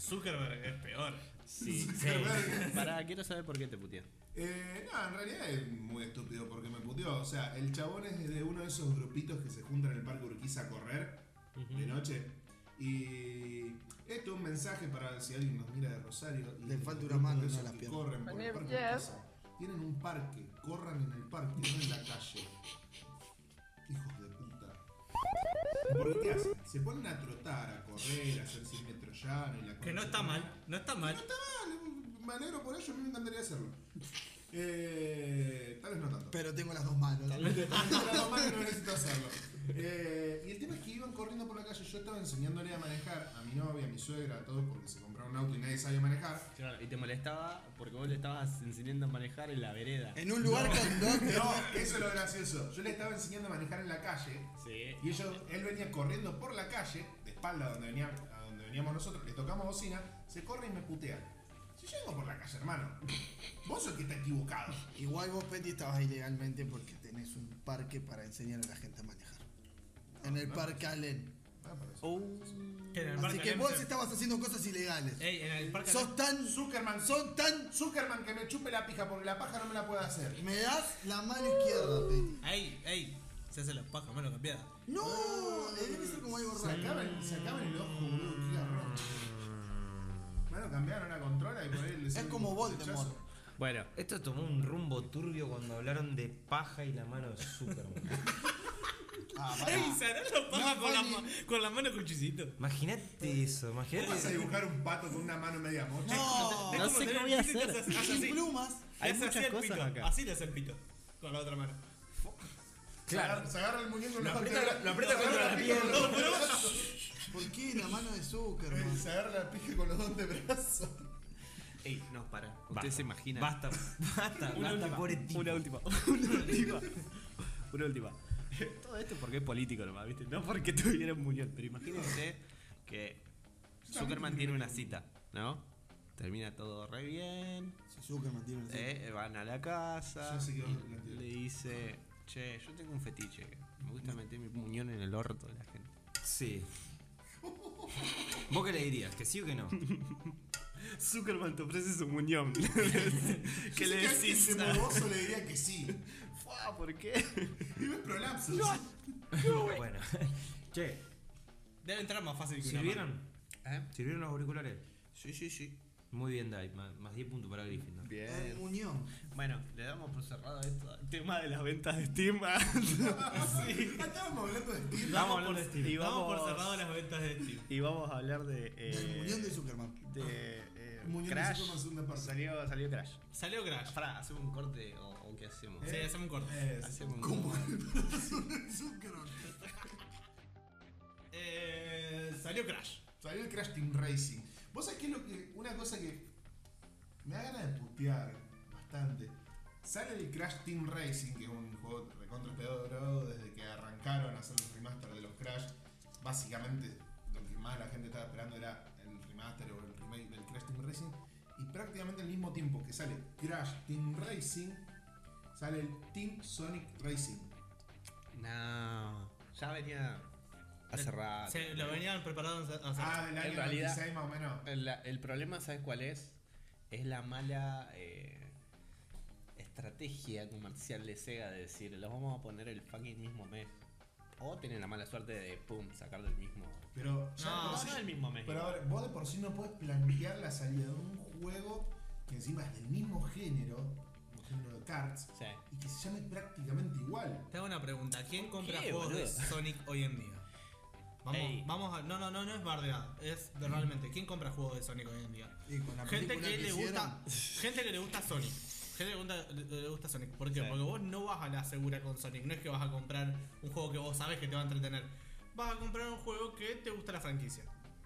Speaker 4: Zuckerberg es peor.
Speaker 7: Sí. (laughs)
Speaker 1: Zuckerberg.
Speaker 7: Pará, quiero saber por qué te puteó.
Speaker 1: Eh, no, en realidad es muy estúpido porque me puteó. O sea, el chabón es de uno de esos grupitos que se juntan en el parque Urquiza a correr de noche. Y esto es un mensaje para si alguien nos mira de Rosario. y
Speaker 2: Le
Speaker 1: de
Speaker 2: falta
Speaker 1: los
Speaker 2: una mano,
Speaker 1: grupos
Speaker 2: no
Speaker 1: esos
Speaker 2: las
Speaker 1: que
Speaker 2: piernas.
Speaker 1: Corren por el parque Urquiza. Tienen un parque, corran en el parque, no en la calle. Hijos de puta. Porque ¿qué hacen? Se ponen a trotar, a correr, a hacer 100 metros llano y la
Speaker 4: Que no está mal, no está mal.
Speaker 1: No está mal, me alegro por ello, a mí me encantaría hacerlo. Eh, tal vez no tanto. (laughs)
Speaker 2: Pero tengo las dos manos.
Speaker 1: Nada más que no necesito hacerlo. Eh, y el tema es que iban corriendo por la calle. Yo estaba enseñándole a manejar a mi novia, a mi suegra, a todos porque se compraron un auto y nadie sabía manejar.
Speaker 7: Claro, y te molestaba porque vos le estabas enseñando a manejar en la vereda.
Speaker 2: En un lugar con dos.
Speaker 1: No, eso es lo gracioso. Yo le estaba enseñando a manejar en la calle
Speaker 7: Sí.
Speaker 1: y ellos, él venía corriendo por la calle, de espalda donde venía, a donde veníamos nosotros, le tocamos bocina, se corre y me putea. Si yo vengo por la calle, hermano, vos sos el que está equivocado.
Speaker 2: Igual vos, Petty, estabas ilegalmente porque tenés un parque para enseñar a la gente a manejar. En el Parque Allen.
Speaker 1: Ah, por eso.
Speaker 7: Oh.
Speaker 4: Que en el
Speaker 2: Así
Speaker 4: parque
Speaker 2: que
Speaker 4: Alem
Speaker 2: vos
Speaker 4: se-
Speaker 2: estabas haciendo cosas ilegales.
Speaker 4: Ey, en el parque
Speaker 2: Sos tan.
Speaker 1: Zuckerman,
Speaker 2: Son tan.
Speaker 1: Zuckerman que me chupe la pija porque la paja no me la puede hacer.
Speaker 2: Me das la mano izquierda, Petty.
Speaker 4: Alem- Ey, ey. Se hace los pajas, mano cambiada.
Speaker 2: No, eh, debe ser como algo
Speaker 1: Se
Speaker 2: raro.
Speaker 1: acaba, el- se acaba el ojo, boludo, qué garrón. Bueno, cambiaron la controla y por ahí le
Speaker 2: Es
Speaker 1: sale
Speaker 2: como
Speaker 1: un
Speaker 2: Voldemort.
Speaker 1: flechazo.
Speaker 7: Bueno,
Speaker 3: Esto tomó un rumbo turbio cuando hablaron de paja y la mano de Superman. (laughs)
Speaker 2: Ah,
Speaker 4: Ey,
Speaker 2: pará.
Speaker 4: se harán los pajas
Speaker 2: No,
Speaker 4: con, la,
Speaker 2: Poli.
Speaker 4: ma- con la mano cuchillito.
Speaker 3: Imagínate eso,
Speaker 1: ¿Vos vas a
Speaker 3: imagínate.
Speaker 1: dibujar un pato con una mano media mocha?
Speaker 2: No,
Speaker 7: No sé qué voy a hacer. (laughs)
Speaker 2: sin plumas.
Speaker 7: Hay
Speaker 4: Hay
Speaker 7: muchas
Speaker 4: muchas
Speaker 7: cosas
Speaker 4: pito.
Speaker 7: acá.
Speaker 4: Así le hace el pito. Con la otra mano.
Speaker 1: Se agarra- Se agarra el muñeco en la
Speaker 4: aprieta-
Speaker 1: pija,
Speaker 4: lo aprieta
Speaker 1: se agarra
Speaker 4: contra la
Speaker 1: pija con
Speaker 4: pierna.
Speaker 1: los dos brazos.
Speaker 2: ¿Por qué la mano de Zuckerman?
Speaker 1: Se agarra la pija con los dos de brazos.
Speaker 7: Ey, no, para. Ustedes
Speaker 3: Basta.
Speaker 7: se imaginan.
Speaker 3: Basta, basta, basta,
Speaker 7: Una última,
Speaker 3: pobre tipo.
Speaker 7: Una última. (laughs) Una última. Una última. Todo esto porque es político nomás, ¿viste? No porque tuviera un muñón. Pero imagínense que Superman tiene una cita, ¿no? Termina todo re bien.
Speaker 2: Si Zuckerman tiene una
Speaker 7: eh, van a la casa.
Speaker 1: Yo sé que
Speaker 7: y
Speaker 1: vos lo planteas.
Speaker 7: le dice, che, yo tengo un fetiche. Me gusta meter mi muñón en el orto de la gente.
Speaker 3: Sí. ¿Vos qué le dirías? ¿Que sí o que no?
Speaker 7: Superman te ofrece su muñón. ¿Qué le decís?
Speaker 1: Si este mogoso le diría que sí.
Speaker 7: Fua, ¿Por qué?
Speaker 1: Vive en prolapsos.
Speaker 3: bueno. Che,
Speaker 4: Debe entrar más fácil que una mano.
Speaker 3: ¿sirvieron?
Speaker 7: ¿Eh?
Speaker 3: ¿Sirvieron los auriculares?
Speaker 7: Sí, sí, sí.
Speaker 3: Muy bien, Dai. Más, más 10 puntos para Gryffindor.
Speaker 2: Eh,
Speaker 7: Bien.
Speaker 2: Unión.
Speaker 7: Bueno, le damos por cerrado esto. El tema de las ventas de Steam. sí.
Speaker 1: Ah, Estábamos hablando de Steve.
Speaker 7: Vamos
Speaker 4: Damos
Speaker 7: hablando
Speaker 4: por,
Speaker 7: de Steam.
Speaker 4: y damos por
Speaker 7: Vamos-
Speaker 4: cerrado las ventas de Steam.
Speaker 7: Y vamos a hablar de. eh,
Speaker 2: Del Unión de Zuckerman.
Speaker 7: de, eh,
Speaker 1: Muñón de
Speaker 7: Crash.
Speaker 1: Superman, segunda parte.
Speaker 7: Salió, salió Crash.
Speaker 4: Salió Crash.
Speaker 7: Pará, hacemos un corte o, o qué hacemos.
Speaker 4: Sí, hacemos un corte.
Speaker 1: Eh,
Speaker 7: Hacemos un
Speaker 2: ¿Cómo?
Speaker 7: corte.
Speaker 1: (laughs)
Speaker 2: Zuckerman.
Speaker 4: Eh, salió Crash.
Speaker 1: Salió el Crash Team Racing. Vos sabés que es lo que. Una cosa que. Me da ganas de putear bastante. Sale el Crash Team Racing, que es un juego recontra pedorro desde que arrancaron a hacer los remaster de los Crash. Básicamente lo que más la gente estaba esperando era el remaster o el remake del Crash Team Racing. Y prácticamente al mismo tiempo que sale Crash Team Racing, sale el Team Sonic Racing.
Speaker 7: No. Ya venía Ah. hace rato.
Speaker 4: Se, lo venían preparando a hacer.
Speaker 1: Ah, del
Speaker 7: en
Speaker 1: año
Speaker 7: realidad-
Speaker 1: 96 más o menos.
Speaker 7: La- el problema, ¿sabes cuál es? Es la mala eh, estrategia comercial de Sega de decir, los vamos a poner el fucking mismo mes. O tienen la mala suerte de, pum, sacar del mismo.
Speaker 1: Pero ya
Speaker 4: No,
Speaker 1: por
Speaker 4: no
Speaker 1: sí-
Speaker 7: del mismo mes.
Speaker 1: Pero ahora, vos de por sí no podés plantear la salida de un juego que encima es del mismo género, un género de cards,
Speaker 7: Sí.
Speaker 1: y que se llame prácticamente igual.
Speaker 4: Te hago una pregunta. ¿Quién compra
Speaker 7: qué,
Speaker 4: juegos de
Speaker 7: boludo? (laughs)
Speaker 4: Sonic hoy en día?
Speaker 7: Ey.
Speaker 4: Vamos, vamos a. No, no, no, no es bardeado. Es de realmente. ¿Quién compra juegos de Sonic hoy en día?
Speaker 2: Y con la
Speaker 4: Gente
Speaker 2: película
Speaker 4: que, le
Speaker 2: hicieron,
Speaker 4: gusta. (laughs) Gente que le gusta Sonic. Gente que le gusta, le- le gusta Sonic. ¿Por qué?
Speaker 7: Sí.
Speaker 4: Porque vos no vas a la segura con Sonic. No es que vas a comprar un juego que vos sabes que te va a entretener. Vas a comprar un juego que te gusta la franquicia.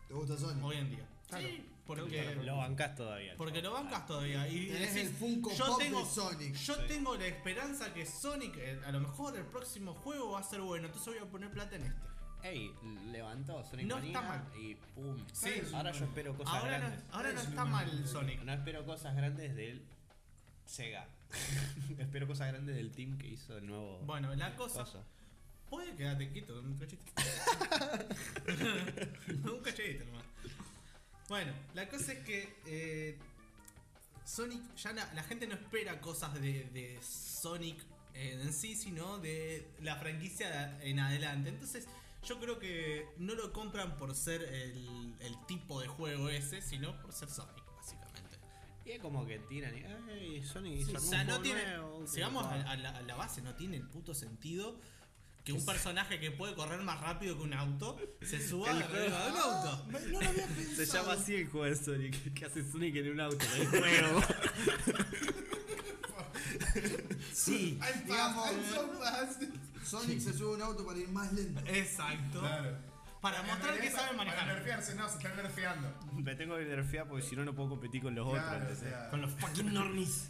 Speaker 2: ¿Te gusta Sonic?
Speaker 4: Hoy en día. Sí, porque.
Speaker 7: Lo bancás todavía.
Speaker 4: Porque lo
Speaker 7: chaval.
Speaker 4: bancas todavía. Y
Speaker 2: Tenés
Speaker 4: decís,
Speaker 2: el Funko
Speaker 4: yo
Speaker 2: Pop
Speaker 4: tengo,
Speaker 2: de Sonic.
Speaker 4: Yo tengo la esperanza que Sonic, eh, a lo mejor el próximo juego va a ser bueno, entonces voy a poner plata en este.
Speaker 7: Ey, levantó Sonic
Speaker 4: No está
Speaker 7: Mania
Speaker 4: mal.
Speaker 7: y pum.
Speaker 4: Sí.
Speaker 7: ahora yo espero cosas
Speaker 4: ahora no,
Speaker 7: grandes.
Speaker 4: ahora no
Speaker 1: Es
Speaker 4: está
Speaker 1: una-
Speaker 4: mal el Sonic.
Speaker 7: No espero cosas grandes del Sega. (laughs) espero cosas grandes del team que hizo el nuevo.
Speaker 4: Bueno, la cosa.
Speaker 7: coso.
Speaker 4: Puede quedarte quieto, un cachito. un cachito nomás. Bueno, la cosa es que eh, Sonic, ya la, la gente no espera cosas de, de Sonic eh, en sí, sino de la franquicia en adelante. Entonces, yo creo que no lo compran por ser el, el tipo de juego ese, sino por ser Sonic, básicamente.
Speaker 7: Y es como que tiran y. ¡Ey, Sonic!
Speaker 4: Sí,
Speaker 7: hizo
Speaker 4: o
Speaker 7: algún
Speaker 4: sea, no
Speaker 7: juego
Speaker 4: tiene.
Speaker 7: nuevo,
Speaker 4: Si vamos
Speaker 7: que-
Speaker 4: a, a la, a la base, no tiene el puto sentido que un personaje que puede correr más rápido que un auto se suba a
Speaker 7: El
Speaker 4: la arriba de un auto.
Speaker 2: Ah, No, no lo había pensado.
Speaker 7: Se llama así el juego de Sonic. Que hace Sonic en un auto (laughs) del juego.
Speaker 4: Ah,
Speaker 3: Sí.
Speaker 1: I'm
Speaker 2: Digamos,
Speaker 1: fast, I'm so fast.
Speaker 2: Sonic se sube a un auto para ir más lento.
Speaker 4: Exacto.
Speaker 1: Claro.
Speaker 4: Para mostrar que sabe
Speaker 1: Para
Speaker 4: manejar.
Speaker 1: nerfearse, no, se está nerfeando.
Speaker 7: Me tengo que nerfear porque si no, no puedo competir con los
Speaker 1: Claro, o
Speaker 7: otros.
Speaker 1: sea,
Speaker 3: Con los fucking normies.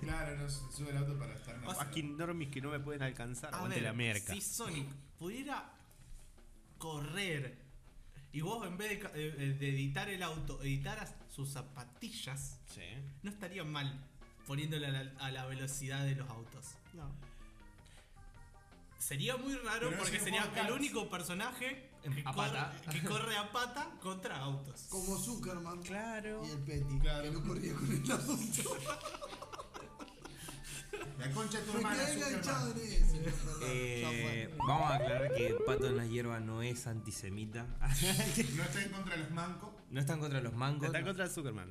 Speaker 1: claro, no se sube el auto para estar nerfeando.
Speaker 7: Fucking normies que no me pueden alcanzar.
Speaker 4: A
Speaker 7: Aguante
Speaker 4: ver,
Speaker 7: la merca.
Speaker 4: Si Sonic pudiera correr y vos en vez de, ca- eh, de editar el auto, editaras sus zapatillas,
Speaker 7: Sí.
Speaker 4: no estaría mal poniéndole a la, a la velocidad de los autos.
Speaker 7: No.
Speaker 4: Sería muy raro
Speaker 1: Pero no
Speaker 4: porque
Speaker 1: es un
Speaker 4: sería
Speaker 1: juego de
Speaker 4: el
Speaker 1: cartas.
Speaker 4: único personaje que,
Speaker 3: A
Speaker 4: corre,
Speaker 3: pata.
Speaker 4: que corre a pata contra autos.
Speaker 2: Como Zuckerman
Speaker 7: Claro.
Speaker 2: y el Petty.
Speaker 1: Claro.
Speaker 2: Que no corría con el auto.
Speaker 1: La concha de tu
Speaker 2: Me
Speaker 1: hermana,
Speaker 2: quedé enganchado
Speaker 1: Superman.
Speaker 2: en ese. perdón, ya
Speaker 3: (laughs) Eh,
Speaker 2: fue.
Speaker 3: vamos a aclarar que Pato en la hierba no es antisemita. (laughs)
Speaker 1: No
Speaker 4: eh.
Speaker 1: está en contra de los mancos.
Speaker 3: No están contra los mangos.
Speaker 7: Está contra el Zuckerman.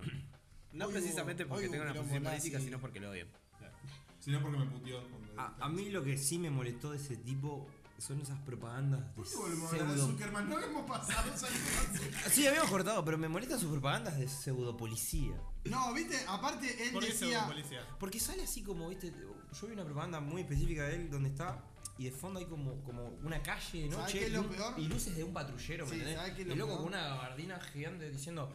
Speaker 7: No
Speaker 2: Hoy
Speaker 7: precisamente
Speaker 2: hubo-
Speaker 7: porque
Speaker 2: hoy
Speaker 7: tenga
Speaker 2: hubo
Speaker 7: una
Speaker 2: quilombo
Speaker 7: posición política,
Speaker 2: nazi.
Speaker 7: sino porque lo odian.
Speaker 1: Si no, porque me puteó. cuando-
Speaker 4: Ah,
Speaker 3: A, a mí lo que sí me molestó de ese tipo son esas propagandas de
Speaker 1: ¿Por qué volvemos a hablar de
Speaker 3: pseudo.
Speaker 1: Zuckerman? No hemos pasado (laughs) esa información.
Speaker 3: Sí, habíamos cortado, pero me molestan sus propagandas de pseudo policía.
Speaker 2: No, viste, aparte él
Speaker 4: ¿Por qué
Speaker 2: decía.
Speaker 4: policía?
Speaker 3: Porque sale así como, viste, yo vi una propaganda muy específica de él donde está y de fondo hay como, como una calle de
Speaker 2: ¿Sabés
Speaker 3: noche
Speaker 2: qué es
Speaker 3: y
Speaker 2: lo
Speaker 3: un-
Speaker 2: peor?
Speaker 3: y luces de un patrullero,
Speaker 2: Sí,
Speaker 3: ¿me
Speaker 2: ¿sabés
Speaker 3: entendés?
Speaker 2: qué es
Speaker 3: Y
Speaker 2: lo
Speaker 3: loco
Speaker 2: peor?
Speaker 3: con una gabardina gigante diciendo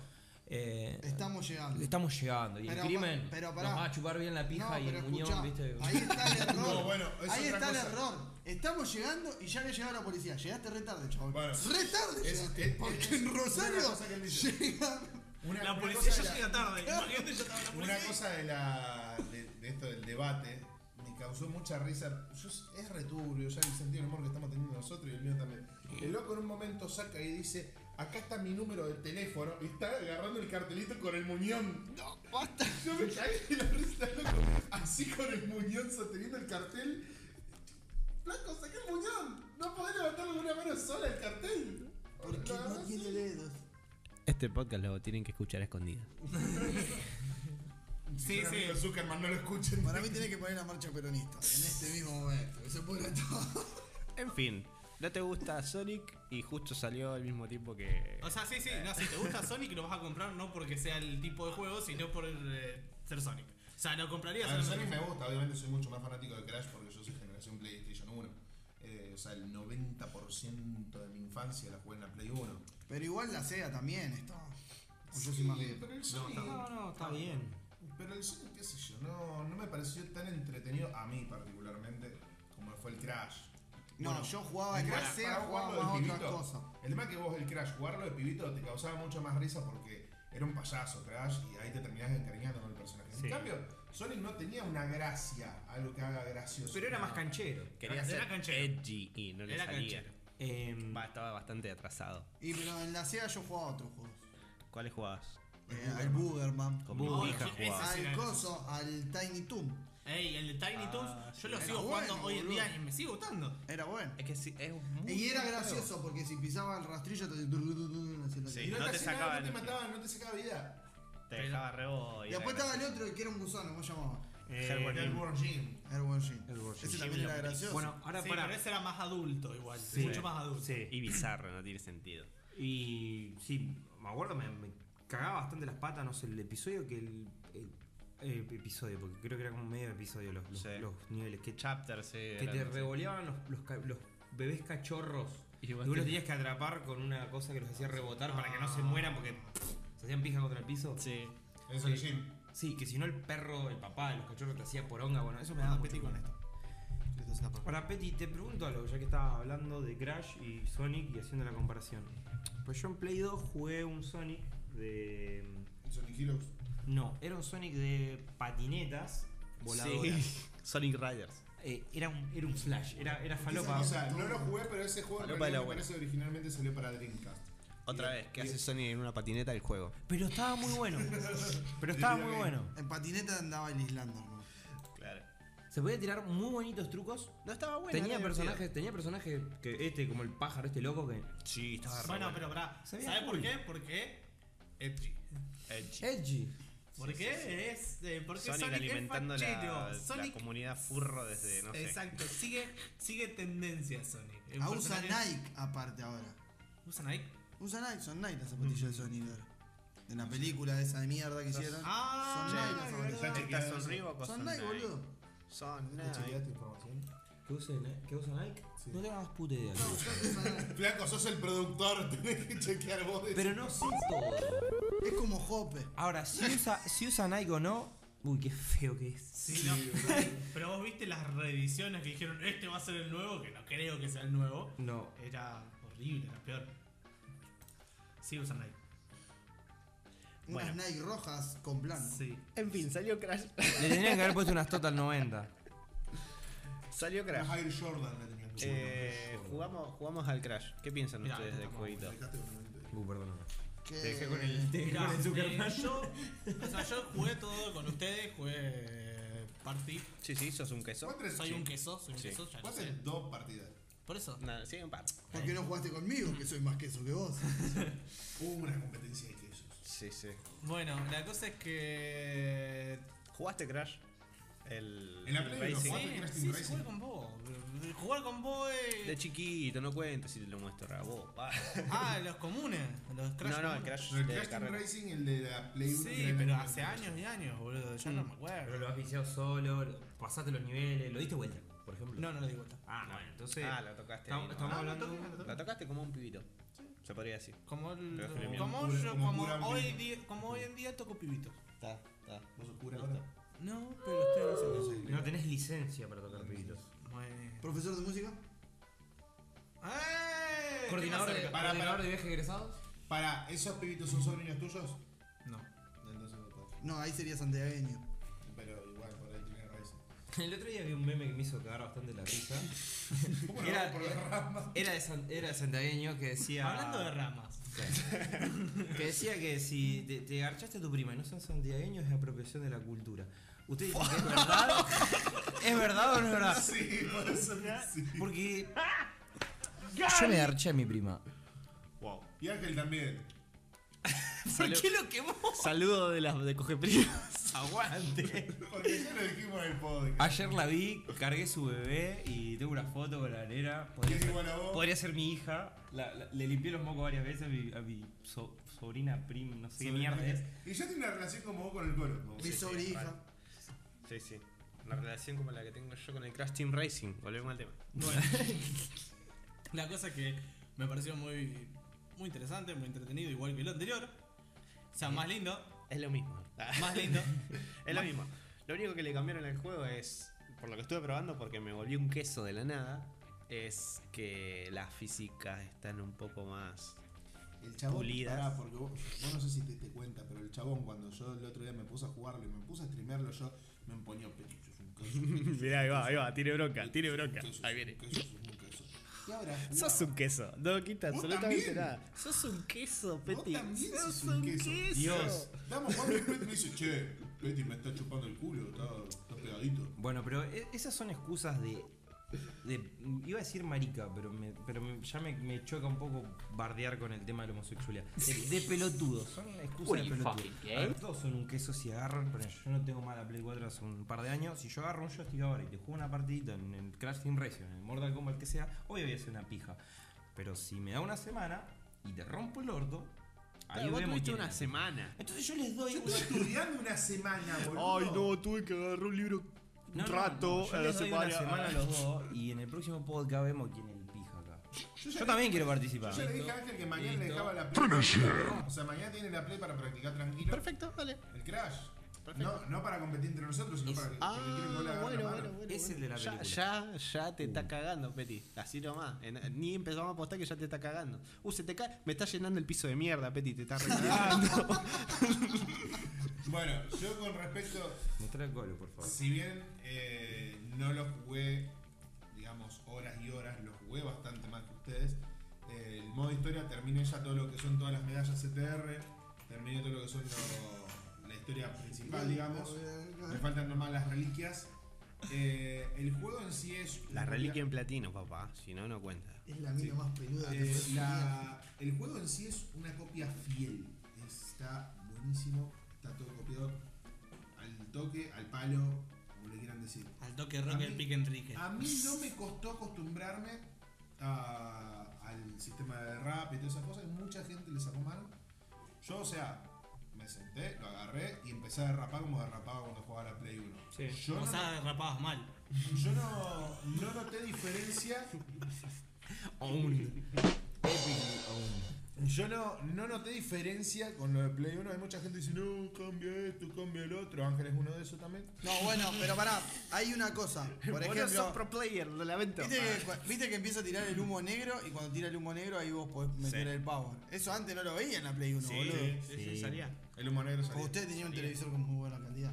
Speaker 3: eh,
Speaker 2: Estamos llegando.
Speaker 3: estamos llegando y
Speaker 2: Pero
Speaker 3: el
Speaker 2: pa-
Speaker 3: crimen
Speaker 2: pero
Speaker 3: nos
Speaker 2: pará.
Speaker 3: va a chupar bien la pija
Speaker 2: No,
Speaker 3: y el
Speaker 2: pero
Speaker 3: muñón,
Speaker 2: escuchá,
Speaker 3: viste. (laughs)
Speaker 2: Ahí está el error.
Speaker 1: No, bueno, es
Speaker 2: ahí
Speaker 1: otra
Speaker 2: está el
Speaker 1: cosa.
Speaker 2: error. Estamos llegando y ya había llegado la policía. Llegaste re tarde, chabón.
Speaker 1: Bueno.
Speaker 2: re tarde
Speaker 1: Es-
Speaker 2: llegaste.
Speaker 1: es-
Speaker 2: porque
Speaker 1: es-
Speaker 2: en
Speaker 1: es una
Speaker 2: Rosario
Speaker 1: cosa que él dice.
Speaker 2: llega.
Speaker 1: Una,
Speaker 4: La
Speaker 1: una
Speaker 4: policía
Speaker 1: cosa de
Speaker 4: ya
Speaker 1: la-
Speaker 4: llega tarde. Imagínate, ya estaba la
Speaker 1: Una
Speaker 4: policía.
Speaker 1: cosa de, la, de, de esto del debate me causó mucha risa. Yo- es returbio ya el sentido del humor que estamos teniendo nosotros y el mío también. El loco en un momento saca y dice: Acá está mi número de teléfono y está agarrando el cartelito con el muñón. No, basta. Yo me caí de la risa, loco. Así con el muñón sosteniendo el cartel. Flaco, saca el muñón. No podés levantarlo con una mano sola el cartel.
Speaker 2: Porque
Speaker 1: Lo
Speaker 2: no
Speaker 1: agarrás
Speaker 2: tiene
Speaker 1: así.
Speaker 2: dedos.
Speaker 7: Este podcast lo tienen que escuchar a escondidas.
Speaker 4: Sí,
Speaker 1: Pero,
Speaker 4: sí.
Speaker 1: amigo Zuckerman, no lo escuchen.
Speaker 2: Para mí tenés que poner la marcha peronista. En este mismo momento. Que se pudra todo.
Speaker 7: En fin, no te gusta Sonic y justo salió al mismo tiempo que.
Speaker 4: O sea, sí, sí, no, si te gusta Sonic lo vas a comprar no porque sea el tipo de juego, sino por eh, ser Sonic. O sea, lo comprarías
Speaker 1: A
Speaker 2: Ah,
Speaker 1: ver, Sonic
Speaker 4: solamente-
Speaker 1: me gusta, obviamente soy mucho más fanático de Crash porque yo soy generación PlayStation 1. Eh, o sea, el 90% de mi infancia la jugué en la Play 1.
Speaker 2: Pero igual la SEA también está. O yo soy más viejo.
Speaker 1: pero el Sonic,
Speaker 3: No, no, está bien.
Speaker 1: pero el Sonic, qué sé yo, no, no me pareció tan entretenido a mí particularmente como fue el Crash.
Speaker 2: No,
Speaker 1: Bueno,
Speaker 2: yo jugaba en
Speaker 1: el
Speaker 2: la
Speaker 1: Crash
Speaker 2: SEA,
Speaker 1: para jugarlo
Speaker 2: jugaba
Speaker 1: de
Speaker 2: más otra
Speaker 1: pibito,
Speaker 2: cosa.
Speaker 1: El tema es que vos el Crash, jugarlo de pibito te causaba mucha más risa porque era un payaso Crash y ahí te terminabas encariñando con el personaje.
Speaker 7: Sí.
Speaker 1: En cambio, Sonic no tenía una gracia, algo que haga gracioso.
Speaker 3: Pero era más
Speaker 1: canchero
Speaker 3: canchero.
Speaker 7: Quería
Speaker 4: Era
Speaker 7: ser
Speaker 4: canchero.
Speaker 7: edgy y no le
Speaker 4: Era
Speaker 7: salía.
Speaker 4: canchero.
Speaker 3: Em,
Speaker 7: Va, estaba bastante atrasado.
Speaker 2: Y pero en la SEA yo jugaba otros juegos.
Speaker 7: ¿Cuáles jugabas?
Speaker 2: Eh, al Boogerman.
Speaker 7: Con
Speaker 3: Buh,
Speaker 7: mi hija
Speaker 4: ese-
Speaker 7: jugabas.
Speaker 4: ese-
Speaker 2: Al coso, al Tiny Toon.
Speaker 4: Ey, el de Tiny
Speaker 7: Ah,
Speaker 4: Toons, yo
Speaker 7: sí.
Speaker 4: lo
Speaker 2: Era
Speaker 4: sigo
Speaker 2: bueno,
Speaker 4: jugando hoy en
Speaker 2: boludo.
Speaker 4: día y me sigue gustando.
Speaker 2: Era bueno.
Speaker 7: Es que sí, es muy
Speaker 2: Y era
Speaker 7: buen juego.
Speaker 2: gracioso porque si pisaba el rastrillo te hacía la
Speaker 7: Sí,
Speaker 1: Y
Speaker 2: cara.
Speaker 1: no,
Speaker 7: No
Speaker 1: te,
Speaker 7: te
Speaker 1: hacía nada,
Speaker 7: sacaba
Speaker 1: no te
Speaker 7: energía.
Speaker 1: mataba, no te sacaba vida.
Speaker 7: Te dejaba rebo y.
Speaker 2: Y después estaba el otro que era un gusano, ¿cómo se llamaba?
Speaker 7: Herbert
Speaker 4: Eh,
Speaker 1: Era el World Gym.
Speaker 2: Erwin Sheen.
Speaker 3: Erwin Sheen.
Speaker 2: Ese también era gracioso.
Speaker 3: bueno, ahora
Speaker 4: sí,
Speaker 3: para.
Speaker 4: pero ese era más adulto igual,
Speaker 3: Sí.
Speaker 4: mucho más adulto.
Speaker 3: Sí.
Speaker 7: Y bizarro, no tiene sentido.
Speaker 3: Y sí, me acuerdo, me, me cagaba bastante las patas, no sé, el episodio que el, el- el episodio, porque creo que era como medio episodio los, los,
Speaker 7: Sí.
Speaker 3: los niveles que,
Speaker 7: Chapter, sí.
Speaker 4: eh,
Speaker 3: que
Speaker 7: era
Speaker 3: te
Speaker 7: algo así.
Speaker 3: revoleaban los, los, ca- los bebés cachorros.
Speaker 7: Y
Speaker 3: Y
Speaker 7: vos
Speaker 3: vos los
Speaker 7: te- Ah.
Speaker 3: tenías que atrapar con una cosa que los hacía rebotar para que no se mueran porque se hacían pija contra el piso.
Speaker 7: Sí.
Speaker 1: Es
Speaker 3: Sí.
Speaker 1: el Gym.
Speaker 3: Sí, que si no el perro, el papá de los cachorros te hacía poronga, bueno, eso me daba
Speaker 4: Ah,
Speaker 3: mucho
Speaker 4: Peti con
Speaker 3: miedo.
Speaker 4: esto. Esto es una porra.
Speaker 3: Ahora, Peti, te pregunto algo, ya que estabas hablando de Crash y Sonic y haciendo la comparación. Pues yo en Play 2 jugué un Sonic de. mm,
Speaker 1: El Sonic Heroes.
Speaker 3: No, era un Sonic de patinetas voladoras.
Speaker 7: Sí. (laughs) Sonic Riders.
Speaker 3: Eh, era, un, era un flash, era, era falopa.
Speaker 1: O sea, no lo jugué, pero ese juego en
Speaker 7: Falopa de la
Speaker 1: realidad me
Speaker 7: buena.
Speaker 1: parece originalmente salió para Dreamcast.
Speaker 7: Otra vez, que hace Sonic en una patineta del juego.
Speaker 3: Pero estaba muy (laughs) bueno. Pero estaba muy bueno.
Speaker 2: En patineta andaba el Islander, ¿no?
Speaker 7: Claro.
Speaker 3: Se podía tirar muy bonitos trucos.
Speaker 7: No estaba bueno.
Speaker 3: Tenía
Speaker 7: era
Speaker 3: personajes, tenía personajes que este, como el pájaro, este loco que.
Speaker 7: divertido. Sí,
Speaker 1: Ah,
Speaker 7: estaba re
Speaker 4: Bueno, pero pará,
Speaker 3: Se veía
Speaker 4: ¿sabes por
Speaker 3: cool.
Speaker 4: qué? Porque edgy.
Speaker 7: Edgy.
Speaker 3: Edgy.
Speaker 4: ¿Por
Speaker 7: Sí,
Speaker 4: qué?
Speaker 7: sí, sí.
Speaker 4: Es, eh, porque
Speaker 7: Eh, Sonic,
Speaker 4: Sonic, es
Speaker 7: alimentando la,
Speaker 4: fachero.
Speaker 7: la
Speaker 4: Sonic-
Speaker 7: comunidad furro desde, no sé.
Speaker 4: Exacto, sigue, sigue tendencia Sonic. El
Speaker 2: Ah, usa
Speaker 4: personaje-
Speaker 2: Nike aparte ahora.
Speaker 4: ¿Usa Nike?
Speaker 2: Usa Nike, son Nike las zapatillas de Sonic ahora. De la película esa de mierda que hicieron.
Speaker 4: Ah,
Speaker 2: son Nike las
Speaker 4: es
Speaker 2: zapatillas.
Speaker 4: verdad.
Speaker 1: chequeado
Speaker 7: ¿Estás
Speaker 1: eso?
Speaker 7: sonrío o
Speaker 2: Son Nike, boludo.
Speaker 7: Son
Speaker 1: ¿Te
Speaker 7: Nike.
Speaker 1: chequeaste información?
Speaker 3: ¿Qué usa Nike? ¿Qué usa Nike?
Speaker 1: Sí.
Speaker 3: No tengo más puta idea.
Speaker 1: Flaco, sos el productor, (laughs) tenés que chequear vos.
Speaker 3: Pero no sé todo.
Speaker 2: Es como Hoppe.
Speaker 3: Ahora, si usa, si usa Nike o no. Uy, qué feo que es.
Speaker 4: Sí, no. (laughs) Pero vos viste las reediciones que dijeron, este va a ser el nuevo, que no creo que sea el nuevo.
Speaker 3: No.
Speaker 4: Era horrible, era peor. Sí, usa Nike.
Speaker 2: Unas
Speaker 7: Bueno.
Speaker 2: Nike rojas con blanco.
Speaker 4: Sí.
Speaker 7: En fin, salió Crash. (laughs)
Speaker 3: Le tenían que haber puesto unas Total 90.
Speaker 7: salió Crash.
Speaker 1: Jair Jordan la tenía que
Speaker 7: Eh, jugamos, jugamos al Crash. ¿Qué piensan
Speaker 4: Mirá,
Speaker 7: ustedes del jueguito?
Speaker 1: Dejaste con el-
Speaker 3: Uh, perdóname.
Speaker 2: Que-
Speaker 7: Te dejé con el- te dejé
Speaker 4: Mirá,
Speaker 7: con el Zuckerman.
Speaker 4: eh, yo, o sea, yo jugué todo con ustedes, jugué eh, Party.
Speaker 7: Sí, sí, sos un queso.
Speaker 1: Vos tenés-
Speaker 4: Soy un queso, soy un
Speaker 7: Sí.
Speaker 4: queso, ya lo
Speaker 1: vos
Speaker 4: sé.
Speaker 1: tenés dos partidas.
Speaker 4: Por eso.
Speaker 7: Nada, sí, un par.
Speaker 2: ¿Por qué no jugaste conmigo? Que soy más queso que vos.
Speaker 1: Hubo una competencia de quesos.
Speaker 7: Sí, sí.
Speaker 4: Bueno, la cosa es que.
Speaker 7: ¿Jugaste Crash? El.
Speaker 1: En la Play
Speaker 7: el
Speaker 1: lo
Speaker 4: Sí,
Speaker 7: Racing.
Speaker 1: jugaste. Crash Team
Speaker 4: sí,
Speaker 1: Racing?
Speaker 4: jugar con vos. pero Jugar con vos es-
Speaker 7: De chiquito, no cuentes si te lo muestro a vos. pa.
Speaker 4: Ah, los comunes. Los Crash.
Speaker 7: (laughs) no, no, el
Speaker 4: comunes.
Speaker 7: Crash.
Speaker 1: No, el
Speaker 7: de
Speaker 1: Crash Team
Speaker 7: carrera.
Speaker 1: Racing, el de la Play 1.
Speaker 4: Sí, pero hace años y años, boludo. Ya
Speaker 1: Mm.
Speaker 4: no me
Speaker 3: Pero
Speaker 4: acuerdo.
Speaker 3: lo has viciado solo, lo- pasaste los niveles, ¿lo diste vuelta, por ejemplo?
Speaker 4: No, no lo di vuelta.
Speaker 3: Ah, bueno, entonces.
Speaker 7: Ah, la tocaste. ahí,
Speaker 3: estamos,
Speaker 7: ¿no?
Speaker 3: estamos
Speaker 4: Ah, la
Speaker 3: hablando.
Speaker 4: toqué, la toqué.
Speaker 7: La tocaste como un pibito. Se podría decir.
Speaker 4: Como, el-
Speaker 7: Pero es
Speaker 4: como,
Speaker 1: pura-
Speaker 4: yo,
Speaker 1: como
Speaker 4: como,
Speaker 1: pura
Speaker 4: hoy
Speaker 1: mierda.
Speaker 4: día, como hoy en día toco pibitos.
Speaker 7: Está, está.
Speaker 1: ¿Vos oscura ahora?
Speaker 4: No, pero estoy haciendo
Speaker 3: No tenés licencia para tocar pibitos. (laughs)
Speaker 4: Bueno.
Speaker 2: ¿Profesor de música?
Speaker 4: ¡Eh! ¿Qué
Speaker 3: ¿Coordinador,
Speaker 4: pasa
Speaker 3: de,
Speaker 4: acá?
Speaker 1: para-
Speaker 3: coordinador de viajes egresados?
Speaker 1: Pará, ¿esos pibitos son sobrinos tuyos?
Speaker 4: No.
Speaker 1: Entonces no puedo.
Speaker 2: No, ahí sería santiagueño.
Speaker 1: Pero igual, por ahí tiene Racing.
Speaker 3: El otro día vi un meme que me hizo cagar bastante la risa.
Speaker 1: ¿Cómo no?
Speaker 3: Era,
Speaker 1: Por las ramas.
Speaker 3: era de, San- era de santiagueño que decía.
Speaker 4: Hablando de ramas.
Speaker 3: Que decía que si te, te garchaste a tu prima y no son santiagueños es apropiación de la cultura. ¿Ustedes dicen que es verdad? (laughs) ¿Es verdad o no es verdad?
Speaker 1: (laughs) Sí, por eso que sí.
Speaker 3: Porque. Yo me garché a mi prima.
Speaker 7: Wow.
Speaker 1: Y Ángel también.
Speaker 3: ¿Por qué lo quemó?
Speaker 7: Saludo de las de Cogeprimas. Aguante.
Speaker 1: Porque ya lo dijimos en el podcast.
Speaker 3: Ayer la vi, cargué su bebé y tengo una foto con la nena.
Speaker 1: Y
Speaker 3: Podría
Speaker 1: es
Speaker 3: ser,
Speaker 1: igual a vos.
Speaker 3: podría ser mi hija. La- la- le limpié los mocos varias veces a mi, a mi so- sobrina, prim, no sé qué mierda es.
Speaker 1: Y yo tengo una relación como vos con el coro.
Speaker 2: Mi sobrehija.
Speaker 7: Sí, sí. Una relación como la que tengo yo con el Crash Team Racing. Volvemos al tema.
Speaker 4: Bueno. La cosa que me pareció muy, muy interesante, muy entretenido, igual que el anterior. O sea, más lindo.
Speaker 7: Es lo mismo. Ah.
Speaker 4: Más
Speaker 7: (laughs)
Speaker 4: lindo.
Speaker 7: es lo mismo. Lo único que le cambiaron al juego es, por lo que estuve probando, porque me volví un queso de la nada, es que las físicas están un poco más...
Speaker 1: El chabón,
Speaker 7: Pulidas.
Speaker 1: pará, porque vos, vos no sé si te diste cuenta, pero el chabón cuando yo el otro día me puse a jugarlo y me puse a streamearlo, yo me emponía pecho, es un queso.
Speaker 7: (laughs) Mirá, ahí va, ahí va, tiene bronca, tiene bronca.
Speaker 1: Queso,
Speaker 7: Ahí
Speaker 1: es
Speaker 7: viene.
Speaker 1: un queso, es un queso. Y ahora.
Speaker 7: Sos un queso, no quita
Speaker 1: Vos
Speaker 7: absolutamente
Speaker 1: también.
Speaker 7: nada. Sos un queso,
Speaker 1: Vos
Speaker 7: Peti.
Speaker 1: también
Speaker 7: Sos
Speaker 1: sos un queso.
Speaker 3: Dios.
Speaker 1: Estamos jugando y Petty me dice, che, Petty me está chupando el culo, está, está pegadito.
Speaker 3: Bueno, pero e- esas son excusas de. de- iba a decir marica, pero, me- pero me- ya me, me choca un poco bardear con el tema de la homosexualidad. De, de pelotudo, son excusas de pelotudo. A ver, Todos son un queso si agarran. Pero yo no tengo mala Play 4 hace un par de años. Si yo agarro un joystick ahora y te juego una partidita en el Crash Team Racing, en el Mortal Kombat, el que sea, hoy voy a hacer una pija. Pero si me da una semana y te rompo el orto, ahí
Speaker 7: Ahí vos
Speaker 3: vemos
Speaker 7: tuviste
Speaker 3: quién
Speaker 7: una
Speaker 3: es.
Speaker 7: semana.
Speaker 3: Entonces yo les doy.
Speaker 1: Yo estuve estudiando una semana, boludo.
Speaker 7: Ay, no, tuve que agarrar un libro un
Speaker 3: No, no,
Speaker 7: rato
Speaker 3: no, yo
Speaker 1: eh,
Speaker 7: a la Ah.
Speaker 3: les doy
Speaker 7: semana.
Speaker 3: Una semana a los dos y en el próximo podcast vemos quién es el pija acá. Yo,
Speaker 1: ya-
Speaker 3: también quiero
Speaker 1: Yo
Speaker 3: participar.
Speaker 1: ya le dije a Ángel que mañana le dejaba la play. O sea, mañana tiene la play para practicar tranquilo.
Speaker 7: Perfecto, dale.
Speaker 1: El Crash.
Speaker 7: Perfecto.
Speaker 1: No, no para competir entre nosotros, sino para que
Speaker 7: Ah,
Speaker 1: porque quiero que vos le
Speaker 7: bueno,
Speaker 1: agarres la
Speaker 7: bueno,
Speaker 1: mano.
Speaker 7: bueno.
Speaker 3: Es el de la
Speaker 7: ya,
Speaker 3: película.
Speaker 7: ya, ya te está cagando, Peti. Así nomás. En- ni empezamos a apostar que ya te está cagando. Uh, se te cae. Me está llenando el piso de mierda, Peti. Te
Speaker 1: (laughs)
Speaker 7: está regalando.
Speaker 1: Bueno, yo con respecto,
Speaker 3: Mostrar el colo, por favor.
Speaker 1: si bien eh, no lo jugué, digamos, horas y horas, lo jugué bastante más que ustedes. eh, el modo historia terminé ya todo lo que son todas las medallas CTR, terminé todo lo que son lo- la historia
Speaker 7: Ah,
Speaker 1: principal, digamos. Me faltan nomás las reliquias. Eh, el juego en sí es.
Speaker 7: la reliquia en platino, papá. Si no, no cuenta.
Speaker 2: Es la mina más peluda
Speaker 1: Eh,
Speaker 2: que Ah, fue en su vida.
Speaker 1: la- el juego en sí es una copia fiel. Está buenísimo, está todo copiado. palo, como le quieran decir.
Speaker 4: Al toque
Speaker 1: A
Speaker 4: rock
Speaker 1: mí-
Speaker 4: el pique Enrique.
Speaker 1: A mí no me costó acostumbrarme a- al sistema de rap y todas esas cosas. y Mucha gente le sacó mano. Yo, o sea, me senté, lo agarré y empecé a derrapar como derrapaba cuando jugaba a la Play 1.
Speaker 7: Sí.
Speaker 1: Yo, no,
Speaker 4: o sea, derrapabas mal.
Speaker 1: yo no, no noté diferencia.
Speaker 3: Owned. Epically owned.
Speaker 1: Yo no, no noté diferencia con lo de Play 1. Hay mucha gente que dice, no, cambia esto, cambia el otro. Ángel es uno de esos también.
Speaker 2: No, bueno, pero pará, hay una
Speaker 7: (laughs)
Speaker 2: cosa. Por
Speaker 7: Vos no sos
Speaker 2: ejemplo,
Speaker 7: pro player, lo lamento.
Speaker 1: este
Speaker 2: ¿viste que, cua- viste que empieza a tirar el humo negro y cuando tira el humo negro ahí vos podés meter
Speaker 7: Sí.
Speaker 2: el power. Eso antes no lo veía en la Play 1, boludo.
Speaker 7: Sí, sí,
Speaker 3: Sí.
Speaker 7: salía.
Speaker 1: El humo negro
Speaker 2: O
Speaker 1: salió.
Speaker 2: usted tenía un televisor con muy buena
Speaker 7: (laughs)
Speaker 2: calidad.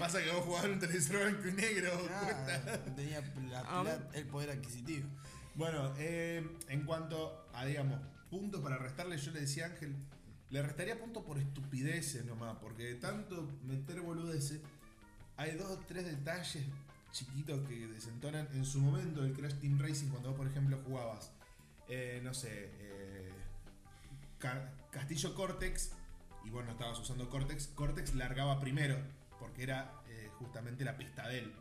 Speaker 1: Pasa que vos jugabas en un televisor blanco y negro.
Speaker 2: Ah, tenía la- la- el poder adquisitivo.
Speaker 1: Bueno, eh, en cuanto a, digamos, puntos para restarle, yo le decía a Ángel, le restaría puntos por estupideces nomás, porque de tanto meter boludeces, hay dos o tres detalles chiquitos que desentonan. En su momento, el Crash Team Racing, cuando vos, por ejemplo, jugabas, eh, no sé, eh, Ca- Castillo Cortex, y vos no estabas usando Cortex, Cortex largaba primero, porque era eh, justamente la pista de él.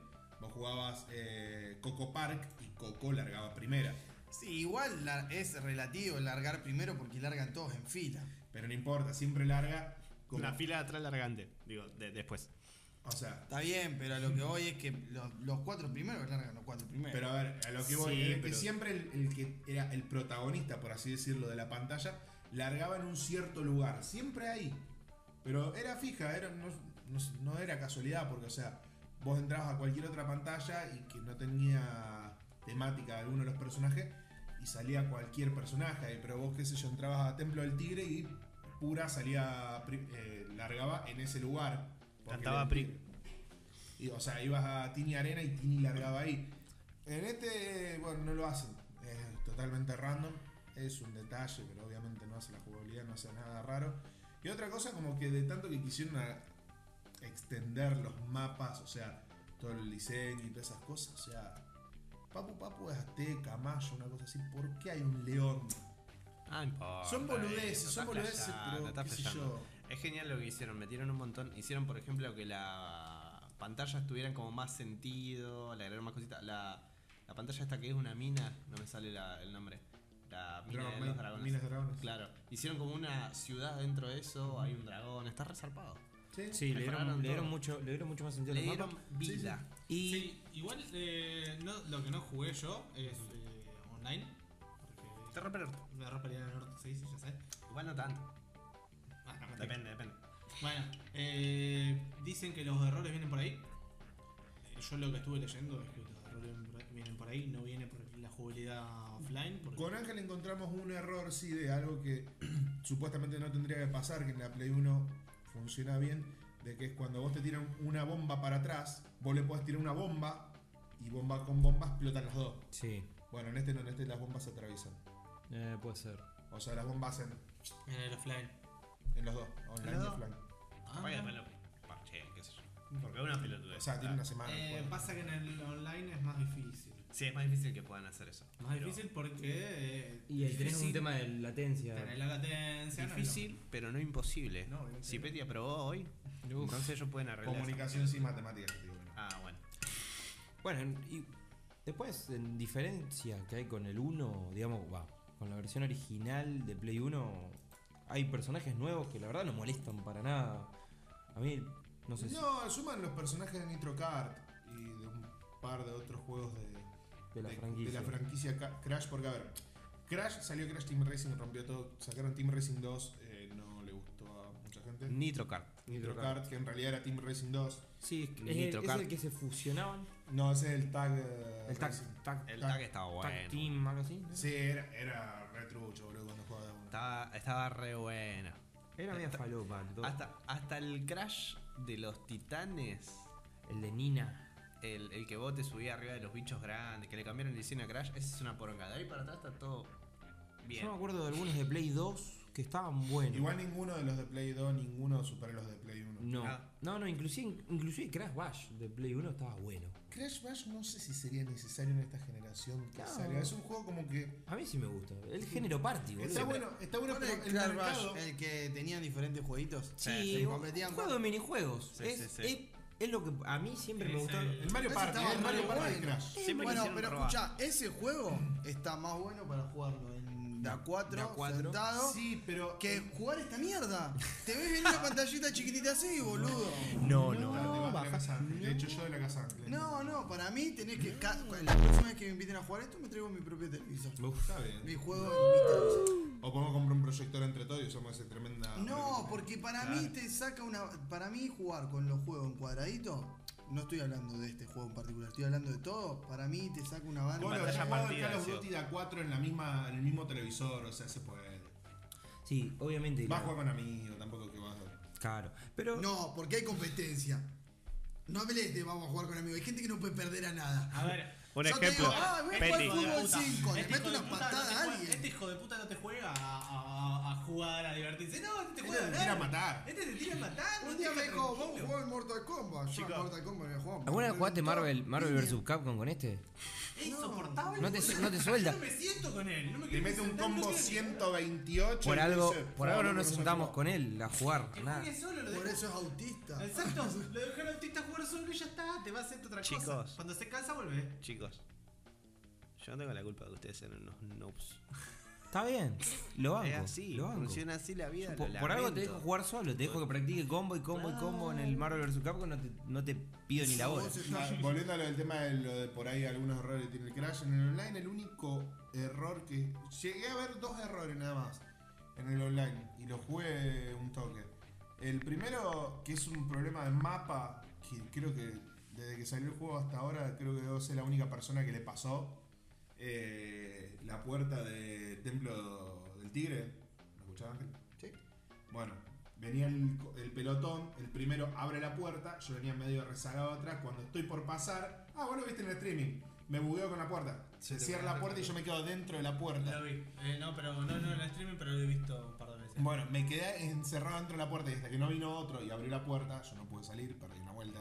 Speaker 1: Vos jugabas eh, Coco Park y Coco largaba primera.
Speaker 2: Sí, igual la- es relativo largar primero porque largan todos en fila.
Speaker 1: Pero no importa, siempre larga. como-
Speaker 7: La fila de atrás largante, digo, de- después.
Speaker 1: O sea,
Speaker 2: Está bien, pero a lo que voy es que los, los cuatro primeros largan los cuatro primeros.
Speaker 1: pero a ver, a lo que voy,
Speaker 7: Sí,
Speaker 1: es que
Speaker 7: pero-
Speaker 1: siempre el, el que era el protagonista, por así decirlo, de la pantalla, largaba en un cierto lugar, siempre ahí. Pero era fija, era, no, no- no era casualidad, porque, o sea, vos entrabas a cualquier otra pantalla y que no tenía temática de alguno de los personajes y salía cualquier personaje, ahí, pero vos, qué sé yo, entrabas a Templo del Tigre y pura salía, pri- eh, largaba en ese lugar. porque
Speaker 7: Cantaba
Speaker 1: era el
Speaker 7: Pri.
Speaker 1: Tigre. Y, o sea, ibas a Tini Arena y Tini largaba ahí. En este, eh, bueno, no lo hacen. Es totalmente random. Es un detalle, pero obviamente no hace la jugabilidad, no hace nada raro. Y otra cosa, como que de tanto que quisieron a- extender los mapas, o sea, todo el diseño y todas esas cosas, o sea, Papu Papu es azteca, mayo, una cosa así. ¿Por qué hay un león?
Speaker 7: Ah, importa.
Speaker 1: Son
Speaker 7: eh,
Speaker 1: boludeces,
Speaker 7: estás
Speaker 1: son boludeces,
Speaker 7: flasheando,
Speaker 1: pero
Speaker 7: estás
Speaker 1: qué sé
Speaker 7: flasheando.
Speaker 1: yo.
Speaker 7: Es genial lo que hicieron, metieron un montón. Hicieron, por ejemplo, que la pantallas tuvieran como más sentido, le agregaron más cositas. La, la pantalla esta que es una mina, no me sale la- el nombre. La mina
Speaker 1: Dragon
Speaker 7: de
Speaker 1: Maid,
Speaker 7: los dragones.
Speaker 1: Minas de dragones.
Speaker 7: Claro. Hicieron como una ciudad dentro de eso, hay un dragón, está resarpado.
Speaker 1: Sí.
Speaker 3: Sí, le dieron,
Speaker 7: Mejoraron
Speaker 3: le dieron
Speaker 7: todo.
Speaker 3: mucho, le dieron mucho más sentido
Speaker 7: Le
Speaker 3: al mapa.
Speaker 7: dieron vida.
Speaker 3: Y
Speaker 4: Sí, igual eh, no, lo que no jugué yo es eh, online. Porque
Speaker 7: Te rompe el orto.
Speaker 4: me rompería el norte, se dice, ya sabes.
Speaker 7: Igual no tanto.
Speaker 4: Ah, no, mentira.
Speaker 7: Depende, depende.
Speaker 4: Bueno, eh, dicen que los errores vienen por ahí. Eh, Yo lo que estuve leyendo es que los errores vienen por ahí- vienen por ahí, no viene por la jugabilidad offline. Porque
Speaker 1: Con Ángel encontramos un error, sí, de algo que (clears throat) supuestamente no tendría que pasar, que en la Play 1 funciona bien, de que es cuando vos te tiran una bomba para atrás, vos le podés tirar una bomba y bomba con bomba explotan las dos.
Speaker 3: sí,
Speaker 1: Bueno, en este no, en este las bombas se atraviesan.
Speaker 3: eh, puede ser.
Speaker 1: O sea, las bombas hacen
Speaker 4: en el offline.
Speaker 1: en los dos, online y
Speaker 7: los dos?
Speaker 1: offline.
Speaker 4: Ah,
Speaker 7: Vaya,
Speaker 4: no.
Speaker 7: después lo parché, qué sé yo. Porque es una pelotudez.
Speaker 1: O sea, tiene una semana. el
Speaker 4: Eh,
Speaker 1: juego.
Speaker 4: pasa que en el online es más difícil.
Speaker 7: Sí, es más difícil que puedan hacer eso.
Speaker 4: Más difícil porque. eh,
Speaker 3: Y ahí tenés un
Speaker 4: difícil,
Speaker 3: tema de latencia.
Speaker 4: tenés la latencia. no es lo
Speaker 7: Difícil, pero no imposible.
Speaker 4: No, obviamente
Speaker 7: si
Speaker 4: no.
Speaker 7: Petty aprobó hoy,
Speaker 3: Uf.
Speaker 7: entonces ellos pueden arreglar. esa-
Speaker 1: Comunicación sin matemáticas, te digo, bueno.
Speaker 7: Ah, bueno.
Speaker 3: Bueno, y después, en diferencia que hay con el 1, digamos, va, con la versión original de Play 1, hay personajes nuevos que la verdad no molestan para nada. A mí, no sé
Speaker 1: No, suman los personajes de Nitro Kart y de un par de otros juegos de,
Speaker 3: De la
Speaker 1: de
Speaker 3: franquicia.
Speaker 1: la franquicia Ca- Crash, porque a ver, Crash salió Crash Team Racing, rompió todo, sacaron Team Racing 2, eh, no le gustó a mucha gente.
Speaker 7: Nitro Kart.
Speaker 1: Nitro Kart, que en realidad era Team Racing 2.
Speaker 3: si. Sí, es- es,
Speaker 7: Nitro
Speaker 3: el, es
Speaker 7: Kart.
Speaker 3: el que se fusionaban.
Speaker 1: No, ese es el tag. eh,
Speaker 3: El tag,
Speaker 1: Racing.
Speaker 3: tag,
Speaker 7: El
Speaker 1: Tag-
Speaker 7: tag estaba
Speaker 3: tag
Speaker 7: bueno.
Speaker 3: team, algo así. ¿no?
Speaker 1: Sí, era, era retrucho, boludo, cuando jugaba de uno.
Speaker 7: Estaba, estaba re bueno.
Speaker 3: Era media falopa. todo.
Speaker 7: Hasta, hasta el crash de los titanes,
Speaker 3: el de Nina.
Speaker 7: el, el que vos te subías arriba de los bichos grandes, que le cambiaron el diseño a Crash, esa es una poronga. De ahí para atrás está todo bien.
Speaker 3: Yo me acuerdo de algunos de Play 2 que estaban buenos.
Speaker 1: Igual ninguno de los de Play 2, ninguno supera los de Play 1.
Speaker 3: No,
Speaker 7: Ah.
Speaker 3: no, no, inclusive, inclusive Crash Bash de Play 1 estaba bueno.
Speaker 1: Crash Bash no sé si sería necesario en esta generación que
Speaker 3: No.
Speaker 1: salga. Es un juego como que.
Speaker 3: A mí sí me gusta. El género party, boludo.
Speaker 1: Está bueno, está bueno,
Speaker 2: ¿Cuál
Speaker 1: pero
Speaker 2: es
Speaker 1: el
Speaker 2: Crash Bash,
Speaker 1: mercado.
Speaker 2: el que tenía diferentes jueguitos?
Speaker 3: Sí, un
Speaker 2: competían
Speaker 3: juego de minijuegos.
Speaker 7: Sí,
Speaker 3: es,
Speaker 7: sí, sí.
Speaker 3: es- es lo que a mí siempre me
Speaker 4: Es
Speaker 3: gustó.
Speaker 4: el-
Speaker 1: El Mario
Speaker 2: Ese
Speaker 1: Party,
Speaker 2: estaba
Speaker 1: el Mario
Speaker 2: re
Speaker 1: Party de
Speaker 2: bueno.
Speaker 1: Crash.
Speaker 7: Siempre
Speaker 2: bueno,
Speaker 7: quisieron
Speaker 2: pero
Speaker 7: robar.
Speaker 2: escuchá, ese juego está más bueno para jugarlo en da 4,
Speaker 3: Da cuatro.
Speaker 2: sentado,
Speaker 1: Sí, pero.
Speaker 2: que jugar esta mierda. Te ves venir una pantallita chiquitita así, boludo.
Speaker 1: No, no, no. De hecho, yo de la casa. Antes.
Speaker 2: No, no, para mí tenés que. ca- La próxima vez que me inviten a jugar esto, me traigo mi propio televisor.
Speaker 1: Está bien.
Speaker 2: Mi juego en mi televisor.
Speaker 1: O podemos comprar un proyector entre todos y usamos ese tremenda.
Speaker 2: No, porque para mí te saca una. Para mí, jugar con los juegos en cuadradito. No estoy hablando de este juego en particular, estoy hablando de todo. Para mí te saca una banda.
Speaker 1: Bueno,
Speaker 7: Batalla
Speaker 1: ya jugaba el
Speaker 7: partida,
Speaker 1: Call of
Speaker 7: decía.
Speaker 1: Duty da 4 en, la misma, en el mismo televisor, o sea, se puede.
Speaker 3: Sí, obviamente.
Speaker 1: Vas a
Speaker 3: la-
Speaker 1: jugar con amigos, tampoco que vas a.
Speaker 3: Claro. Pero.
Speaker 2: No, porque hay competencia. No hables de vamos a jugar con amigos. Hay gente que no puede perder a nada.
Speaker 4: A ver.
Speaker 7: Un
Speaker 2: Yo te
Speaker 7: ejemplo,
Speaker 2: digo, ah, voy a jugar
Speaker 7: Penny.
Speaker 4: hijo de
Speaker 2: fútbol
Speaker 4: puta. Este
Speaker 2: cinco, le meto
Speaker 4: hijo de puta
Speaker 2: una
Speaker 4: no
Speaker 2: patada
Speaker 4: te
Speaker 2: a
Speaker 4: juega-
Speaker 2: alguien.
Speaker 4: Este hijo de puta no te juega a, a- a- a jugar, a divertirse. No, este te
Speaker 1: Este
Speaker 4: juega
Speaker 1: te
Speaker 4: a
Speaker 1: tira a
Speaker 4: ganar.
Speaker 1: matar.
Speaker 4: Este te tira a matar.
Speaker 2: Un
Speaker 4: no
Speaker 2: día
Speaker 4: te
Speaker 2: me
Speaker 4: deja
Speaker 2: dijo, vamos a
Speaker 4: tranquilo.
Speaker 2: jugar en Mortal Kombat. Yo en Mortal Kombat había jugado.
Speaker 3: ¿Alguna vez jugaste
Speaker 2: Me gustó.
Speaker 3: Marvel, Marvel
Speaker 2: Bien.
Speaker 3: vs. Capcom con este?
Speaker 4: Es insoportable.
Speaker 3: No te-
Speaker 4: boludo.
Speaker 3: no te suelda.
Speaker 4: Yo no me siento con él. No me
Speaker 1: Te
Speaker 4: quiero
Speaker 1: mete un
Speaker 4: sentar, no
Speaker 1: combo
Speaker 4: quiero-
Speaker 1: 128.
Speaker 3: Por
Speaker 1: y
Speaker 3: algo,
Speaker 1: dice,
Speaker 3: por algo no nos
Speaker 1: nosotros".
Speaker 3: sentamos con él a jugar.
Speaker 4: Que
Speaker 3: nada.
Speaker 4: juegue solo, lo
Speaker 2: Por
Speaker 4: dejo-
Speaker 2: eso es autista.
Speaker 4: Exacto, lo dejaron autista jugar solo y ya está, te va a hacer otra cosa.
Speaker 7: Chicos.
Speaker 4: Cuando se cansa vuelve.
Speaker 7: Chicos, yo no tengo la culpa de que ustedes sean unos noobs.
Speaker 3: Está bien. Lo banco.
Speaker 7: es así,
Speaker 3: lo banco.
Speaker 7: funciona así la vida.
Speaker 3: Por,
Speaker 7: lo
Speaker 3: por algo te
Speaker 7: lamento.
Speaker 3: dejo jugar solo, te dejo que practique combo y combo y combo en el Marvel vs. Capcom, no te, no te pido ni la bola.
Speaker 2: Vos estás-
Speaker 1: Ah, Volviendo a lo del tema de lo de por ahí algunos errores que tiene el Crash, en el online el único error que. Llegué a ver dos errores nada más en el online y lo jugué un toque. El primero, que es un problema de mapa, que creo que desde que salió el juego hasta ahora, creo que debo ser la única persona que le pasó. eh, la puerta del Templo del Tigre. ¿Lo escuchás, Ángel? Sí. Bueno, venía el, co- el pelotón, el primero abre la puerta, yo venía medio rezagado atrás, cuando estoy por pasar, ah, vos lo viste en el streaming, me bugueo con la puerta, se cierra la puerta y yo me quedo dentro de la
Speaker 4: Lo
Speaker 1: puerta.
Speaker 4: vi. Eh, no, pero no, no en el streaming, pero lo he visto un par de veces.
Speaker 1: Bueno, me quedé encerrado dentro de la puerta y hasta que no vino otro y abrió la puerta, yo no pude salir, perdí una vuelta.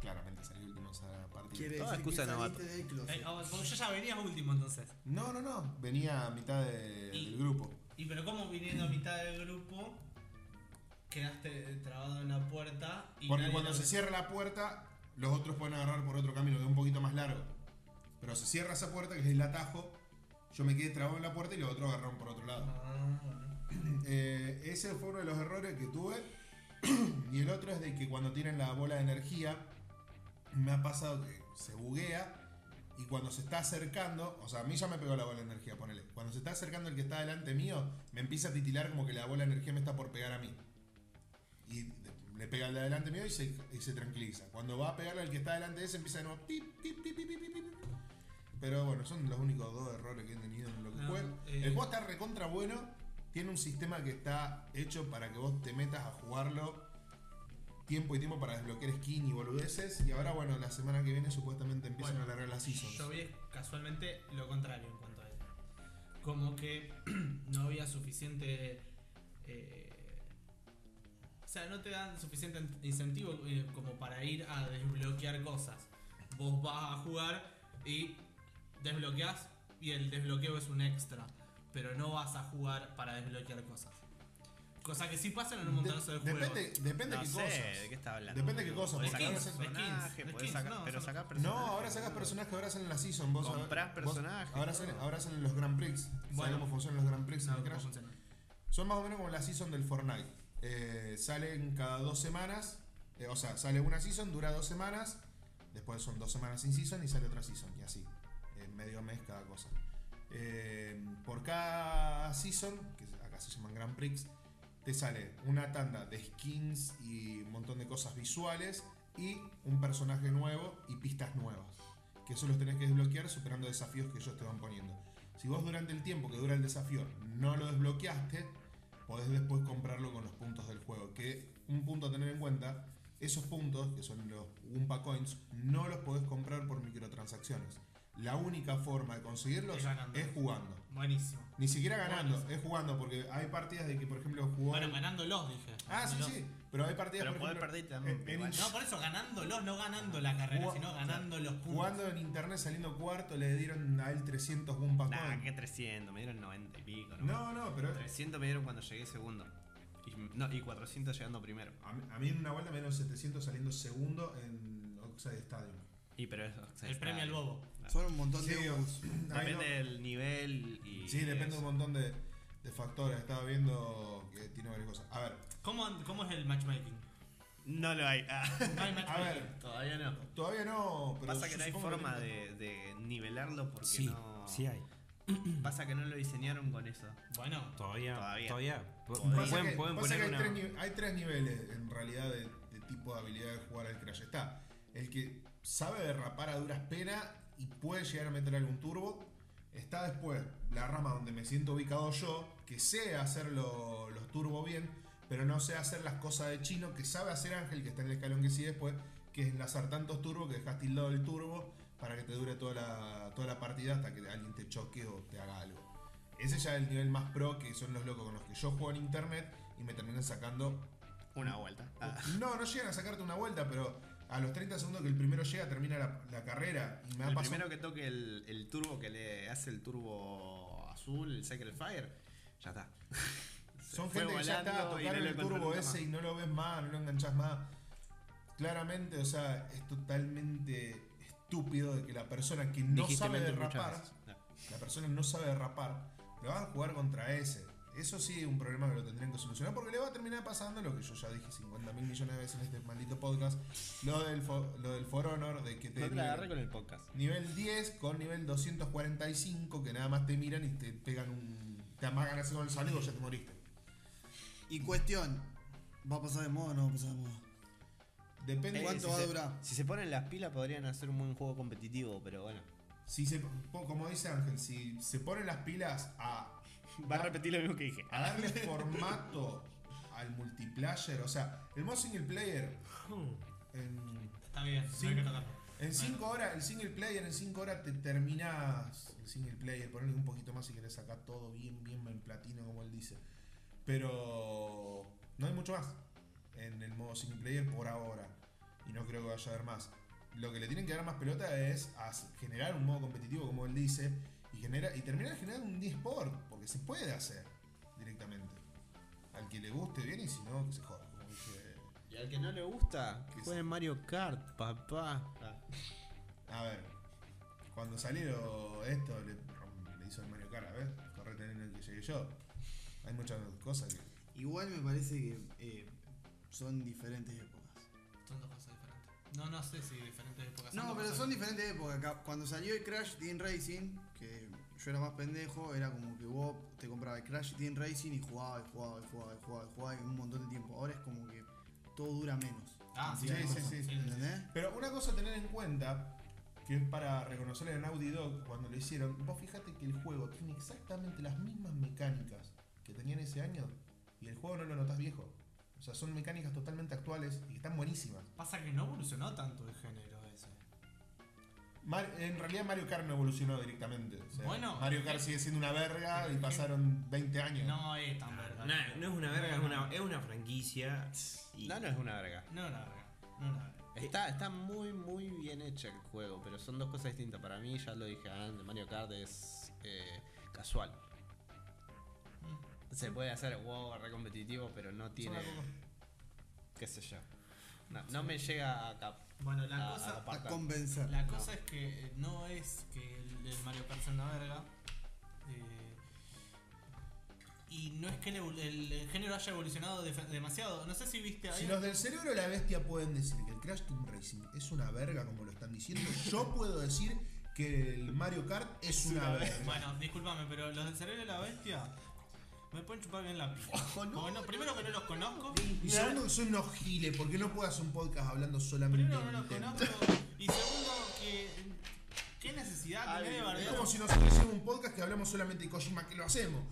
Speaker 1: Claramente salí último en esa partida.
Speaker 2: Quiere decir
Speaker 7: Toda
Speaker 2: que
Speaker 7: excusa de
Speaker 2: saliste
Speaker 7: novato.
Speaker 2: del closet.
Speaker 4: Eh, ah, vos- vos ya venías último entonces.
Speaker 1: No, no, no, venía a mitad de-
Speaker 4: Y-
Speaker 1: del grupo.
Speaker 4: Y pero como viniendo a mitad del grupo, quedaste trabado en la puerta y
Speaker 1: Porque
Speaker 4: nadie
Speaker 1: cuando
Speaker 4: lo-
Speaker 1: se cierra la puerta, los otros pueden agarrar por otro camino que es un poquito más largo. Pero se cierra esa puerta, que es el atajo, yo me quedé trabado en la puerta y los otros agarraron por otro lado.
Speaker 4: Ah, bueno.
Speaker 1: Eh, ese fue uno de los errores que tuve. y el otro es de que cuando tienen la bola de energía, me ha pasado que se buguea y cuando se está acercando, o sea, a mí ya me pegó la bola de energía, ponele. Cuando se está acercando el que está delante mío, me empieza a titilar como que la bola de energía me está por pegar a mí. Y de- le pega al de delante mío y se, y se tranquiliza. Cuando va a pegarle al que está delante de ese, empieza de nuevo. pip, pip, pip, pip, pip, pip, pip. Pero bueno, son los únicos dos errores que he tenido en lo que
Speaker 4: No,
Speaker 1: juego.
Speaker 4: eh.
Speaker 1: El juego está recontra bueno. Tiene un sistema que está hecho para que vos te metas a jugarlo tiempo y tiempo para desbloquear skin y boludeces. Y ahora, bueno, la semana que viene supuestamente empiezan
Speaker 4: Bueno,
Speaker 1: a alargar las seasons.
Speaker 4: Yo vi casualmente lo contrario en cuanto a eso. Como que (clears throat) no había suficiente. eh, o sea, no te dan suficiente in- incentivo eh, como para ir a desbloquear cosas. Vos vas a jugar y desbloqueas y el desbloqueo es un extra. Pero no vas a jugar para desbloquear cosas. Cosa que sí pasan en un
Speaker 1: De-
Speaker 4: montonazo de, juegos.
Speaker 1: depende depende
Speaker 7: No
Speaker 1: qué
Speaker 7: sé,
Speaker 1: cosas.
Speaker 7: ¿de qué está hablando?
Speaker 1: Depende de qué cosas,
Speaker 7: Podés
Speaker 1: porque
Speaker 7: sacar
Speaker 1: no sé-
Speaker 7: personaje,
Speaker 4: skins,
Speaker 7: podés
Speaker 4: skins,
Speaker 7: sacar-
Speaker 4: no,
Speaker 7: pero
Speaker 4: son-
Speaker 7: sacás
Speaker 1: No,
Speaker 7: personajes.
Speaker 1: ahora sacas personajes, ahora salen las seasons. Vos
Speaker 7: Comprás
Speaker 1: vos-
Speaker 7: personajes,
Speaker 1: Ahora salen, ahora salen los Grand Prix. ¿Sabés
Speaker 4: Bueno.
Speaker 1: cómo funcionan los Grand Prix
Speaker 4: No,
Speaker 1: en el
Speaker 4: no
Speaker 1: Crash?
Speaker 4: funciona.
Speaker 1: Son más o menos como la season del Fortnite. Eh, salen cada dos semanas. eh, o sea, sale una season, dura dos semanas. Después son dos semanas sin season y sale otra season. Y así. En medio mes cada cosa. Eh, por cada season, que acá se llaman Grand Prix, te sale una tanda de skins y un montón de cosas visuales. Y un personaje nuevo y pistas nuevas. Que eso los tenés que desbloquear superando desafíos que ellos te van poniendo. Si vos durante el tiempo que dura el desafío no lo desbloqueaste, podés después comprarlo con los puntos del juego. Que un punto a tener en cuenta, esos puntos, que son los Wumpa Coins, no los podés comprar por microtransacciones. La única forma de conseguirlos
Speaker 4: Es ganando.
Speaker 1: es jugando.
Speaker 4: Buenísimo.
Speaker 1: Ni siquiera ganando, es jugando, porque hay partidas de que, por ejemplo, jugó.
Speaker 4: Bueno, ganándolos, dije.
Speaker 1: ah, sí,
Speaker 4: Ganándolos.
Speaker 1: sí. Pero hay partidas.
Speaker 7: Pero
Speaker 1: por
Speaker 7: podés
Speaker 1: ejemplo,
Speaker 7: perderte también.
Speaker 1: en-
Speaker 7: pero
Speaker 1: en-
Speaker 7: bueno.
Speaker 4: No, por eso ganándolos, no ganando la carrera,
Speaker 1: Jugá-
Speaker 4: sino ganando los puntos.
Speaker 1: Jugando en internet, saliendo cuarto, le dieron a él 300 Gumpas
Speaker 7: Nah,
Speaker 1: Point.
Speaker 7: que 300, me dieron 90 y pico. ¿no?
Speaker 1: No, no, pero
Speaker 7: 300 me dieron cuando llegué segundo. Y, no, y 400 llegando primero.
Speaker 1: a mí, a mí en una vuelta me dieron 700 saliendo segundo en Oxide Stadium.
Speaker 7: Y pero eso, o sea,
Speaker 4: El
Speaker 7: está-
Speaker 4: premio al bobo.
Speaker 2: Son un montón
Speaker 1: Sí,
Speaker 2: de Ubus.
Speaker 1: ahí no-
Speaker 7: Depende del nivel y.
Speaker 1: sí, depende
Speaker 7: eso.
Speaker 1: un montón de, de factores. Estaba viendo que tiene varias cosas. A ver,
Speaker 4: ¿Cómo, ¿Cómo es el matchmaking?
Speaker 7: No lo hay. Ah. (laughs)
Speaker 4: No hay matchmaking.
Speaker 1: a ver.
Speaker 7: Todavía no.
Speaker 1: Todavía no, pero
Speaker 7: Pasa
Speaker 1: yo
Speaker 7: que no hay
Speaker 1: supongo
Speaker 7: forma
Speaker 1: lo
Speaker 7: de, de nivelarlo porque
Speaker 3: Sí,
Speaker 7: no.
Speaker 3: sí hay.
Speaker 7: Pasa que no lo diseñaron con eso.
Speaker 4: Bueno,
Speaker 3: Todavía.
Speaker 7: Todavía.
Speaker 3: Todavía. P-
Speaker 7: Todavía.
Speaker 1: Pasa
Speaker 3: Pueden,
Speaker 1: que-
Speaker 3: pueden
Speaker 1: pasa que
Speaker 3: poner
Speaker 1: hay,
Speaker 3: una.
Speaker 1: tres, ni- hay tres niveles en realidad de, de tipo de habilidad de jugar al Crash. Está el que sabe derrapar a duras penas y puede llegar a meter algún turbo. Está después la rama donde me siento ubicado yo, que sé hacer lo- los turbos bien, pero no sé hacer las cosas de chino, que sabe hacer Ángel, que está en el escalón que sigue después, que es enlazar tantos turbos que dejas tildado el turbo para que te dure toda la, toda la partida hasta que alguien te choque o te haga algo. Ese ya es el nivel más pro que son los locos con los que yo juego en internet y me terminan sacando.
Speaker 7: Una vuelta. Ah.
Speaker 1: No, no llegan a sacarte una vuelta, pero a los 30 segundos que el primero llega termina la, la carrera y me ha
Speaker 7: El
Speaker 1: pasado.
Speaker 7: primero que toque el, el turbo que le hace el turbo azul, el Sacred Fire, ya está. (laughs) Se
Speaker 1: Son
Speaker 7: fue
Speaker 1: gente que ya
Speaker 7: volando
Speaker 1: está,
Speaker 7: y no
Speaker 1: tocaron
Speaker 7: lo
Speaker 1: el turbo
Speaker 7: encontraron
Speaker 1: ese
Speaker 7: más.
Speaker 1: y no lo ves más, no lo enganchás más. Claramente, o sea, es totalmente estúpido de que la persona que no
Speaker 7: Dijiste
Speaker 1: sabe
Speaker 7: lento
Speaker 1: derrapar,
Speaker 7: muchas veces. No.
Speaker 1: la persona no sabe derrapar, le van a jugar contra ese. Eso sí es un problema que lo tendrían que solucionar porque le va a terminar pasando lo que yo ya dije 50 mil millones de veces en este maldito podcast, lo del, fo- lo del For Honor, de que te...
Speaker 7: No te la
Speaker 1: nivel-
Speaker 7: agarré con el podcast.
Speaker 1: Nivel 10 con nivel 245 que nada más te miran y te pegan un... Te amagan así con el saludo y ya te moriste.
Speaker 2: Y cuestión, ¿va a pasar de moda o no va a pasar de moda?
Speaker 1: Depende
Speaker 2: ¿Cuánto
Speaker 7: si
Speaker 2: va a
Speaker 7: se-
Speaker 2: durar?
Speaker 7: Si se ponen las pilas podrían hacer un buen juego competitivo, pero bueno.
Speaker 1: Si se, po- como dice Ángel, si se ponen las pilas a,
Speaker 7: Va a repetir lo mismo que dije.
Speaker 1: a darle formato al multiplayer, o sea, el modo single player en
Speaker 4: está bien,
Speaker 1: Sí.
Speaker 4: no hay que tocarlo.
Speaker 1: En 5 horas, el single player, en 5 horas te terminás el single player, ponle un poquito más si querés sacar todo bien, bien en platino, como él dice. Pero no hay mucho más en el modo single player por ahora. Y no creo que vaya a haber más. Lo que le tienen que dar más pelota es a s- generar un modo competitivo, como él dice, y, genera, y terminar generando un eSport, porque se puede hacer directamente. Al que le guste bien y si no, que se joda. como dice-
Speaker 7: Y al que no le gusta,
Speaker 1: que
Speaker 7: juegue
Speaker 1: se-
Speaker 7: Mario Kart, papá.
Speaker 1: A ver, cuando salieron esto, le, rom- le hizo el Mario Kart, a ver, correte en el que llegué yo. Hay muchas cosas que.
Speaker 2: Igual me parece que eh, son diferentes épocas.
Speaker 4: Son dos cosas diferentes. No, no sé si diferentes épocas.
Speaker 2: No,
Speaker 4: dos
Speaker 2: pero
Speaker 4: cosas
Speaker 2: son diferentes épocas. Ca- Cuando salió el Crash Team Racing, que yo era más pendejo, era como que vos te comprabas el Crash Team Racing y jugabas y jugabas y jugabas y jugabas y jugabas y un montón de tiempo. Ahora es como que todo dura menos.
Speaker 4: Ah, sí,
Speaker 1: Sí,
Speaker 4: sí,
Speaker 1: sí, sí.
Speaker 4: sí.
Speaker 2: ¿Entendés?
Speaker 1: Pero una cosa a tener en cuenta, que es para reconocerle a Naughty Dog cuando lo hicieron, vos fijate que el juego tiene exactamente las mismas mecánicas que tenían ese año y el juego no lo notas viejo. O sea, son mecánicas totalmente actuales y que están buenísimas.
Speaker 4: Pasa que no evolucionó tanto el género ese.
Speaker 1: Mar- en realidad Mario Kart no evolucionó directamente. o sea,
Speaker 4: Bueno,
Speaker 1: Mario Kart
Speaker 4: eh,
Speaker 1: sigue siendo una verga y
Speaker 4: eh,
Speaker 1: pasaron 20 años.
Speaker 4: No es tan verga.
Speaker 3: Ah, No, no es una verga, es una, es una franquicia. Y
Speaker 7: No, no es una verga.
Speaker 4: No es una verga. No es una verga.
Speaker 7: Está, está muy, muy bien hecho el juego, pero son dos cosas distintas. Para mí, ya lo dije antes, Mario Kart es eh, casual. Se puede hacer wow, re competitivo, pero no tiene. qué sé yo. No, no me llega a cap.
Speaker 4: Bueno, la
Speaker 3: Ah,
Speaker 7: a-
Speaker 4: cosa-
Speaker 7: a
Speaker 2: Para
Speaker 7: captar.
Speaker 2: convencer.
Speaker 4: La cosa es que eh, no es que el, el Mario Kart sea una verga. eh, y no es que el, evol- el- el género haya evolucionado defe- demasiado. No sé si viste ahí.
Speaker 1: Si los del cerebro de la bestia pueden decir que el Crash Team Racing es una verga, como lo están diciendo, yo puedo decir que el Mario Kart es una verga.
Speaker 4: Bueno, discúlpame, pero los del cerebro de la bestia me pueden chupar bien la pija. Bueno, primero que no los conozco.
Speaker 1: Y segundo, que son unos giles, porque no puedo hacer un podcast hablando solamente
Speaker 4: Primero que
Speaker 1: de
Speaker 4: no los
Speaker 1: Nintendo.
Speaker 4: conozco. Y segundo que. ¿Qué necesidad tenés de
Speaker 1: Es
Speaker 4: bardear?
Speaker 1: como si nosotros hiciéramos un podcast que hablamos solamente de Kojima, que lo hacemos.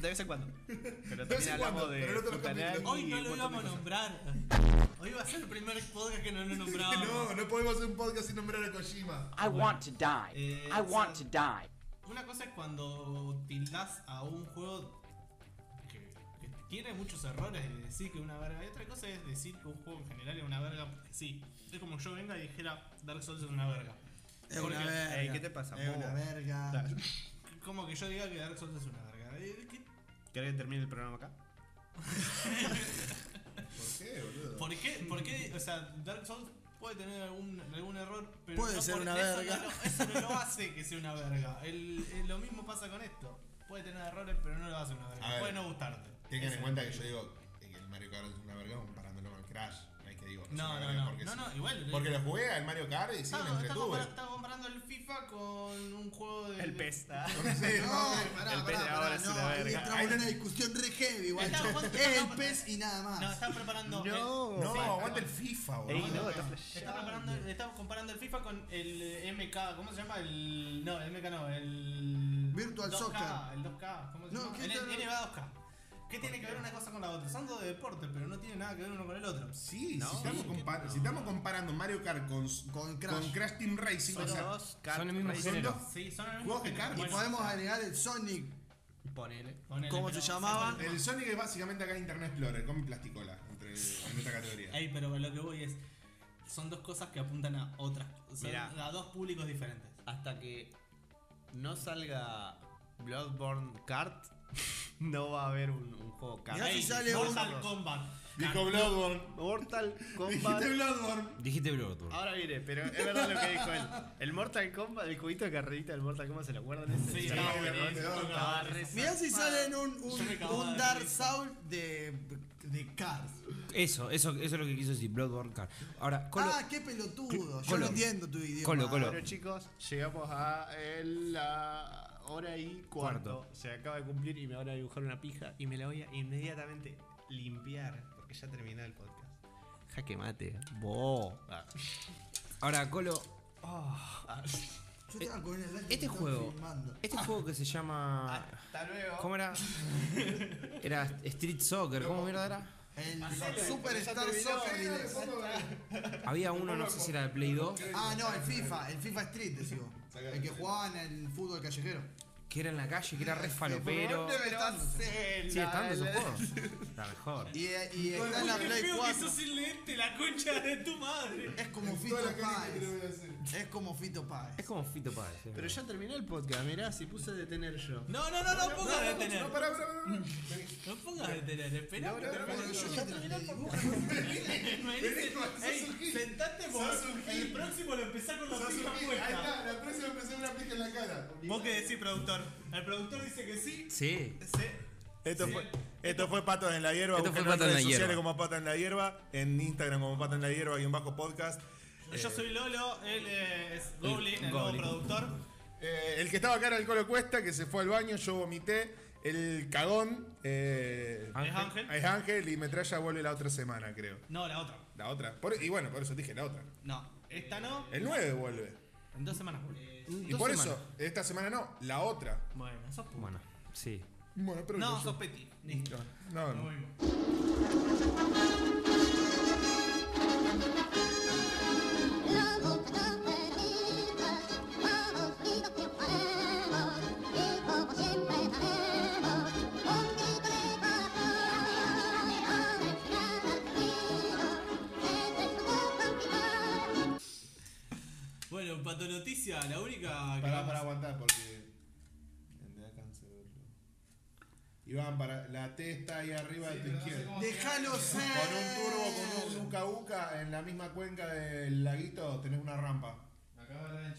Speaker 7: De vez en (laughs) cuando. Pero
Speaker 1: De vez
Speaker 7: también
Speaker 1: en
Speaker 7: hablamos
Speaker 1: cuando,
Speaker 7: de.
Speaker 1: pero no te lo
Speaker 7: Frutanel
Speaker 1: cambio,
Speaker 4: Hoy
Speaker 7: y
Speaker 4: no
Speaker 7: un
Speaker 4: lo
Speaker 7: montón de
Speaker 4: íbamos a
Speaker 7: cosas.
Speaker 4: nombrar. Hoy va a ser el primer podcast que no
Speaker 1: (laughs)
Speaker 4: lo nombramos.
Speaker 1: No, no podemos hacer un podcast sin nombrar a Kojima.
Speaker 9: I want to die.
Speaker 4: Eh,
Speaker 9: I want
Speaker 4: sí.
Speaker 9: to die.
Speaker 4: Una cosa es cuando tildas a un juego que, que tiene muchos errores de decir que una verga. Y otra cosa es decir que un juego en general es una verga porque sí. Es como yo venga y dijera Dark Souls es una verga.
Speaker 2: Es
Speaker 4: Porque-
Speaker 2: una verga.
Speaker 7: Ey, ¿qué te pasa,
Speaker 2: Es una
Speaker 7: bobo?
Speaker 2: verga.
Speaker 7: Claro.
Speaker 4: Como que yo diga que Dark Souls es una verga. Eh, ¿qué-
Speaker 7: ¿Querés que termine el programa acá?
Speaker 1: ¿Por qué, boludo?
Speaker 4: ¿Por qué? ¿Por qué? O sea, Dark Souls puede tener algún, algún error, pero
Speaker 2: Puede
Speaker 4: no
Speaker 2: ser
Speaker 4: por-
Speaker 2: una
Speaker 4: eso
Speaker 2: verga.
Speaker 4: No, lo- eso no lo hace que sea una verga. El- eh, lo mismo pasa con esto. Puede tener errores, pero no lo hace una
Speaker 1: A
Speaker 4: verga.
Speaker 1: ver,
Speaker 4: Puede no gustarte.
Speaker 1: Tengan
Speaker 4: Ese-
Speaker 1: en cuenta que yo digo que el Mario Kart es una verga comparándolo con el Crash. No es que digo. que es
Speaker 4: No,
Speaker 1: una
Speaker 4: no,
Speaker 1: verga
Speaker 4: no.
Speaker 1: porque
Speaker 4: No,
Speaker 1: sí.
Speaker 4: no, igual.
Speaker 1: Porque lo jugué al Mario Kart y sí,
Speaker 4: Está,
Speaker 1: me
Speaker 4: está
Speaker 1: entretuve.
Speaker 4: compara- está comparando el FIFA con un juego de.
Speaker 7: El pez.
Speaker 1: Sí,
Speaker 2: No,
Speaker 1: no,
Speaker 2: pará,
Speaker 7: El
Speaker 2: pará,
Speaker 7: pez de ahora
Speaker 2: pará,
Speaker 7: es
Speaker 2: no,
Speaker 7: una
Speaker 2: ahí
Speaker 7: verga.
Speaker 2: entramos en una discusión re heavy, guacho.
Speaker 4: Está, ¿cuánto-
Speaker 2: Es el
Speaker 4: no,
Speaker 2: pez y nada más.
Speaker 4: No, está preparando.
Speaker 7: (laughs) No.
Speaker 1: no,
Speaker 4: sí,
Speaker 1: aguanta el FIFA, boludo.
Speaker 7: Ey, no, está
Speaker 4: Está
Speaker 7: flasheado.
Speaker 4: comparando, está comparando el FIFA con el eh, MK, ¿cómo se llama? El no, el MK no, el
Speaker 2: Virtual
Speaker 4: 2K,
Speaker 2: Soccer.
Speaker 4: el 2K, ¿cómo se
Speaker 2: No,
Speaker 4: llama?
Speaker 2: ¿qué
Speaker 4: El,
Speaker 2: tal?
Speaker 4: el NBA 2K. ¿Qué tiene que ver una cosa con la otra? Son dos deportes, pero no tiene nada que ver uno con el otro.
Speaker 1: Sí,
Speaker 7: No,
Speaker 1: si, estamos
Speaker 7: sí,
Speaker 1: compa-
Speaker 7: no.
Speaker 1: si estamos comparando Mario Kart con,
Speaker 2: Con Crash.
Speaker 1: con Team Racing,
Speaker 7: Son
Speaker 1: o sea,
Speaker 7: dos cartas.
Speaker 3: Son el mismo
Speaker 1: son
Speaker 3: género.
Speaker 1: dos.
Speaker 4: Sí, son el mismo
Speaker 1: Juegos de
Speaker 4: género.
Speaker 1: cartas.
Speaker 2: Y
Speaker 4: Bueno,
Speaker 2: podemos agregar el Sonic.
Speaker 7: Ponele.
Speaker 4: ponele,
Speaker 2: ¿Cómo
Speaker 4: pero-
Speaker 2: se llamaba?
Speaker 1: El Sonic es básicamente acá Internet Explorer, con plasticola, entre, en esta categoría.
Speaker 4: Ey, pero lo que voy es son dos cosas que apuntan a otras, son
Speaker 7: Mirá.
Speaker 4: a dos públicos diferentes.
Speaker 7: Hasta que no salga Bloodborne Kart, no va a haber un, un juego Kart.
Speaker 2: Mirá si
Speaker 4: Ey,
Speaker 2: sale
Speaker 4: Mortal
Speaker 7: un-
Speaker 4: Kombat.
Speaker 1: Dijo Bloodborne.
Speaker 7: Mortal Kombat.
Speaker 1: Dijiste Bloodborne.
Speaker 3: Dijiste Bloodborne.
Speaker 7: Ahora viene, pero es verdad lo que dijo él. El Mortal Kombat, el juguito de carrerita del Mortal Kombat, ¿se lo acuerdan? Ese?
Speaker 4: Sí,
Speaker 7: Estaba
Speaker 4: sí,
Speaker 7: buenísimo,
Speaker 4: sí, sí,
Speaker 7: estaba
Speaker 4: sí.
Speaker 7: re
Speaker 2: Mirá si
Speaker 4: Zarpado.
Speaker 2: salen un,
Speaker 4: Yo me
Speaker 2: un,
Speaker 4: cagaba
Speaker 2: un
Speaker 4: de
Speaker 2: Dark
Speaker 4: risa.
Speaker 2: Souls de, de Cars.
Speaker 3: Eso, eso, eso es lo que quiso decir, Bloodborne Card. Ahora, Colo,
Speaker 2: ah, qué pelotudo. Yo
Speaker 3: Colo.
Speaker 2: no entiendo tu idioma.
Speaker 3: Colo, Colo.
Speaker 7: Bueno chicos, llegamos a eh, la hora y cuarto. Se acaba de cumplir y me van a dibujar una pija y me la voy a inmediatamente limpiar porque ya terminé el podcast. Jaque mate. Bo. Ah.
Speaker 3: ahora Colo,
Speaker 1: Ah,
Speaker 2: Yo estaba con el
Speaker 3: este juego, este juego que se llama...
Speaker 1: Ah.
Speaker 7: Hasta luego.
Speaker 3: ¿Cómo era? Era Street Soccer, ¿cómo mierda era?
Speaker 2: El
Speaker 7: Hacelo,
Speaker 2: Superstar
Speaker 7: pero ya
Speaker 2: Soccer
Speaker 7: terminó,
Speaker 2: Deluxe.
Speaker 3: Había uno, no sé si era de Play 2,
Speaker 2: Ah, no, el FIFA. El FIFA Street, decimos. El que jugaban en el fútbol callejero.
Speaker 3: que era en la calle, que era re falopero.
Speaker 7: ¿Dónde me lo hacen?
Speaker 3: Sí, estando esos
Speaker 7: La-
Speaker 3: juegos. Está mejor.
Speaker 2: Y, eh, y está en la
Speaker 4: Qué
Speaker 2: Play
Speaker 4: feo que
Speaker 2: 4.
Speaker 4: sos sin lente, la concha de tu madre.
Speaker 2: Es como Fito
Speaker 1: Toda la cara que te
Speaker 2: Páez.
Speaker 1: voy a hacer.
Speaker 2: Es como Fito
Speaker 3: Es
Speaker 2: Páez.
Speaker 3: como Fito Páez. ¿eh?
Speaker 7: Pero ya terminé el podcast, mirá, si puse detener yo.
Speaker 4: No, no, no, no pongas detener.
Speaker 1: No, pará, pará, pará. pará.
Speaker 4: No pongas detener, espera. que termine.
Speaker 2: Pero yo mientras le dibujo-
Speaker 4: (laughs) Me dice, "Ey, sentate vos. El próximo lo empezás con la misma
Speaker 1: Ahí
Speaker 4: puesta.
Speaker 1: está, la próxima empezó una pija en la cara.
Speaker 4: Vos que decís, productor. El productor dice que sí.
Speaker 3: Sí.
Speaker 4: se-
Speaker 10: Esto, fue, esto fue Patas en la Hierba.
Speaker 3: Esto
Speaker 10: Búsquenlo
Speaker 3: fue Patas
Speaker 10: en
Speaker 3: en la
Speaker 10: redes sociales
Speaker 3: Hierba.
Speaker 10: como Patas en la Hierba. En Instagram como Patas en la Hierba y un bajo podcast.
Speaker 4: Yo soy Lolo, él es Goblin, el nuevo
Speaker 3: Eh, Goblin.
Speaker 4: productor.
Speaker 10: Eh, el que estaba acá era el Colo Cuesta, que se fue al baño, yo vomité. El cagón eh,
Speaker 4: Es Ángel.
Speaker 10: es Ángel y Metralla vuelve la otra semana, creo.
Speaker 4: No, la otra.
Speaker 10: La otra. Por- y bueno, por eso dije la otra.
Speaker 4: No, esta no.
Speaker 10: El 9 vuelve.
Speaker 4: En dos semanas.
Speaker 3: Eh,
Speaker 10: Y por eso, esta semana no, la otra.
Speaker 4: Bueno, sos puto.
Speaker 3: Bueno, sí.
Speaker 10: Bueno, pero
Speaker 4: No,
Speaker 10: yo-
Speaker 4: sos Peti. Listo.
Speaker 10: no,
Speaker 4: Nos
Speaker 10: no.
Speaker 4: vemos.
Speaker 11: Lobo, perdidas, vamos, grita que podemos, y como siempre haremos, un grito de corazón, ahora el gran partido, es nuestro campeón.
Speaker 4: Bueno, Pato Noticia, la única que
Speaker 1: Pará,
Speaker 4: vamos-
Speaker 1: pará, aguantar porque. Me da cáncer verlo. Iván, para, la T está ahí arriba de tu izquierda.
Speaker 2: Déjalo
Speaker 1: Con un turbo,
Speaker 2: ser.
Speaker 1: con un uca uca en la misma cuenca del laguito, tenés una rampa.
Speaker 4: Acaba de dar en